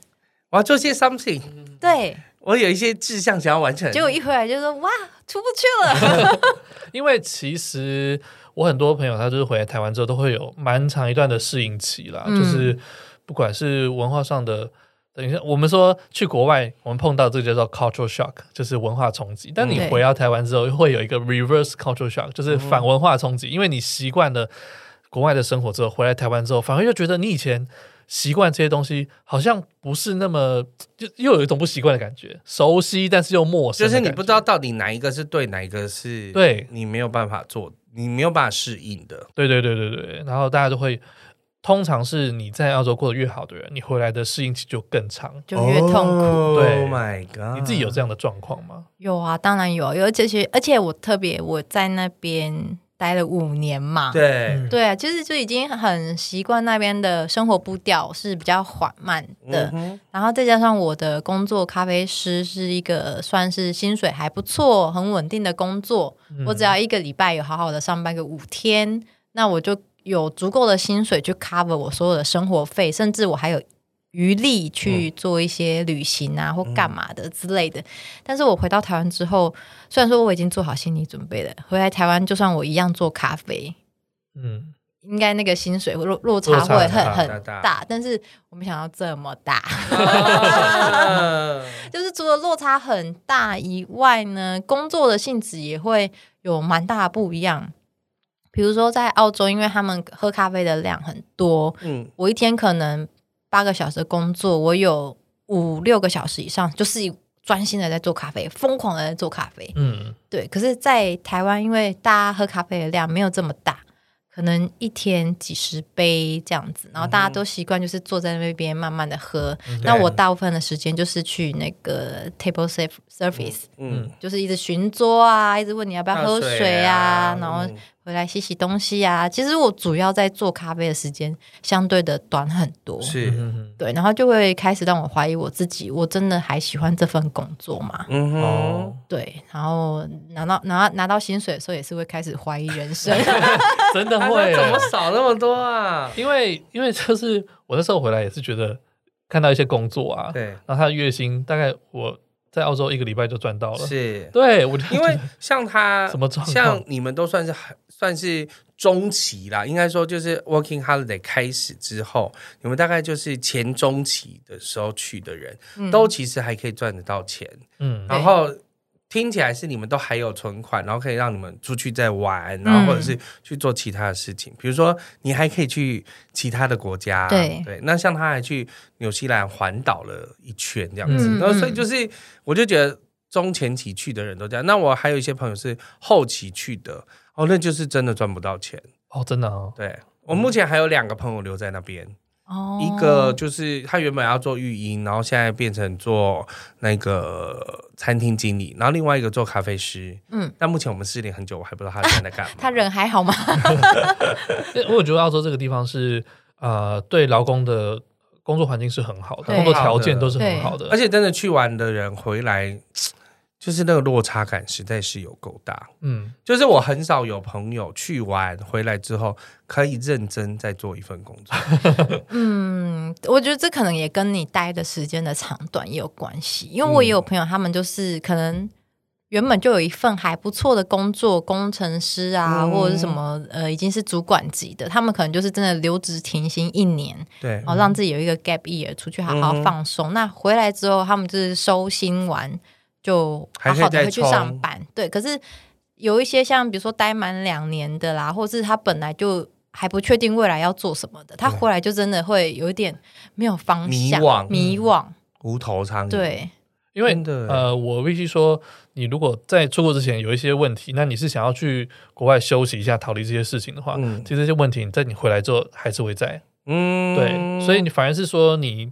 [SPEAKER 2] 我要做些 something，
[SPEAKER 3] 对，
[SPEAKER 2] 我有一些志向想要完成。
[SPEAKER 3] 结果一回来就说哇出不去
[SPEAKER 2] [LAUGHS]
[SPEAKER 3] 了。
[SPEAKER 1] 因为其实我很多朋友，他就是回来台湾之后，都会有蛮长一段的适应期啦，
[SPEAKER 3] 嗯
[SPEAKER 1] 就是不管是文化上的。等一下，我们说去国外，我们碰到这个叫做 cultural shock，就是文化冲击。但你
[SPEAKER 3] 嗯
[SPEAKER 1] 回到台湾之后，会有一个 reverse cultural shock，就是
[SPEAKER 2] 嗯
[SPEAKER 1] 反文化冲击，因为你习惯了国外的生活之后，回来台湾之后，反而又觉得你以前习惯这些东西，好像不是那么就又有一种不习惯的感觉，熟悉但是又陌生
[SPEAKER 2] 就
[SPEAKER 1] 的
[SPEAKER 2] 是
[SPEAKER 1] 感觉，
[SPEAKER 2] 你不知道到底哪一个是对，哪一个是
[SPEAKER 1] 对
[SPEAKER 2] 你没有办法做，你没有办法适应的。
[SPEAKER 1] 对对对对对，然后大家就会，通常是你在澳洲过得越好的人，你回来的适应期就更长。
[SPEAKER 3] 就越痛苦。
[SPEAKER 1] 哦
[SPEAKER 2] 哦
[SPEAKER 1] 对
[SPEAKER 2] o h Oh my god！
[SPEAKER 1] 你自己有这样的状况吗？
[SPEAKER 3] 啊有啊，当然有，有而且其实而且我特别我在那边待了五年嘛，
[SPEAKER 2] 对，
[SPEAKER 3] 对啊，其实就已经很习惯那边的生活步调是比较缓慢的，
[SPEAKER 2] 嗯哼
[SPEAKER 3] 然后再加上我的工作，咖啡师是一个算是薪水还不错、很稳定的工作。
[SPEAKER 1] 嗯
[SPEAKER 3] 我只要一个礼拜有好好的上班个五天，那我就有足够的薪水去 cover 我所有的生活费，甚至我还有余力去做一些旅行啊、或干嘛的之类的。但是我回到台湾之后，虽然说我已经做好心理准备了，回来台湾就算我一样做咖啡，
[SPEAKER 1] 嗯，
[SPEAKER 3] 应该那个薪水落落
[SPEAKER 1] 落
[SPEAKER 3] 差
[SPEAKER 1] 差
[SPEAKER 3] 会
[SPEAKER 1] 很
[SPEAKER 3] 很
[SPEAKER 2] 大
[SPEAKER 3] 很
[SPEAKER 2] 很大
[SPEAKER 3] 大，但是我没想到这么大。
[SPEAKER 2] 啊
[SPEAKER 3] 就是除了落差很大以外呢，工作的性质也会有蛮大的不一样。比如说在澳洲，因为他们喝咖啡的量很多，
[SPEAKER 2] [LAUGHS] 嗯，
[SPEAKER 3] 我一天可能八个小时的工作，我有五六个小时以上就是专心的在做咖啡，疯狂的在做咖啡。
[SPEAKER 1] 嗯，
[SPEAKER 3] 对，可是，在台湾，因为大家喝咖啡的量没有这么大，可能一天几十杯这样子，然后大家都习惯就是坐在那边慢慢的喝。那我大部分的时间就是去那个 table safe service，、
[SPEAKER 2] 嗯，
[SPEAKER 3] 就是一直巡桌啊，一直问你要不要喝
[SPEAKER 2] 倒
[SPEAKER 3] 水啊，然后
[SPEAKER 2] 嗯
[SPEAKER 3] 回来洗洗东西啊。其实我主要在做咖啡的时间相对的短很多，
[SPEAKER 1] 嗯
[SPEAKER 2] 是，
[SPEAKER 3] 对，然后就会开始让我怀疑我自己，我真的还喜欢这份工作吗？
[SPEAKER 2] 嗯哼，
[SPEAKER 1] 哦，
[SPEAKER 3] 对，然后拿到拿拿到薪水的时候，也是会开始怀疑人生。
[SPEAKER 2] [LAUGHS]
[SPEAKER 1] 真的
[SPEAKER 2] 他
[SPEAKER 1] 会啊
[SPEAKER 2] 说啊怎么
[SPEAKER 1] 耶，
[SPEAKER 2] 少那么
[SPEAKER 1] [LAUGHS]
[SPEAKER 2] 多啊？
[SPEAKER 1] 因为因为就是我那时候回来也是觉得看到一些工作啊，
[SPEAKER 2] 对，
[SPEAKER 1] 然后他的月薪大概我在澳洲一个礼拜就赚到了，
[SPEAKER 2] 是
[SPEAKER 1] 对我就
[SPEAKER 2] 因为像
[SPEAKER 1] [LAUGHS]
[SPEAKER 2] 他
[SPEAKER 1] 什么状况
[SPEAKER 2] 像你们都算是很算是中期啦，应该说就是 working holiday 开始之后，你们大概就是前中期的时候去的人，
[SPEAKER 3] 嗯
[SPEAKER 2] 都其实还可以赚得到钱，
[SPEAKER 1] 嗯
[SPEAKER 2] 然后。听起来是你们都还有存款，然后可以让你们出去再玩，然后或者是去做其他的事情，比如说你还可以去其他的国家，
[SPEAKER 3] 对
[SPEAKER 2] 对。那像他还去纽西兰环岛了一圈这样子，
[SPEAKER 3] 嗯
[SPEAKER 2] 然后所以
[SPEAKER 3] 嗯
[SPEAKER 2] 就是我就觉得中前期去的人都这样。那我还有一些朋友是后期去的，哦，那就是真的赚不到钱。
[SPEAKER 1] 哦真的哦，
[SPEAKER 2] 对我目前还有两个朋友留在那边，
[SPEAKER 3] 哦
[SPEAKER 2] 一个就是他原本要做育婴，然后现在变成做那个餐厅经理，然后另外一个做咖啡师。
[SPEAKER 3] 嗯
[SPEAKER 2] 嗯，但目前我们失联很久，我还不知道他现在在干嘛
[SPEAKER 3] [LAUGHS] 。他人还好吗？
[SPEAKER 1] 因为我觉得澳洲这个地方是呃对劳工的工作环境是很好的，
[SPEAKER 3] 对
[SPEAKER 1] 工作条件都是很好的，
[SPEAKER 2] 而且真的去玩的人回来，就是那个落差感实在是有够大。
[SPEAKER 1] 嗯
[SPEAKER 2] 就是我很少有朋友去玩回来之后可以认真再做一份工
[SPEAKER 3] 啊
[SPEAKER 2] 作。
[SPEAKER 3] 嗯，我觉得这可能也跟你待的时间的长短也有关系。因为我也有朋友，他们就是可能原本就有一份还不错的工作，工程师啊，
[SPEAKER 2] 嗯
[SPEAKER 3] 或者是什么呃，已经是主管级的，他们可能就是真的留职停薪一年，
[SPEAKER 2] 对
[SPEAKER 3] 然，后哦让自己有一个 gap year 出去好
[SPEAKER 2] 嗯
[SPEAKER 3] 好放松。那回来之后，他们就是收心完就
[SPEAKER 2] 还
[SPEAKER 3] 好好的
[SPEAKER 2] 可以再
[SPEAKER 3] 回去
[SPEAKER 2] 冲
[SPEAKER 3] 上班。对，可是有一些像比如说待满两年的啦，或是他本来就还不确定未来要做什么的，他回来就真的会有一点没有方向，
[SPEAKER 2] 迷惘嗯
[SPEAKER 3] 迷惘。
[SPEAKER 2] 无头苍蝇。，
[SPEAKER 3] 对，
[SPEAKER 1] 因为
[SPEAKER 2] 真的
[SPEAKER 1] 呃，我必须说，你如果在出国之前有一些问题，那你是想要去国外休息一下，逃离这些事情的话，
[SPEAKER 2] 嗯
[SPEAKER 1] 其实这些问题你在你回来之后还是会在。
[SPEAKER 2] 嗯
[SPEAKER 1] 对，所以你反而是说你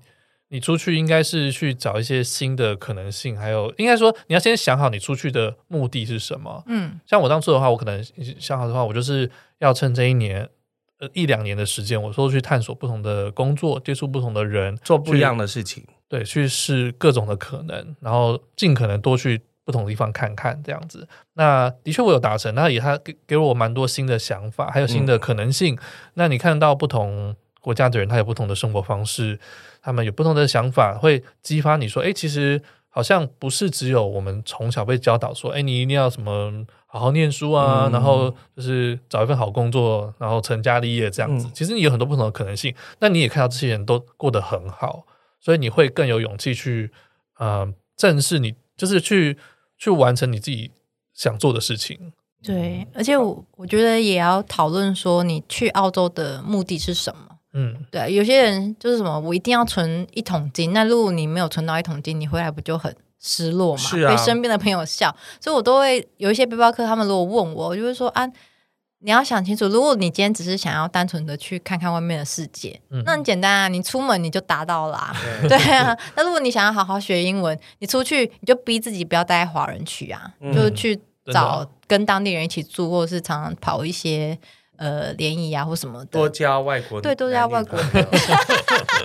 [SPEAKER 1] 你出去应该是去找一些新的可能性，还有应该说你要先想好你出去的目的是什么。
[SPEAKER 3] 嗯
[SPEAKER 1] 像我当初的话，我可能想好的话，我就是要趁这一年。呃，一两年的时间，我说去探索不同的工作，接触不同的人，
[SPEAKER 2] 做不一
[SPEAKER 1] 去
[SPEAKER 2] 样的事情。
[SPEAKER 1] 对，去试各种的可能，然后尽可能多去不同的地方看看，这样子。那的确我有达成，那也他给给我蛮多新的想法，还有新的可能性。那你看到不同国家的人，他有不同的生活方式，他们有不同的想法，会激发你说，哎，其实好像不是只有我们从小被教导说，哎，你一定要什么好好念书啊，
[SPEAKER 2] 嗯
[SPEAKER 1] 然后就是找一份好工作，然后成家立业这样子。
[SPEAKER 2] 嗯
[SPEAKER 1] 其实你有很多不同的可能性，那你也看到这些人都过得很好。所以你会更有勇气去，呃，正视你，就是去去完成你自己想做的事情。
[SPEAKER 3] 对，而且我我觉得也要讨论说，你去澳洲的目的是什么。
[SPEAKER 1] 嗯，
[SPEAKER 3] 对，有些人就是什么，我一定要存一桶金。那如果你没有存到一桶金，你回来不就很失落嘛？
[SPEAKER 2] 是啊
[SPEAKER 3] 被身边的朋友笑，所以我都会有一些背包客，他们如果问我，我就会说啊，你要想清楚，如果你今天只是想要单纯的去看看外面的世界，
[SPEAKER 1] 嗯
[SPEAKER 3] 那很简单啊，你出门你就达到啦、 [LAUGHS] 对啊，那如果你想要好好学英文，你出去你就逼自己不要待在华人区啊，
[SPEAKER 2] 嗯
[SPEAKER 3] 就是去
[SPEAKER 1] 真的
[SPEAKER 3] 找跟当地人一起住，或者是常常跑一些呃联谊啊或什么
[SPEAKER 2] 多
[SPEAKER 3] 的。
[SPEAKER 2] 交外国
[SPEAKER 3] 对多交外国
[SPEAKER 2] 男女朋友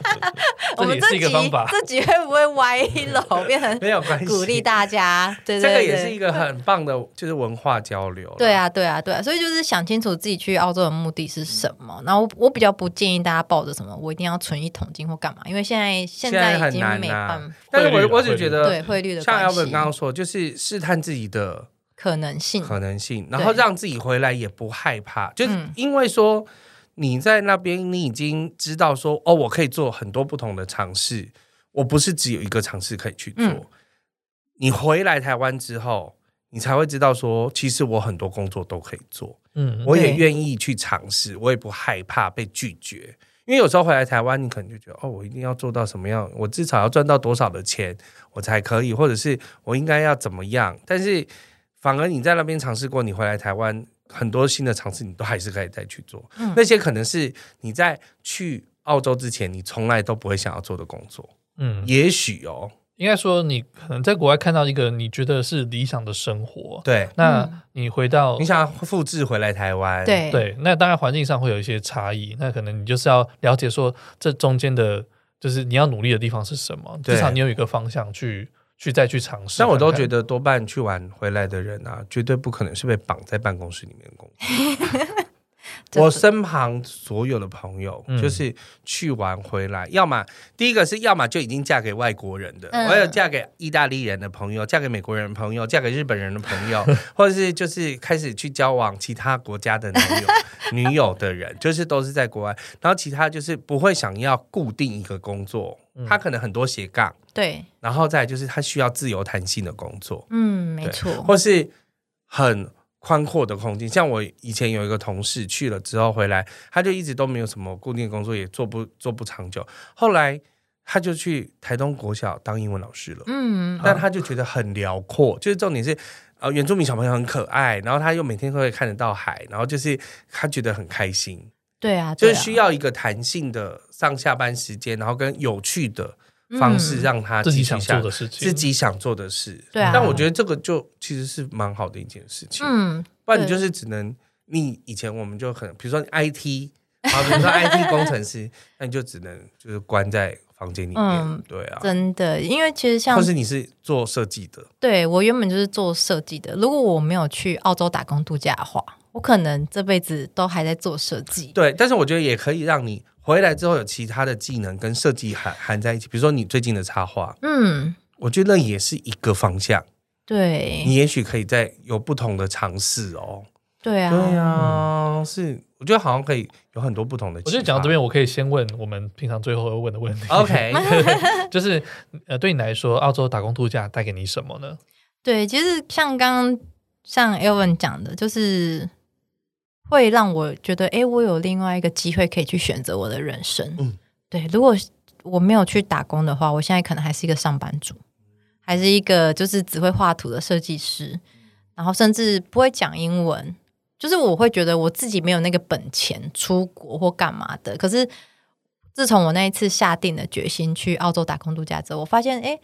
[SPEAKER 3] 我
[SPEAKER 1] 这
[SPEAKER 3] 们
[SPEAKER 1] 也是
[SPEAKER 3] 这
[SPEAKER 1] 一个
[SPEAKER 3] 集
[SPEAKER 1] 方法
[SPEAKER 3] 这集会不会歪
[SPEAKER 2] [LAUGHS]
[SPEAKER 3] 楼变成
[SPEAKER 2] [LAUGHS] 没有关系，
[SPEAKER 3] 鼓励
[SPEAKER 2] [LAUGHS]
[SPEAKER 3] 大家？对
[SPEAKER 2] 这
[SPEAKER 3] 对
[SPEAKER 2] 个
[SPEAKER 3] 对，
[SPEAKER 2] 也是一个很棒的，就是文化交流。
[SPEAKER 3] 对，啊，对啊，对啊，所以就是想清楚自己去澳洲的目的是什么。然后我我比较不建议大家抱着什么我一定要存一桶金或干嘛，因为现在现
[SPEAKER 2] 现在
[SPEAKER 3] 已
[SPEAKER 2] 很
[SPEAKER 3] 经
[SPEAKER 2] 难
[SPEAKER 3] 没
[SPEAKER 2] 呐
[SPEAKER 3] 办法，
[SPEAKER 2] 但是
[SPEAKER 1] 汇率
[SPEAKER 2] 我
[SPEAKER 1] 啦
[SPEAKER 2] 我只觉
[SPEAKER 3] 对
[SPEAKER 2] 得，
[SPEAKER 3] 汇率的
[SPEAKER 2] 像
[SPEAKER 3] 关
[SPEAKER 2] Albert
[SPEAKER 3] 系
[SPEAKER 2] 刚刚说，就是试探自己的
[SPEAKER 3] 可能性，
[SPEAKER 2] 可能性，然后
[SPEAKER 3] 对
[SPEAKER 2] 让自己回来也不害怕，就是
[SPEAKER 3] 嗯
[SPEAKER 2] 因为说你在那边，你已经知道说哦，我可以做很多不同的尝试，我不是只有一个尝试可以去做。
[SPEAKER 3] 嗯
[SPEAKER 2] 你回来台湾之后，你才会知道说，其实我很多工作都可以做，
[SPEAKER 1] 嗯，
[SPEAKER 2] 我也
[SPEAKER 3] 对
[SPEAKER 2] 愿意去尝试，我也不害怕被拒绝。因为有时候回来台湾，你可能就觉得哦，我一定要做到什么样，我至少要赚到多少的钱，我才可以，或者是我应该要怎么样。但是反而你在那边尝试过，你回来台湾很多新的尝试，你都还是可以再去做。
[SPEAKER 3] 嗯
[SPEAKER 2] 那些可能是你在去澳洲之前，你从来都不会想要做的工作。
[SPEAKER 1] 嗯，
[SPEAKER 2] 也许哦，
[SPEAKER 1] 应该说你可能在国外看到一个你觉得是理想的生活，
[SPEAKER 2] 对，
[SPEAKER 1] 那你回到
[SPEAKER 2] 嗯你想要复制回来台湾，，
[SPEAKER 3] 对
[SPEAKER 1] 对，那当然环境上会有一些差异，那可能你就是要了解说这中间的，就是你要努力的地方是什么，
[SPEAKER 2] 对
[SPEAKER 1] 至少你有一个方向去去再去尝试看看。
[SPEAKER 2] 但我都觉得多半去玩回来的人啊，绝对不可能是被绑在办公室里面工作。
[SPEAKER 3] 真的
[SPEAKER 2] 我身旁所有的朋友，
[SPEAKER 1] 嗯
[SPEAKER 2] 就是去玩回来，要么第一个是，要么就已经嫁给外国人的，
[SPEAKER 3] 嗯
[SPEAKER 2] 我有嫁给意大利人的朋友，嫁给美国人的朋友，嫁给日本人的朋友， [LAUGHS] 或者是就是开始去交往其他国家的 [LAUGHS] 男友、女友的人，就是都是在国外。然后其他就是不会想要固定一个工作，他可能很多斜杠，
[SPEAKER 3] 对，
[SPEAKER 2] 然后再来就是他需要自由弹性的工作，
[SPEAKER 3] 嗯，没
[SPEAKER 2] 对
[SPEAKER 3] 错，
[SPEAKER 2] 或是很宽阔的空间。像我以前有一个同事去了之后回来，他就一直都没有什么固定工作，也做不做不长久。后来他就去台东国小当英文老师了，
[SPEAKER 3] 嗯，
[SPEAKER 2] 但他就觉得很辽阔，就是重点是。呃，原住民小朋友很可爱，然后他又每天都会看得到海，然后就是他觉得很开心，
[SPEAKER 3] 对啊，
[SPEAKER 2] 就
[SPEAKER 3] 对
[SPEAKER 2] 是
[SPEAKER 3] 啊
[SPEAKER 2] 需要一个弹性的上下班时间，然后跟有趣的方式
[SPEAKER 3] 嗯
[SPEAKER 2] 让他
[SPEAKER 1] 自己
[SPEAKER 2] 继续
[SPEAKER 1] 想
[SPEAKER 2] 下
[SPEAKER 1] 做的事情，
[SPEAKER 2] 自己想做的事。
[SPEAKER 3] 对啊
[SPEAKER 2] 但我觉得这个就其实是蛮好的一件事情，
[SPEAKER 3] 嗯，
[SPEAKER 2] 不然你
[SPEAKER 3] 对
[SPEAKER 2] 就是只能你以前我们就可能，比如说你 IT 啊，比如说
[SPEAKER 3] [LAUGHS]
[SPEAKER 2] IT 工程师，那你就只能就是关在房间里面，
[SPEAKER 3] 嗯
[SPEAKER 2] 对啊，
[SPEAKER 3] 真的，因为其实像
[SPEAKER 2] 或是你是做设计的，
[SPEAKER 3] 对我原本就是做设计的，如果我没有去澳洲打工度假的话，我可能这辈子都还在做设计。
[SPEAKER 2] 对，但是我觉得也可以让你回来之后有其他的技能跟设计含含在一起，比如说你最近的插画，
[SPEAKER 3] 嗯，
[SPEAKER 2] 我觉得也是一个方向，你
[SPEAKER 3] 对，
[SPEAKER 2] 也许可以再有不同的尝试哦。
[SPEAKER 3] 对啊，
[SPEAKER 2] 对啊，是，我觉得好像可以有很多不同的启
[SPEAKER 1] 我
[SPEAKER 2] 发。
[SPEAKER 1] 觉得讲到这边，我可以先问我们平常最后会问的问题。
[SPEAKER 3] [LAUGHS]
[SPEAKER 2] OK，
[SPEAKER 1] [LAUGHS] 就是呃，对你来说，澳洲打工度假带给你什么呢？
[SPEAKER 3] 对，其实像刚刚像 Elvin 讲的，就是会让我觉得，诶，我有另外一个机会可以去选择我的人生。
[SPEAKER 2] 嗯
[SPEAKER 3] 对，如果我没有去打工的话，我现在可能还是一个上班族，还是一个就是只会画图的设计师，然后甚至不会讲英文。就是我会觉得我自己没有那个本钱出国或干嘛的，可是自从我那一次下定了决心去澳洲打工度假之后，我发现，诶。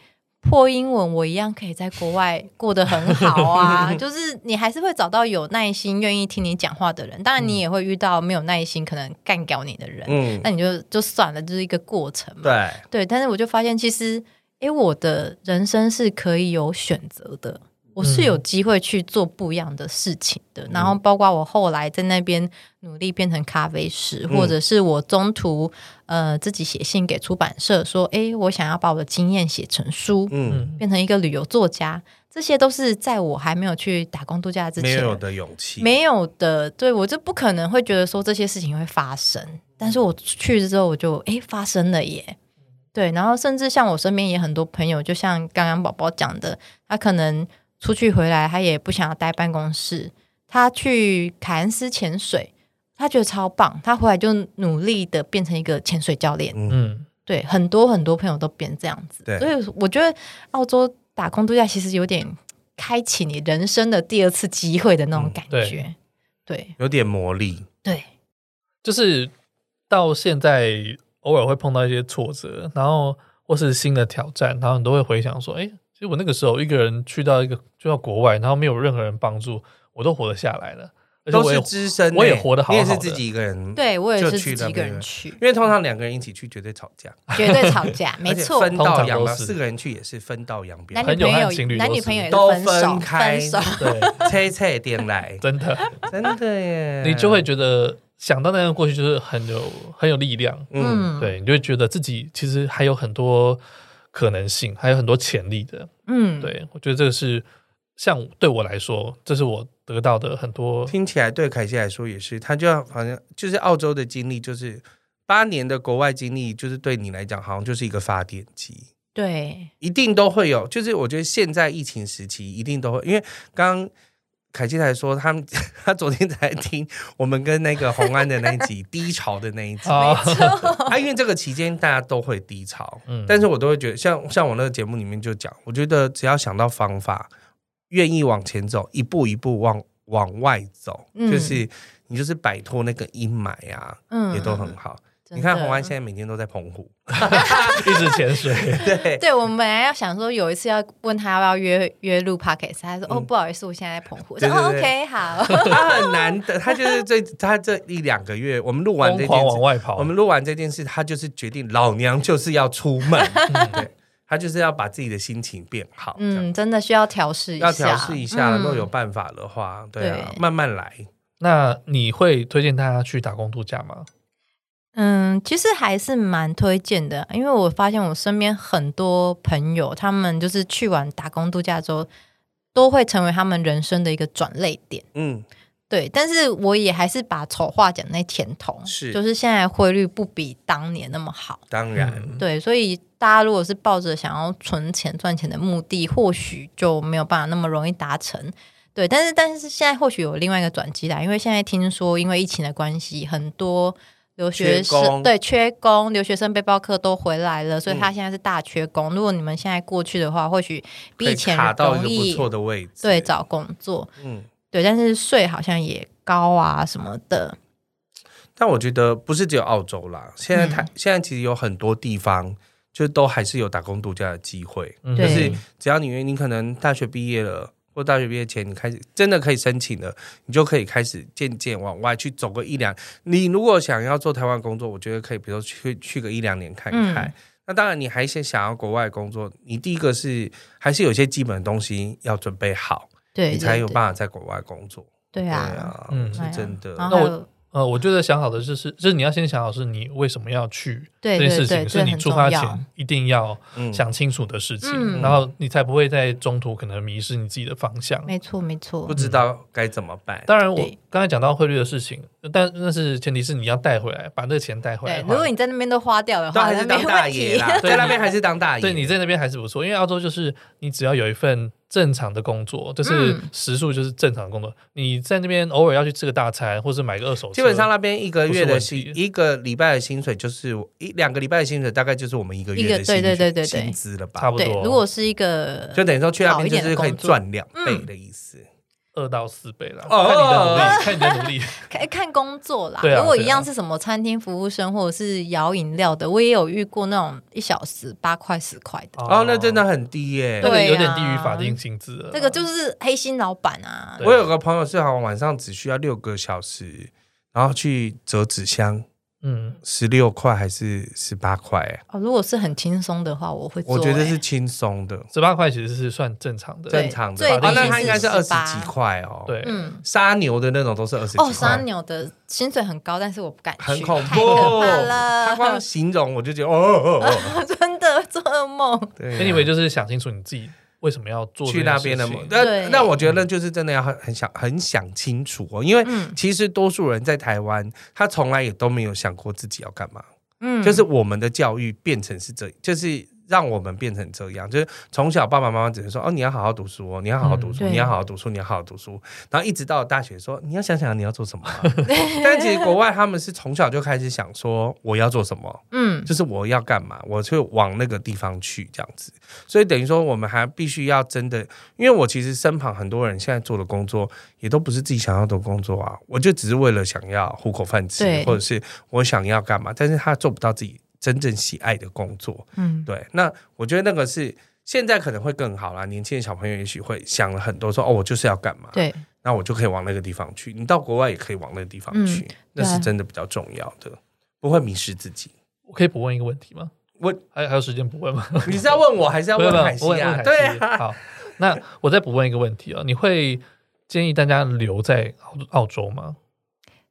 [SPEAKER 3] 破英文，我一样可以在国外过得很好啊。 [LAUGHS] 就是你还是会找到有耐心、愿意听你讲话的人，当然你也会遇到没有耐心、可能干掉你的哎人。
[SPEAKER 2] 嗯，
[SPEAKER 3] 那你就就算了，就是一个过程嘛。
[SPEAKER 2] 对，
[SPEAKER 3] 对，但是我就发现，其实，诶，我的人生是可以有选择的，我是
[SPEAKER 2] 嗯
[SPEAKER 3] 有机会去做不一样的事情的。然后，包括我后来在那边努力变成咖啡师，
[SPEAKER 2] 嗯
[SPEAKER 3] 或者是我中途呃自己写信给出版社说，诶，我想要把我的经验写成书，
[SPEAKER 2] 嗯，
[SPEAKER 1] 嗯，
[SPEAKER 3] 变成一个旅游作家，这些都是在我还没有去打工度假之
[SPEAKER 2] 没
[SPEAKER 3] 前
[SPEAKER 2] 有的勇气，
[SPEAKER 3] 没有的，对我就不可能会觉得说这些事情会发生，但是我去之后我就诶发生了耶，对，然后甚至像我身边也很多朋友，就像刚刚宝宝讲的，他可能出去回来，他也不想要待办公室，他去凯恩斯潜水，他觉得超棒，他回来就努力的变成一个潜水教练，
[SPEAKER 2] 嗯，
[SPEAKER 1] 嗯，
[SPEAKER 3] 对，很多很多朋友都变这样子，
[SPEAKER 2] 对
[SPEAKER 3] 所以我觉得澳洲打工度假其实有点开启你人生的第二次机会的那种
[SPEAKER 2] 嗯
[SPEAKER 3] 感
[SPEAKER 1] 对
[SPEAKER 3] 觉，对
[SPEAKER 2] 有点魔力，
[SPEAKER 3] 对，
[SPEAKER 1] 就是到现在偶尔会碰到一些挫折，然后或是新的挑战，然后你都会回想说，哎，其实我那个时候一个人去到一个就到国外，然后没有任何人帮助，我都活得下来了，而且
[SPEAKER 2] 都
[SPEAKER 1] 我也
[SPEAKER 2] 是资深欸，
[SPEAKER 1] 我也活得好好的
[SPEAKER 2] 你也是自己一个人，，
[SPEAKER 3] 对我也
[SPEAKER 2] 就是去
[SPEAKER 3] 自己
[SPEAKER 2] 那
[SPEAKER 3] 一个
[SPEAKER 2] 边
[SPEAKER 3] 人
[SPEAKER 2] 了
[SPEAKER 3] 去，
[SPEAKER 2] 因为通常两个人一起去绝对吵架，
[SPEAKER 3] 绝对吵
[SPEAKER 2] [LAUGHS]
[SPEAKER 3] 架，啊没
[SPEAKER 2] 而且
[SPEAKER 3] 错。
[SPEAKER 2] 分
[SPEAKER 1] 通
[SPEAKER 2] 道
[SPEAKER 1] 常
[SPEAKER 2] 扬
[SPEAKER 1] 都
[SPEAKER 2] 镳，
[SPEAKER 1] 是
[SPEAKER 2] 四个人去也是分道扬镳
[SPEAKER 3] 男，女朋
[SPEAKER 1] 朋友
[SPEAKER 3] 友
[SPEAKER 1] 和情侣
[SPEAKER 3] 男
[SPEAKER 1] 都
[SPEAKER 3] 女
[SPEAKER 1] 是
[SPEAKER 3] 朋友也
[SPEAKER 2] 都
[SPEAKER 3] 是分手，
[SPEAKER 2] 分开
[SPEAKER 3] 分手
[SPEAKER 1] 对，
[SPEAKER 2] [LAUGHS] 切切点来，
[SPEAKER 1] 真的，
[SPEAKER 2] [LAUGHS] 真的耶，
[SPEAKER 1] 你就会觉得想到那样过去就是很有很有力量，
[SPEAKER 2] 嗯，
[SPEAKER 1] [LAUGHS]
[SPEAKER 3] 嗯，，
[SPEAKER 1] 对，你就会觉得自己其实还有很多可能性，还有很多潜力的。
[SPEAKER 3] 嗯，
[SPEAKER 1] 对，我觉得这个是像对我来说，这是我得到的很多。
[SPEAKER 2] 听起来对凯西来说也是，他就好像就是澳洲的经历，就是八年的国外经历，就是对你来讲好像就是一个发电机。
[SPEAKER 3] 对，
[SPEAKER 2] 一定都会有，就是我觉得现在疫情时期一定都会，因为刚刚凯基才说他们，他昨天才听我们跟那个红安的那一集低潮的那一集，
[SPEAKER 3] 哦
[SPEAKER 1] 啊，
[SPEAKER 2] 啊，因为这个期间大家都会低潮，
[SPEAKER 1] [LAUGHS] 嗯
[SPEAKER 2] 但是我都会觉得，像像我那个节目里面就讲，我觉得只要想到方法，愿意往前走，一步一步往往外走，
[SPEAKER 3] 嗯
[SPEAKER 2] 就是你就是摆脱那个阴霾啊，
[SPEAKER 3] 嗯，
[SPEAKER 2] 也都很好。
[SPEAKER 3] 真的。
[SPEAKER 2] 你看红安现在每天都在澎湖， [LAUGHS]
[SPEAKER 1] 一直潜水，
[SPEAKER 2] 对，
[SPEAKER 3] 对，我们本来要想说有一次要问他要不要约约录 podcast，他说、哦不好意思，我现在在澎湖。我说
[SPEAKER 2] 嗯对对
[SPEAKER 3] 哦
[SPEAKER 2] 对
[SPEAKER 3] OK
[SPEAKER 2] [LAUGHS]
[SPEAKER 3] 好，
[SPEAKER 2] 他很难得，他就是这他这一两个月，我们录完
[SPEAKER 1] 疯
[SPEAKER 2] 这件
[SPEAKER 1] 狂往
[SPEAKER 2] 事，
[SPEAKER 1] 外跑。
[SPEAKER 2] 我们录完这件事，他就是决定老娘就是要出
[SPEAKER 1] [LAUGHS]
[SPEAKER 2] 门，对他就是要把自己的心情变好，这样
[SPEAKER 3] 嗯，真的需要调试一下，
[SPEAKER 2] 要调试一下，
[SPEAKER 3] 嗯
[SPEAKER 2] 如果有办法的话，对啊，
[SPEAKER 3] 对
[SPEAKER 2] 慢慢来，
[SPEAKER 1] 那你会推荐大家去打工度假吗？
[SPEAKER 3] 嗯，其实还是蛮推荐的，因为我发现我身边很多朋友，他们就是去完打工度假之后，都会成为他们人生的一个转泪点。
[SPEAKER 2] 嗯，
[SPEAKER 3] 对，但是我也还是把丑话讲在前头，
[SPEAKER 2] 是
[SPEAKER 3] 就是现在汇率不比当年那么好。
[SPEAKER 2] 当然，
[SPEAKER 3] 对，所以大家如果是抱着想要存钱赚钱的目的，或许就没有办法那么容易达成。对，但是但是现在或许有另外一个转机啦，因为现在听说因为疫情的关系，很多留学
[SPEAKER 2] 缺工
[SPEAKER 3] 生对缺工，留学生背包客都回来了，所以他
[SPEAKER 2] 嗯
[SPEAKER 3] 现在是大缺工。如果你们现在过去的话，或许比
[SPEAKER 2] 可
[SPEAKER 3] 以
[SPEAKER 2] 以
[SPEAKER 3] 前
[SPEAKER 2] 卡到一
[SPEAKER 3] 容
[SPEAKER 2] 个不
[SPEAKER 3] 易
[SPEAKER 2] 错的位置，
[SPEAKER 3] 对，找工作，
[SPEAKER 2] 嗯。
[SPEAKER 3] 对，但是税好像也高啊什么的，
[SPEAKER 2] 但我觉得不是只有澳洲啦，现在台、
[SPEAKER 3] 嗯
[SPEAKER 2] 现在其实有很多地方，就都还是有打工度假的机会。
[SPEAKER 1] 嗯
[SPEAKER 3] 对
[SPEAKER 2] 就是只要你愿意，你可能大学毕业了，或大学毕业前你开始真的可以申请了，你就可以开始渐渐往外去走个一两。你如果想要做台湾工作，我觉得可以，比如说去去个一两年看看。
[SPEAKER 3] 嗯
[SPEAKER 2] 那当然，你还是想要国外工作，你第一个是还是有些基本的东西要准备好，
[SPEAKER 3] 对，
[SPEAKER 2] 你
[SPEAKER 3] 对
[SPEAKER 2] 才有
[SPEAKER 3] 对
[SPEAKER 2] 办法在国外工作。
[SPEAKER 3] 对
[SPEAKER 2] 对
[SPEAKER 3] 啊，
[SPEAKER 2] 啊，
[SPEAKER 1] 嗯
[SPEAKER 2] 是
[SPEAKER 3] 哎呀
[SPEAKER 2] 真的。
[SPEAKER 3] 然
[SPEAKER 1] 那
[SPEAKER 3] 后
[SPEAKER 1] 我
[SPEAKER 3] 还有
[SPEAKER 1] 呃，我觉得想好的就是，就是你要先想好是你为什么要去
[SPEAKER 3] 对
[SPEAKER 1] 这件事
[SPEAKER 3] 对对，
[SPEAKER 1] 情，
[SPEAKER 3] 这
[SPEAKER 1] 是你
[SPEAKER 3] 很
[SPEAKER 1] 出
[SPEAKER 3] 重
[SPEAKER 1] 发
[SPEAKER 3] 要
[SPEAKER 1] 前一定要
[SPEAKER 2] 嗯
[SPEAKER 1] 想清楚的事情，
[SPEAKER 3] 嗯
[SPEAKER 1] 然后你才不会在中途可能迷失你自己的方向。
[SPEAKER 3] 没错没错
[SPEAKER 2] 不，知道该怎么办。
[SPEAKER 1] 当然，我
[SPEAKER 3] 对
[SPEAKER 1] 刚才讲到汇率的事情，但那是前提是你要带回来，把那个钱带回来
[SPEAKER 3] 对
[SPEAKER 1] 的，话。
[SPEAKER 3] 如果你在那边都花掉的
[SPEAKER 2] 都
[SPEAKER 3] 话，
[SPEAKER 2] 还
[SPEAKER 3] 那
[SPEAKER 2] 是
[SPEAKER 3] 没
[SPEAKER 2] 当大
[SPEAKER 3] 问
[SPEAKER 2] 爷
[SPEAKER 3] 题。
[SPEAKER 2] 啦，
[SPEAKER 1] 对
[SPEAKER 2] 在那边还是当大爷。
[SPEAKER 1] 对你在那边还是不错，因为澳洲就是你只要有一份正常的工作，就是
[SPEAKER 3] 嗯
[SPEAKER 1] 时数就是正常的工作，你在那边偶尔要去吃个大餐，或是买个二手车，
[SPEAKER 2] 基本上那边一个月的
[SPEAKER 1] 不是
[SPEAKER 2] 薪
[SPEAKER 1] 问题，
[SPEAKER 2] 一个礼拜的薪水就是一两个礼拜的薪水，大概就是我们一个
[SPEAKER 3] 一
[SPEAKER 2] 月
[SPEAKER 3] 个
[SPEAKER 2] 的薪
[SPEAKER 3] 对对对对对
[SPEAKER 2] 薪资了
[SPEAKER 1] 差
[SPEAKER 2] 吧？
[SPEAKER 1] 不
[SPEAKER 3] 对
[SPEAKER 1] 多，，
[SPEAKER 3] 如果是一个
[SPEAKER 2] 就等于说去那
[SPEAKER 3] 好
[SPEAKER 2] 边
[SPEAKER 3] 一
[SPEAKER 2] 就
[SPEAKER 3] 点
[SPEAKER 2] 是
[SPEAKER 3] 的
[SPEAKER 2] 可以
[SPEAKER 3] 工作
[SPEAKER 2] 赚两倍的意思。
[SPEAKER 1] 二到四倍啦，
[SPEAKER 2] 哦
[SPEAKER 1] 看你的努力，看你的努力，
[SPEAKER 3] 看哎看工作啦。
[SPEAKER 1] 对啊
[SPEAKER 3] 如果
[SPEAKER 1] 对啊
[SPEAKER 3] 一样是什么餐厅服务生或者是摇饮料的，我也有遇过那种一小时八块十块的，
[SPEAKER 2] [LAUGHS] 哦，那真的很低耶
[SPEAKER 1] 那。
[SPEAKER 3] 对
[SPEAKER 1] 个有
[SPEAKER 3] 啊
[SPEAKER 1] 点低于法定薪资了啦，
[SPEAKER 3] 这个就是黑心老板啊。
[SPEAKER 1] 对
[SPEAKER 2] 我有个朋友是好像晚上只需要六个小时，然后去折纸箱，
[SPEAKER 1] 嗯，
[SPEAKER 2] 十六块还是十八块？
[SPEAKER 3] 哦，如果是很轻松的话，我会做、
[SPEAKER 2] 我觉得
[SPEAKER 3] 欸
[SPEAKER 2] 是轻松的，
[SPEAKER 1] 十八块其实是算正常的，
[SPEAKER 3] 对
[SPEAKER 2] 正常的
[SPEAKER 3] 最
[SPEAKER 2] 吧。哦，
[SPEAKER 1] 低
[SPEAKER 2] 那
[SPEAKER 1] 是
[SPEAKER 2] 他应该是二十
[SPEAKER 3] 18
[SPEAKER 2] 几块哦。，
[SPEAKER 1] 对，
[SPEAKER 3] 嗯。
[SPEAKER 2] 杀牛的那种都是二十几块。
[SPEAKER 3] 哦，沙牛的薪水很高，但是我不敢去，
[SPEAKER 2] 很恐
[SPEAKER 3] 太
[SPEAKER 2] 怖，
[SPEAKER 3] 可怕
[SPEAKER 2] 他光
[SPEAKER 3] 了，
[SPEAKER 2] 形容我就觉得哦哦哦哦，
[SPEAKER 3] [LAUGHS] 真的做噩梦。
[SPEAKER 2] 对啊、
[SPEAKER 1] anyway 就是想清楚你自己为什么要做这件
[SPEAKER 2] 去那
[SPEAKER 1] 事
[SPEAKER 2] 边的嘛
[SPEAKER 1] 情，
[SPEAKER 2] 那
[SPEAKER 3] 对
[SPEAKER 2] 那我觉得就是真的要很很想很想清楚哦，因为
[SPEAKER 3] 嗯
[SPEAKER 2] 其实多数人在台湾，他从来也都没有想过自己要干嘛，
[SPEAKER 3] 嗯，
[SPEAKER 2] 就是我们的教育变成是这，就是。让我们变成这样，就是从小爸爸妈妈只是说哦，你要好好读书哦，你要好好读书，
[SPEAKER 3] 嗯对
[SPEAKER 2] 你要好好读书，你要好好读书，然后一直到大学说你要想想你要做什么
[SPEAKER 3] [LAUGHS]
[SPEAKER 2] 啊、但其实国外他们是从小就开始想说我要做什么，
[SPEAKER 3] 嗯，
[SPEAKER 2] 就是我要干嘛，我就往那个地方去这样子。所以等于说，我们还必须要真的，因为我其实身旁很多人现在做的工作，也都不是自己想要的工作啊，我就只是为了想要糊口饭吃，
[SPEAKER 3] 对
[SPEAKER 2] 或者是我想要干嘛，但是他做不到自己真正喜爱的工作。
[SPEAKER 3] 嗯，
[SPEAKER 2] 对，那我觉得那个是现在可能会更好啦，年轻的小朋友也许会想了很多说哦，我就是要干嘛，
[SPEAKER 3] 对，
[SPEAKER 2] 那我就可以往那个地方去。你到国外也可以往那个地方
[SPEAKER 3] 嗯
[SPEAKER 2] 去，那
[SPEAKER 3] 啊
[SPEAKER 2] 是真的比较重要的，不会迷失自己。
[SPEAKER 1] 我可以不问一个问题吗？
[SPEAKER 2] 问
[SPEAKER 1] 还还有时间不问吗？
[SPEAKER 2] 你是要问我还是要
[SPEAKER 1] 不不
[SPEAKER 2] 问
[SPEAKER 1] 不
[SPEAKER 2] 海西
[SPEAKER 1] 我问
[SPEAKER 2] 啊？
[SPEAKER 1] 问
[SPEAKER 2] 对
[SPEAKER 1] 西
[SPEAKER 2] 啊，
[SPEAKER 1] 好，那我再补问一个问题啊，你会建议大家留在澳澳洲吗？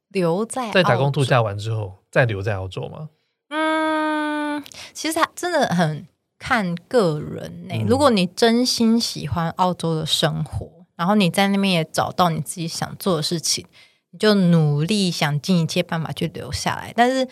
[SPEAKER 3] 留在
[SPEAKER 1] 在打
[SPEAKER 3] 澳
[SPEAKER 1] 工度假完之后再留在澳洲吗？
[SPEAKER 3] 嗯，其实它真的很看个人呢、
[SPEAKER 2] 嗯
[SPEAKER 3] 如果你真心喜欢澳洲的生活，然后你在那边也找到你自己想做的事情，你就努力想尽一切办法去留下来。但是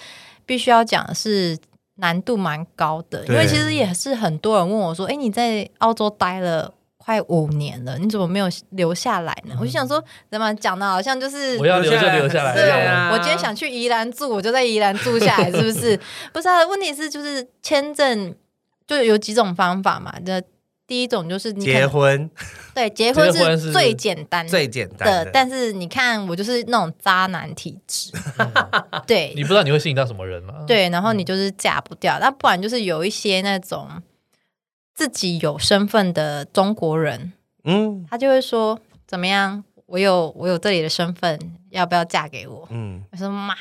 [SPEAKER 3] 必须要讲的是。难度蛮高的，因为
[SPEAKER 2] 对
[SPEAKER 3] 其实也是很多人问我说：“哎、你在澳洲待了快五年了，你怎么没有留下来呢？”我就想说，怎么讲呢？好像就是
[SPEAKER 1] 我要留就留下来，
[SPEAKER 3] 对
[SPEAKER 2] 对
[SPEAKER 1] 这样
[SPEAKER 2] 啊
[SPEAKER 1] 吗
[SPEAKER 3] 我今天想去宜兰住，我就在宜兰住下来，是
[SPEAKER 2] [LAUGHS]
[SPEAKER 3] 不是？不是啊，问题是就是签证就有几种方法嘛。那第一种就是你可
[SPEAKER 2] 结
[SPEAKER 3] 能
[SPEAKER 2] 婚
[SPEAKER 3] 对结
[SPEAKER 1] 婚
[SPEAKER 3] 婚
[SPEAKER 1] 是
[SPEAKER 3] 是最简单的，
[SPEAKER 2] 最简单的，
[SPEAKER 3] 但是你看我就是那种渣男体质，对
[SPEAKER 2] 嗯
[SPEAKER 1] 你不知道你会吸引到什么人吗？，
[SPEAKER 3] 对，然后你就是嫁不掉，那不然就是有一些那种自己有身份的中国人，
[SPEAKER 2] 嗯
[SPEAKER 3] 他就会说怎么样？我有我有这里的身份，要不要嫁给我？
[SPEAKER 2] 嗯，
[SPEAKER 3] 我说妈，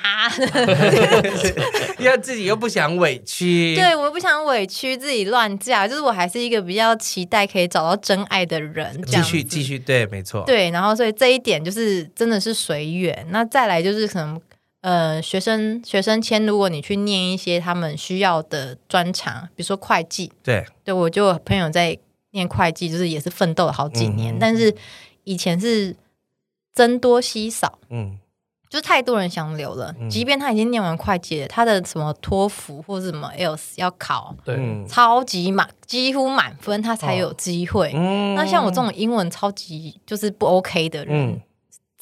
[SPEAKER 2] 要自己又不想委屈，
[SPEAKER 3] 对，我不想委屈自己乱嫁，就是我还是一个比较期待可以找到真爱的人，这
[SPEAKER 2] 继
[SPEAKER 3] 样
[SPEAKER 2] 续
[SPEAKER 3] 子
[SPEAKER 2] 继。续，对，没错，
[SPEAKER 3] 对，然后所以这一点就是真的是随缘。那再来就是可能呃，学生学生签，如果你去念一些他们需要的专长，比如说会计，
[SPEAKER 2] 对
[SPEAKER 3] 对我就有朋友在念会计，就是也是奋斗了好几年，
[SPEAKER 2] 嗯
[SPEAKER 3] 但是以前是增多稀少。
[SPEAKER 2] 嗯，
[SPEAKER 3] 就是太多人想留了，
[SPEAKER 2] 嗯
[SPEAKER 3] 即便他已经念完会计了，他的什么托福或是什么 else 要考，
[SPEAKER 1] 对，
[SPEAKER 2] 嗯
[SPEAKER 3] 超级满，几乎满分，他才有机会。
[SPEAKER 2] 嗯
[SPEAKER 3] 那像我这种英文超级就是不 OK 的人，
[SPEAKER 2] 嗯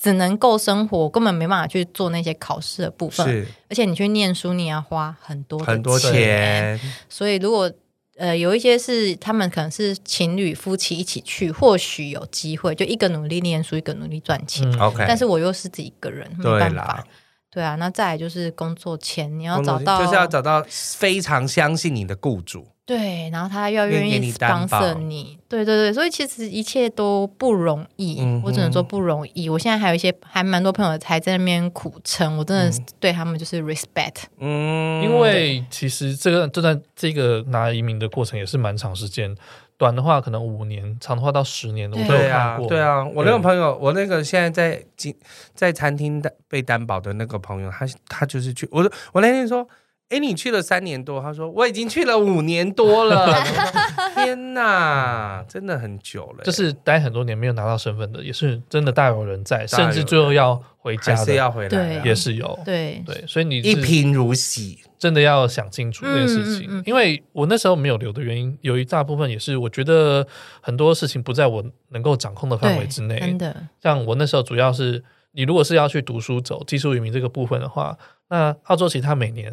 [SPEAKER 3] 只能够生活，根本没办法去做那些考试的部分。
[SPEAKER 2] 是
[SPEAKER 3] 而且你去念书，你也要花很多的
[SPEAKER 2] 很多
[SPEAKER 3] 钱。
[SPEAKER 2] 钱，
[SPEAKER 3] 所以如果呃有一些是他们可能是情侣夫妻一起去，或许有机会，就一个努力念书，一个努力赚钱。
[SPEAKER 1] 嗯
[SPEAKER 2] OK，
[SPEAKER 3] 但是我又是自己一个人，没
[SPEAKER 2] 对
[SPEAKER 3] 办
[SPEAKER 2] 啦
[SPEAKER 3] 法。，对啊，那再来就是工作前，你要
[SPEAKER 2] 工
[SPEAKER 3] 找
[SPEAKER 2] 作
[SPEAKER 3] 到
[SPEAKER 2] 就是要找到非常相信你的雇主，
[SPEAKER 3] 对，然后他要
[SPEAKER 2] 愿
[SPEAKER 3] 愿
[SPEAKER 2] 意给
[SPEAKER 3] 意
[SPEAKER 2] 你担保
[SPEAKER 3] sponsor 你，对对对，所以其实一切都不容易，
[SPEAKER 2] 嗯哼
[SPEAKER 3] 我只能说不容易。我现在还有一些还蛮多朋友还在那边苦撑，我真的是对他们就是 respect，、
[SPEAKER 2] 嗯
[SPEAKER 1] 因为其实这个这段这个拿移民的过程也是蛮长时间，短的话可能五年，长的话到十年的，我
[SPEAKER 3] 对
[SPEAKER 1] 都有
[SPEAKER 2] 对
[SPEAKER 1] 看
[SPEAKER 2] 啊
[SPEAKER 1] 过。，
[SPEAKER 2] 对，啊，我那个
[SPEAKER 1] 对
[SPEAKER 2] 朋友，我那个现在在经在餐厅担被担保的那个朋友，他他就是去，我说我那天说，哎，你去了三年多，他说我已经去了五年多
[SPEAKER 3] [LAUGHS]
[SPEAKER 2] 了，天哪，真的很久了，
[SPEAKER 1] 就是待很多年没有拿到身份的，也是真的大有人在，
[SPEAKER 2] 大有
[SPEAKER 1] 甚
[SPEAKER 2] 人
[SPEAKER 1] 至最后要回
[SPEAKER 2] 还
[SPEAKER 1] 家
[SPEAKER 2] 是
[SPEAKER 1] 的
[SPEAKER 2] 要回来啊，
[SPEAKER 1] 也是有。
[SPEAKER 3] 对，
[SPEAKER 1] 对，所以你
[SPEAKER 2] 一
[SPEAKER 1] 是
[SPEAKER 2] 贫如洗，
[SPEAKER 1] 真的要想清楚这件事情，
[SPEAKER 3] 嗯嗯嗯
[SPEAKER 1] 因为我那时候没有留的原因，有一大部分也是我觉得很多事情不在我能够掌控的范围
[SPEAKER 3] 哦对，
[SPEAKER 1] 之
[SPEAKER 3] 真
[SPEAKER 1] 内。
[SPEAKER 3] 的，
[SPEAKER 1] 像我那时候主要是，你如果是要去读书走技术移民这个部分的话，那澳洲其实它每年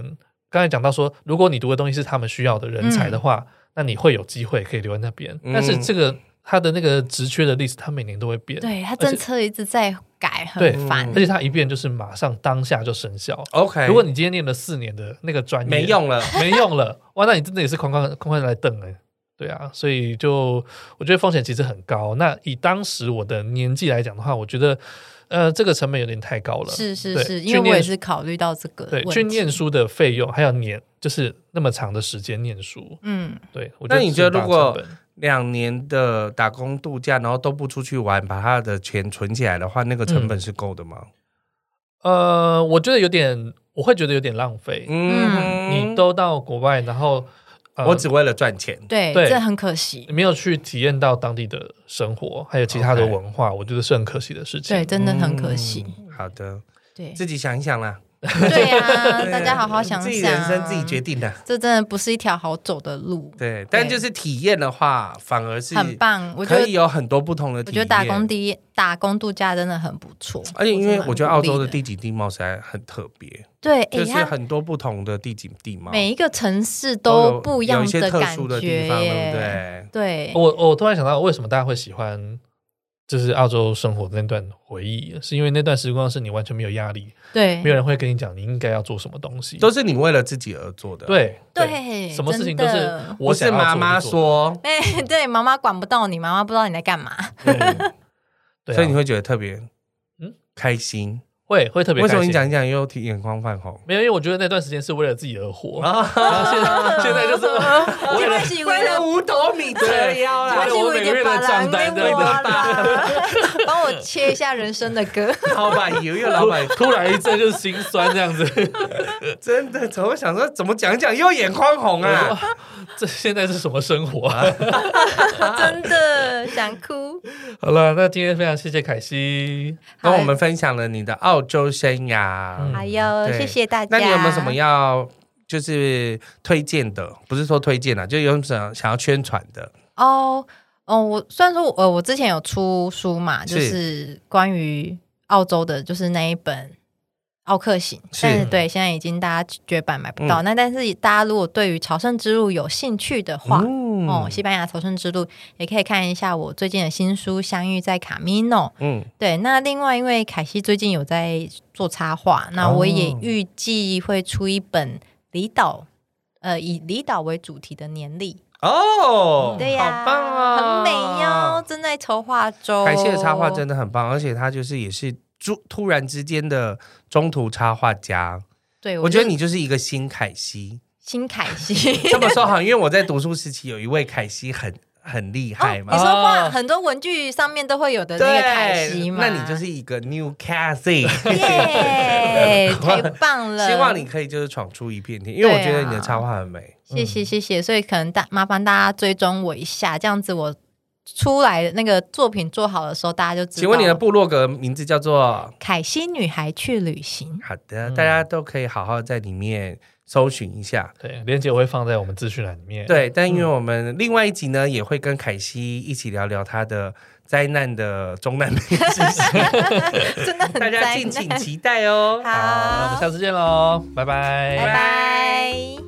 [SPEAKER 1] 刚才讲到说，如果你读的东西是他们需要的人才的话，
[SPEAKER 3] 嗯
[SPEAKER 1] 那你会有机会可以留在那边。
[SPEAKER 2] 嗯
[SPEAKER 1] 但是这个它的那个职缺的 list，它每年都会变，
[SPEAKER 3] 对他
[SPEAKER 1] 且
[SPEAKER 3] 政策一直在改，
[SPEAKER 1] 对
[SPEAKER 3] 很烦
[SPEAKER 1] 而。
[SPEAKER 2] 嗯
[SPEAKER 1] 且它一变就是马上当下就生效。
[SPEAKER 2] ，OK，
[SPEAKER 1] 如果你今天念了四年的那个专业
[SPEAKER 2] 没用了，
[SPEAKER 1] [LAUGHS] 没用了，哇，那你真的也是哐哐哐哐来瞪哎、对啊，所以就我觉得风险其实很高。那以当时我的年纪来讲的话，我觉得呃这个成本有点太高了。
[SPEAKER 3] 是是
[SPEAKER 1] 对
[SPEAKER 3] 是，
[SPEAKER 1] 去
[SPEAKER 3] 因为我
[SPEAKER 1] 念
[SPEAKER 3] 也是考虑到这个
[SPEAKER 1] 对，
[SPEAKER 3] 问
[SPEAKER 1] 去
[SPEAKER 3] 题
[SPEAKER 1] 念，书的费用还有年就是那么长的时间念书，
[SPEAKER 3] 嗯，
[SPEAKER 1] 对我
[SPEAKER 2] 那你觉得
[SPEAKER 1] 这是大
[SPEAKER 2] 如果
[SPEAKER 1] 成本
[SPEAKER 2] 两年的打工度假，然后都不出去玩，把他的钱存起来的话，那个
[SPEAKER 1] 嗯
[SPEAKER 2] 成本是够的吗？
[SPEAKER 1] 呃，我觉得有点，我会觉得有点浪费。
[SPEAKER 2] 嗯，
[SPEAKER 1] 你都到国外，然后、呃、
[SPEAKER 2] 我只为了赚钱，
[SPEAKER 3] 对，
[SPEAKER 1] 对
[SPEAKER 3] 这很可
[SPEAKER 2] 嗯
[SPEAKER 3] 惜，
[SPEAKER 1] 没有去体验到当地的生活，还有其他的
[SPEAKER 2] OK
[SPEAKER 1] 文化，我觉得是很可惜的事情。
[SPEAKER 3] 对，真的很可惜，
[SPEAKER 2] 嗯好的，
[SPEAKER 3] 对
[SPEAKER 2] 自己想一想啦。
[SPEAKER 3] 对呀，大家好
[SPEAKER 2] [LAUGHS]
[SPEAKER 3] 好想
[SPEAKER 2] 自
[SPEAKER 3] 想，
[SPEAKER 2] 己人生自己决定的。
[SPEAKER 3] 这真的不是一条好走的路。
[SPEAKER 2] 对，但就是体验的话，反而是
[SPEAKER 3] 很，棒，我觉
[SPEAKER 2] 可以
[SPEAKER 3] 得
[SPEAKER 2] 有很多不同的
[SPEAKER 3] 我
[SPEAKER 2] 体
[SPEAKER 3] 觉
[SPEAKER 2] 验。
[SPEAKER 3] 得打工第一打工度假真的很不错，
[SPEAKER 2] 而且因为我觉得澳洲的
[SPEAKER 3] 地
[SPEAKER 2] 地景地貌实在很特别，
[SPEAKER 3] 对，诶
[SPEAKER 2] 就是
[SPEAKER 3] 它
[SPEAKER 2] 很多不同的地景地貌，
[SPEAKER 3] 每一个城市
[SPEAKER 2] 都
[SPEAKER 3] 都
[SPEAKER 2] 有
[SPEAKER 3] 不一
[SPEAKER 2] 有
[SPEAKER 3] 样
[SPEAKER 2] 一些特
[SPEAKER 3] 感
[SPEAKER 2] 殊的
[SPEAKER 3] 觉
[SPEAKER 2] 地方，对不
[SPEAKER 3] 耶，
[SPEAKER 2] 对？
[SPEAKER 3] 对
[SPEAKER 1] 我我突然想到，为什么大家会喜欢就是澳洲生活的那段回忆，是因为那段时光是你完全没有压力，
[SPEAKER 3] 对
[SPEAKER 1] 没有人会跟你讲你应该要做什么东西，
[SPEAKER 2] 都是你为了自己而做的。，
[SPEAKER 1] 对
[SPEAKER 3] 对
[SPEAKER 1] 什么事情都
[SPEAKER 3] 真
[SPEAKER 1] 是
[SPEAKER 3] 的
[SPEAKER 1] 我
[SPEAKER 2] 我
[SPEAKER 1] 想
[SPEAKER 2] 是
[SPEAKER 1] 要
[SPEAKER 2] 妈
[SPEAKER 1] 做
[SPEAKER 2] 妈
[SPEAKER 1] 就做，
[SPEAKER 2] 说，
[SPEAKER 3] 哎，对，妈妈管不到你，妈妈不知道你在干嘛。
[SPEAKER 1] 对对啊
[SPEAKER 2] 所以你会觉得特别
[SPEAKER 1] 嗯
[SPEAKER 2] 嗯开心。
[SPEAKER 1] 会会特别
[SPEAKER 2] 为什么
[SPEAKER 1] 开
[SPEAKER 2] 你
[SPEAKER 1] 心
[SPEAKER 2] 讲一讲又提眼眶泛红？
[SPEAKER 1] 没有？因为我觉得那段时间是为了自己而
[SPEAKER 2] [LAUGHS]
[SPEAKER 1] 活，
[SPEAKER 2] 啊
[SPEAKER 1] 然后现
[SPEAKER 3] [LAUGHS]
[SPEAKER 1] 在现在就是
[SPEAKER 3] 我
[SPEAKER 1] 为了
[SPEAKER 3] 是
[SPEAKER 2] 为了五斗米折腰
[SPEAKER 1] 为
[SPEAKER 2] 啦
[SPEAKER 1] 了，我每个月的账单这样子，
[SPEAKER 3] 帮我切一下人生的歌。
[SPEAKER 2] 老板有一个老板
[SPEAKER 1] [LAUGHS] 突然一阵就是心酸这样子。 [LAUGHS]
[SPEAKER 2] 真的怎么想说怎么讲讲又眼眶红啊？
[SPEAKER 1] 这现在是什么生活啊？ [LAUGHS]
[SPEAKER 3] 真的想哭。
[SPEAKER 1] 好了，那今天非常谢谢凯西。
[SPEAKER 2] 跟我们分享了你的澳洲生涯
[SPEAKER 1] 嗯，
[SPEAKER 3] 哎呦，
[SPEAKER 2] 对
[SPEAKER 3] 谢谢大家。
[SPEAKER 2] 那你有没有什么要就是推荐的？不是说推荐啊，就有什么想要宣传的？
[SPEAKER 3] 哦哦，我虽然说我呃，我之前有出书嘛，就是是关于澳洲的，就是那一本。奥克行，
[SPEAKER 2] 是
[SPEAKER 3] 但是对，现在已经大家绝版买不到。那但是大家如果对于朝圣之路有兴趣的话，
[SPEAKER 2] 嗯
[SPEAKER 3] 哦，西班牙朝圣之路也可以看一下我最近的新书《相遇在卡米诺》。
[SPEAKER 2] 嗯，
[SPEAKER 3] 对，那另外因为凯西最近有在做插画，那我也预计会出一本离岛，呃，以离岛为主题的年历。
[SPEAKER 2] 哦，
[SPEAKER 3] 对
[SPEAKER 2] 好
[SPEAKER 3] 呀、
[SPEAKER 2] 棒哦，
[SPEAKER 3] 很美哟，。正在筹划中。
[SPEAKER 2] 凯西的插画真的很棒，而且他就是也是突突然之间的中途插画家。
[SPEAKER 3] 对，
[SPEAKER 2] 我觉得
[SPEAKER 3] 就
[SPEAKER 2] 你就是一个新凯西。
[SPEAKER 3] 新凯
[SPEAKER 2] [LAUGHS]
[SPEAKER 3] 西。
[SPEAKER 2] 这么说好，因为我在读书时期有一位凯西很很厉害
[SPEAKER 3] 你
[SPEAKER 2] 嘛。
[SPEAKER 3] 说
[SPEAKER 1] 哦
[SPEAKER 3] 画很多文具上面都会有的那个凯西嘛，
[SPEAKER 2] 那你就是一个 new Cathy， [LAUGHS]
[SPEAKER 3] 耶，太棒了！啊
[SPEAKER 2] 希望你可以就是闯出一片天，因为我觉得你的插画很美。
[SPEAKER 3] 谢谢谢谢，所以可能大麻烦大家追踪我一下，这样子我出来的那个作品做好的时候，大家就知道。
[SPEAKER 2] 请问你的部落格名字叫做？
[SPEAKER 3] 凯西女孩去旅
[SPEAKER 2] [LAUGHS]
[SPEAKER 3] 行？
[SPEAKER 2] 好的，大家都可以好好在里面搜寻一下。
[SPEAKER 1] 对，链接我会放在我们资讯栏里面。，
[SPEAKER 2] 对，但因为我们另外一集呢，也会跟凯西一起聊聊他的灾难的中
[SPEAKER 3] [LAUGHS]
[SPEAKER 2] 南美之行，
[SPEAKER 3] 真的很
[SPEAKER 2] 大家敬
[SPEAKER 3] 灾
[SPEAKER 2] 请
[SPEAKER 3] 难
[SPEAKER 2] 期待哦。
[SPEAKER 1] 那我
[SPEAKER 3] 好
[SPEAKER 1] 们，下次见喽，拜拜。
[SPEAKER 3] 拜拜。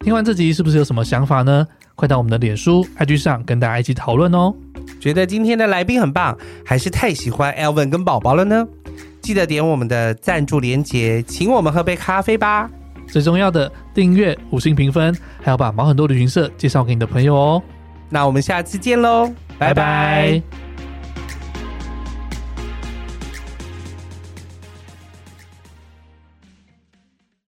[SPEAKER 1] 听完这集是不是有什么想法呢？快到我们的脸书、IG 上跟大家一起讨论哦。
[SPEAKER 2] 觉得今天的来宾很棒，还是太喜欢 Elvin 跟宝宝了呢？记得点我们的赞助连结，请我们喝杯咖啡吧。
[SPEAKER 1] 最重要的，订阅、五星评分，还要把毛很多旅行社介绍给你的朋友哦。
[SPEAKER 2] 那我们下次见喽，拜拜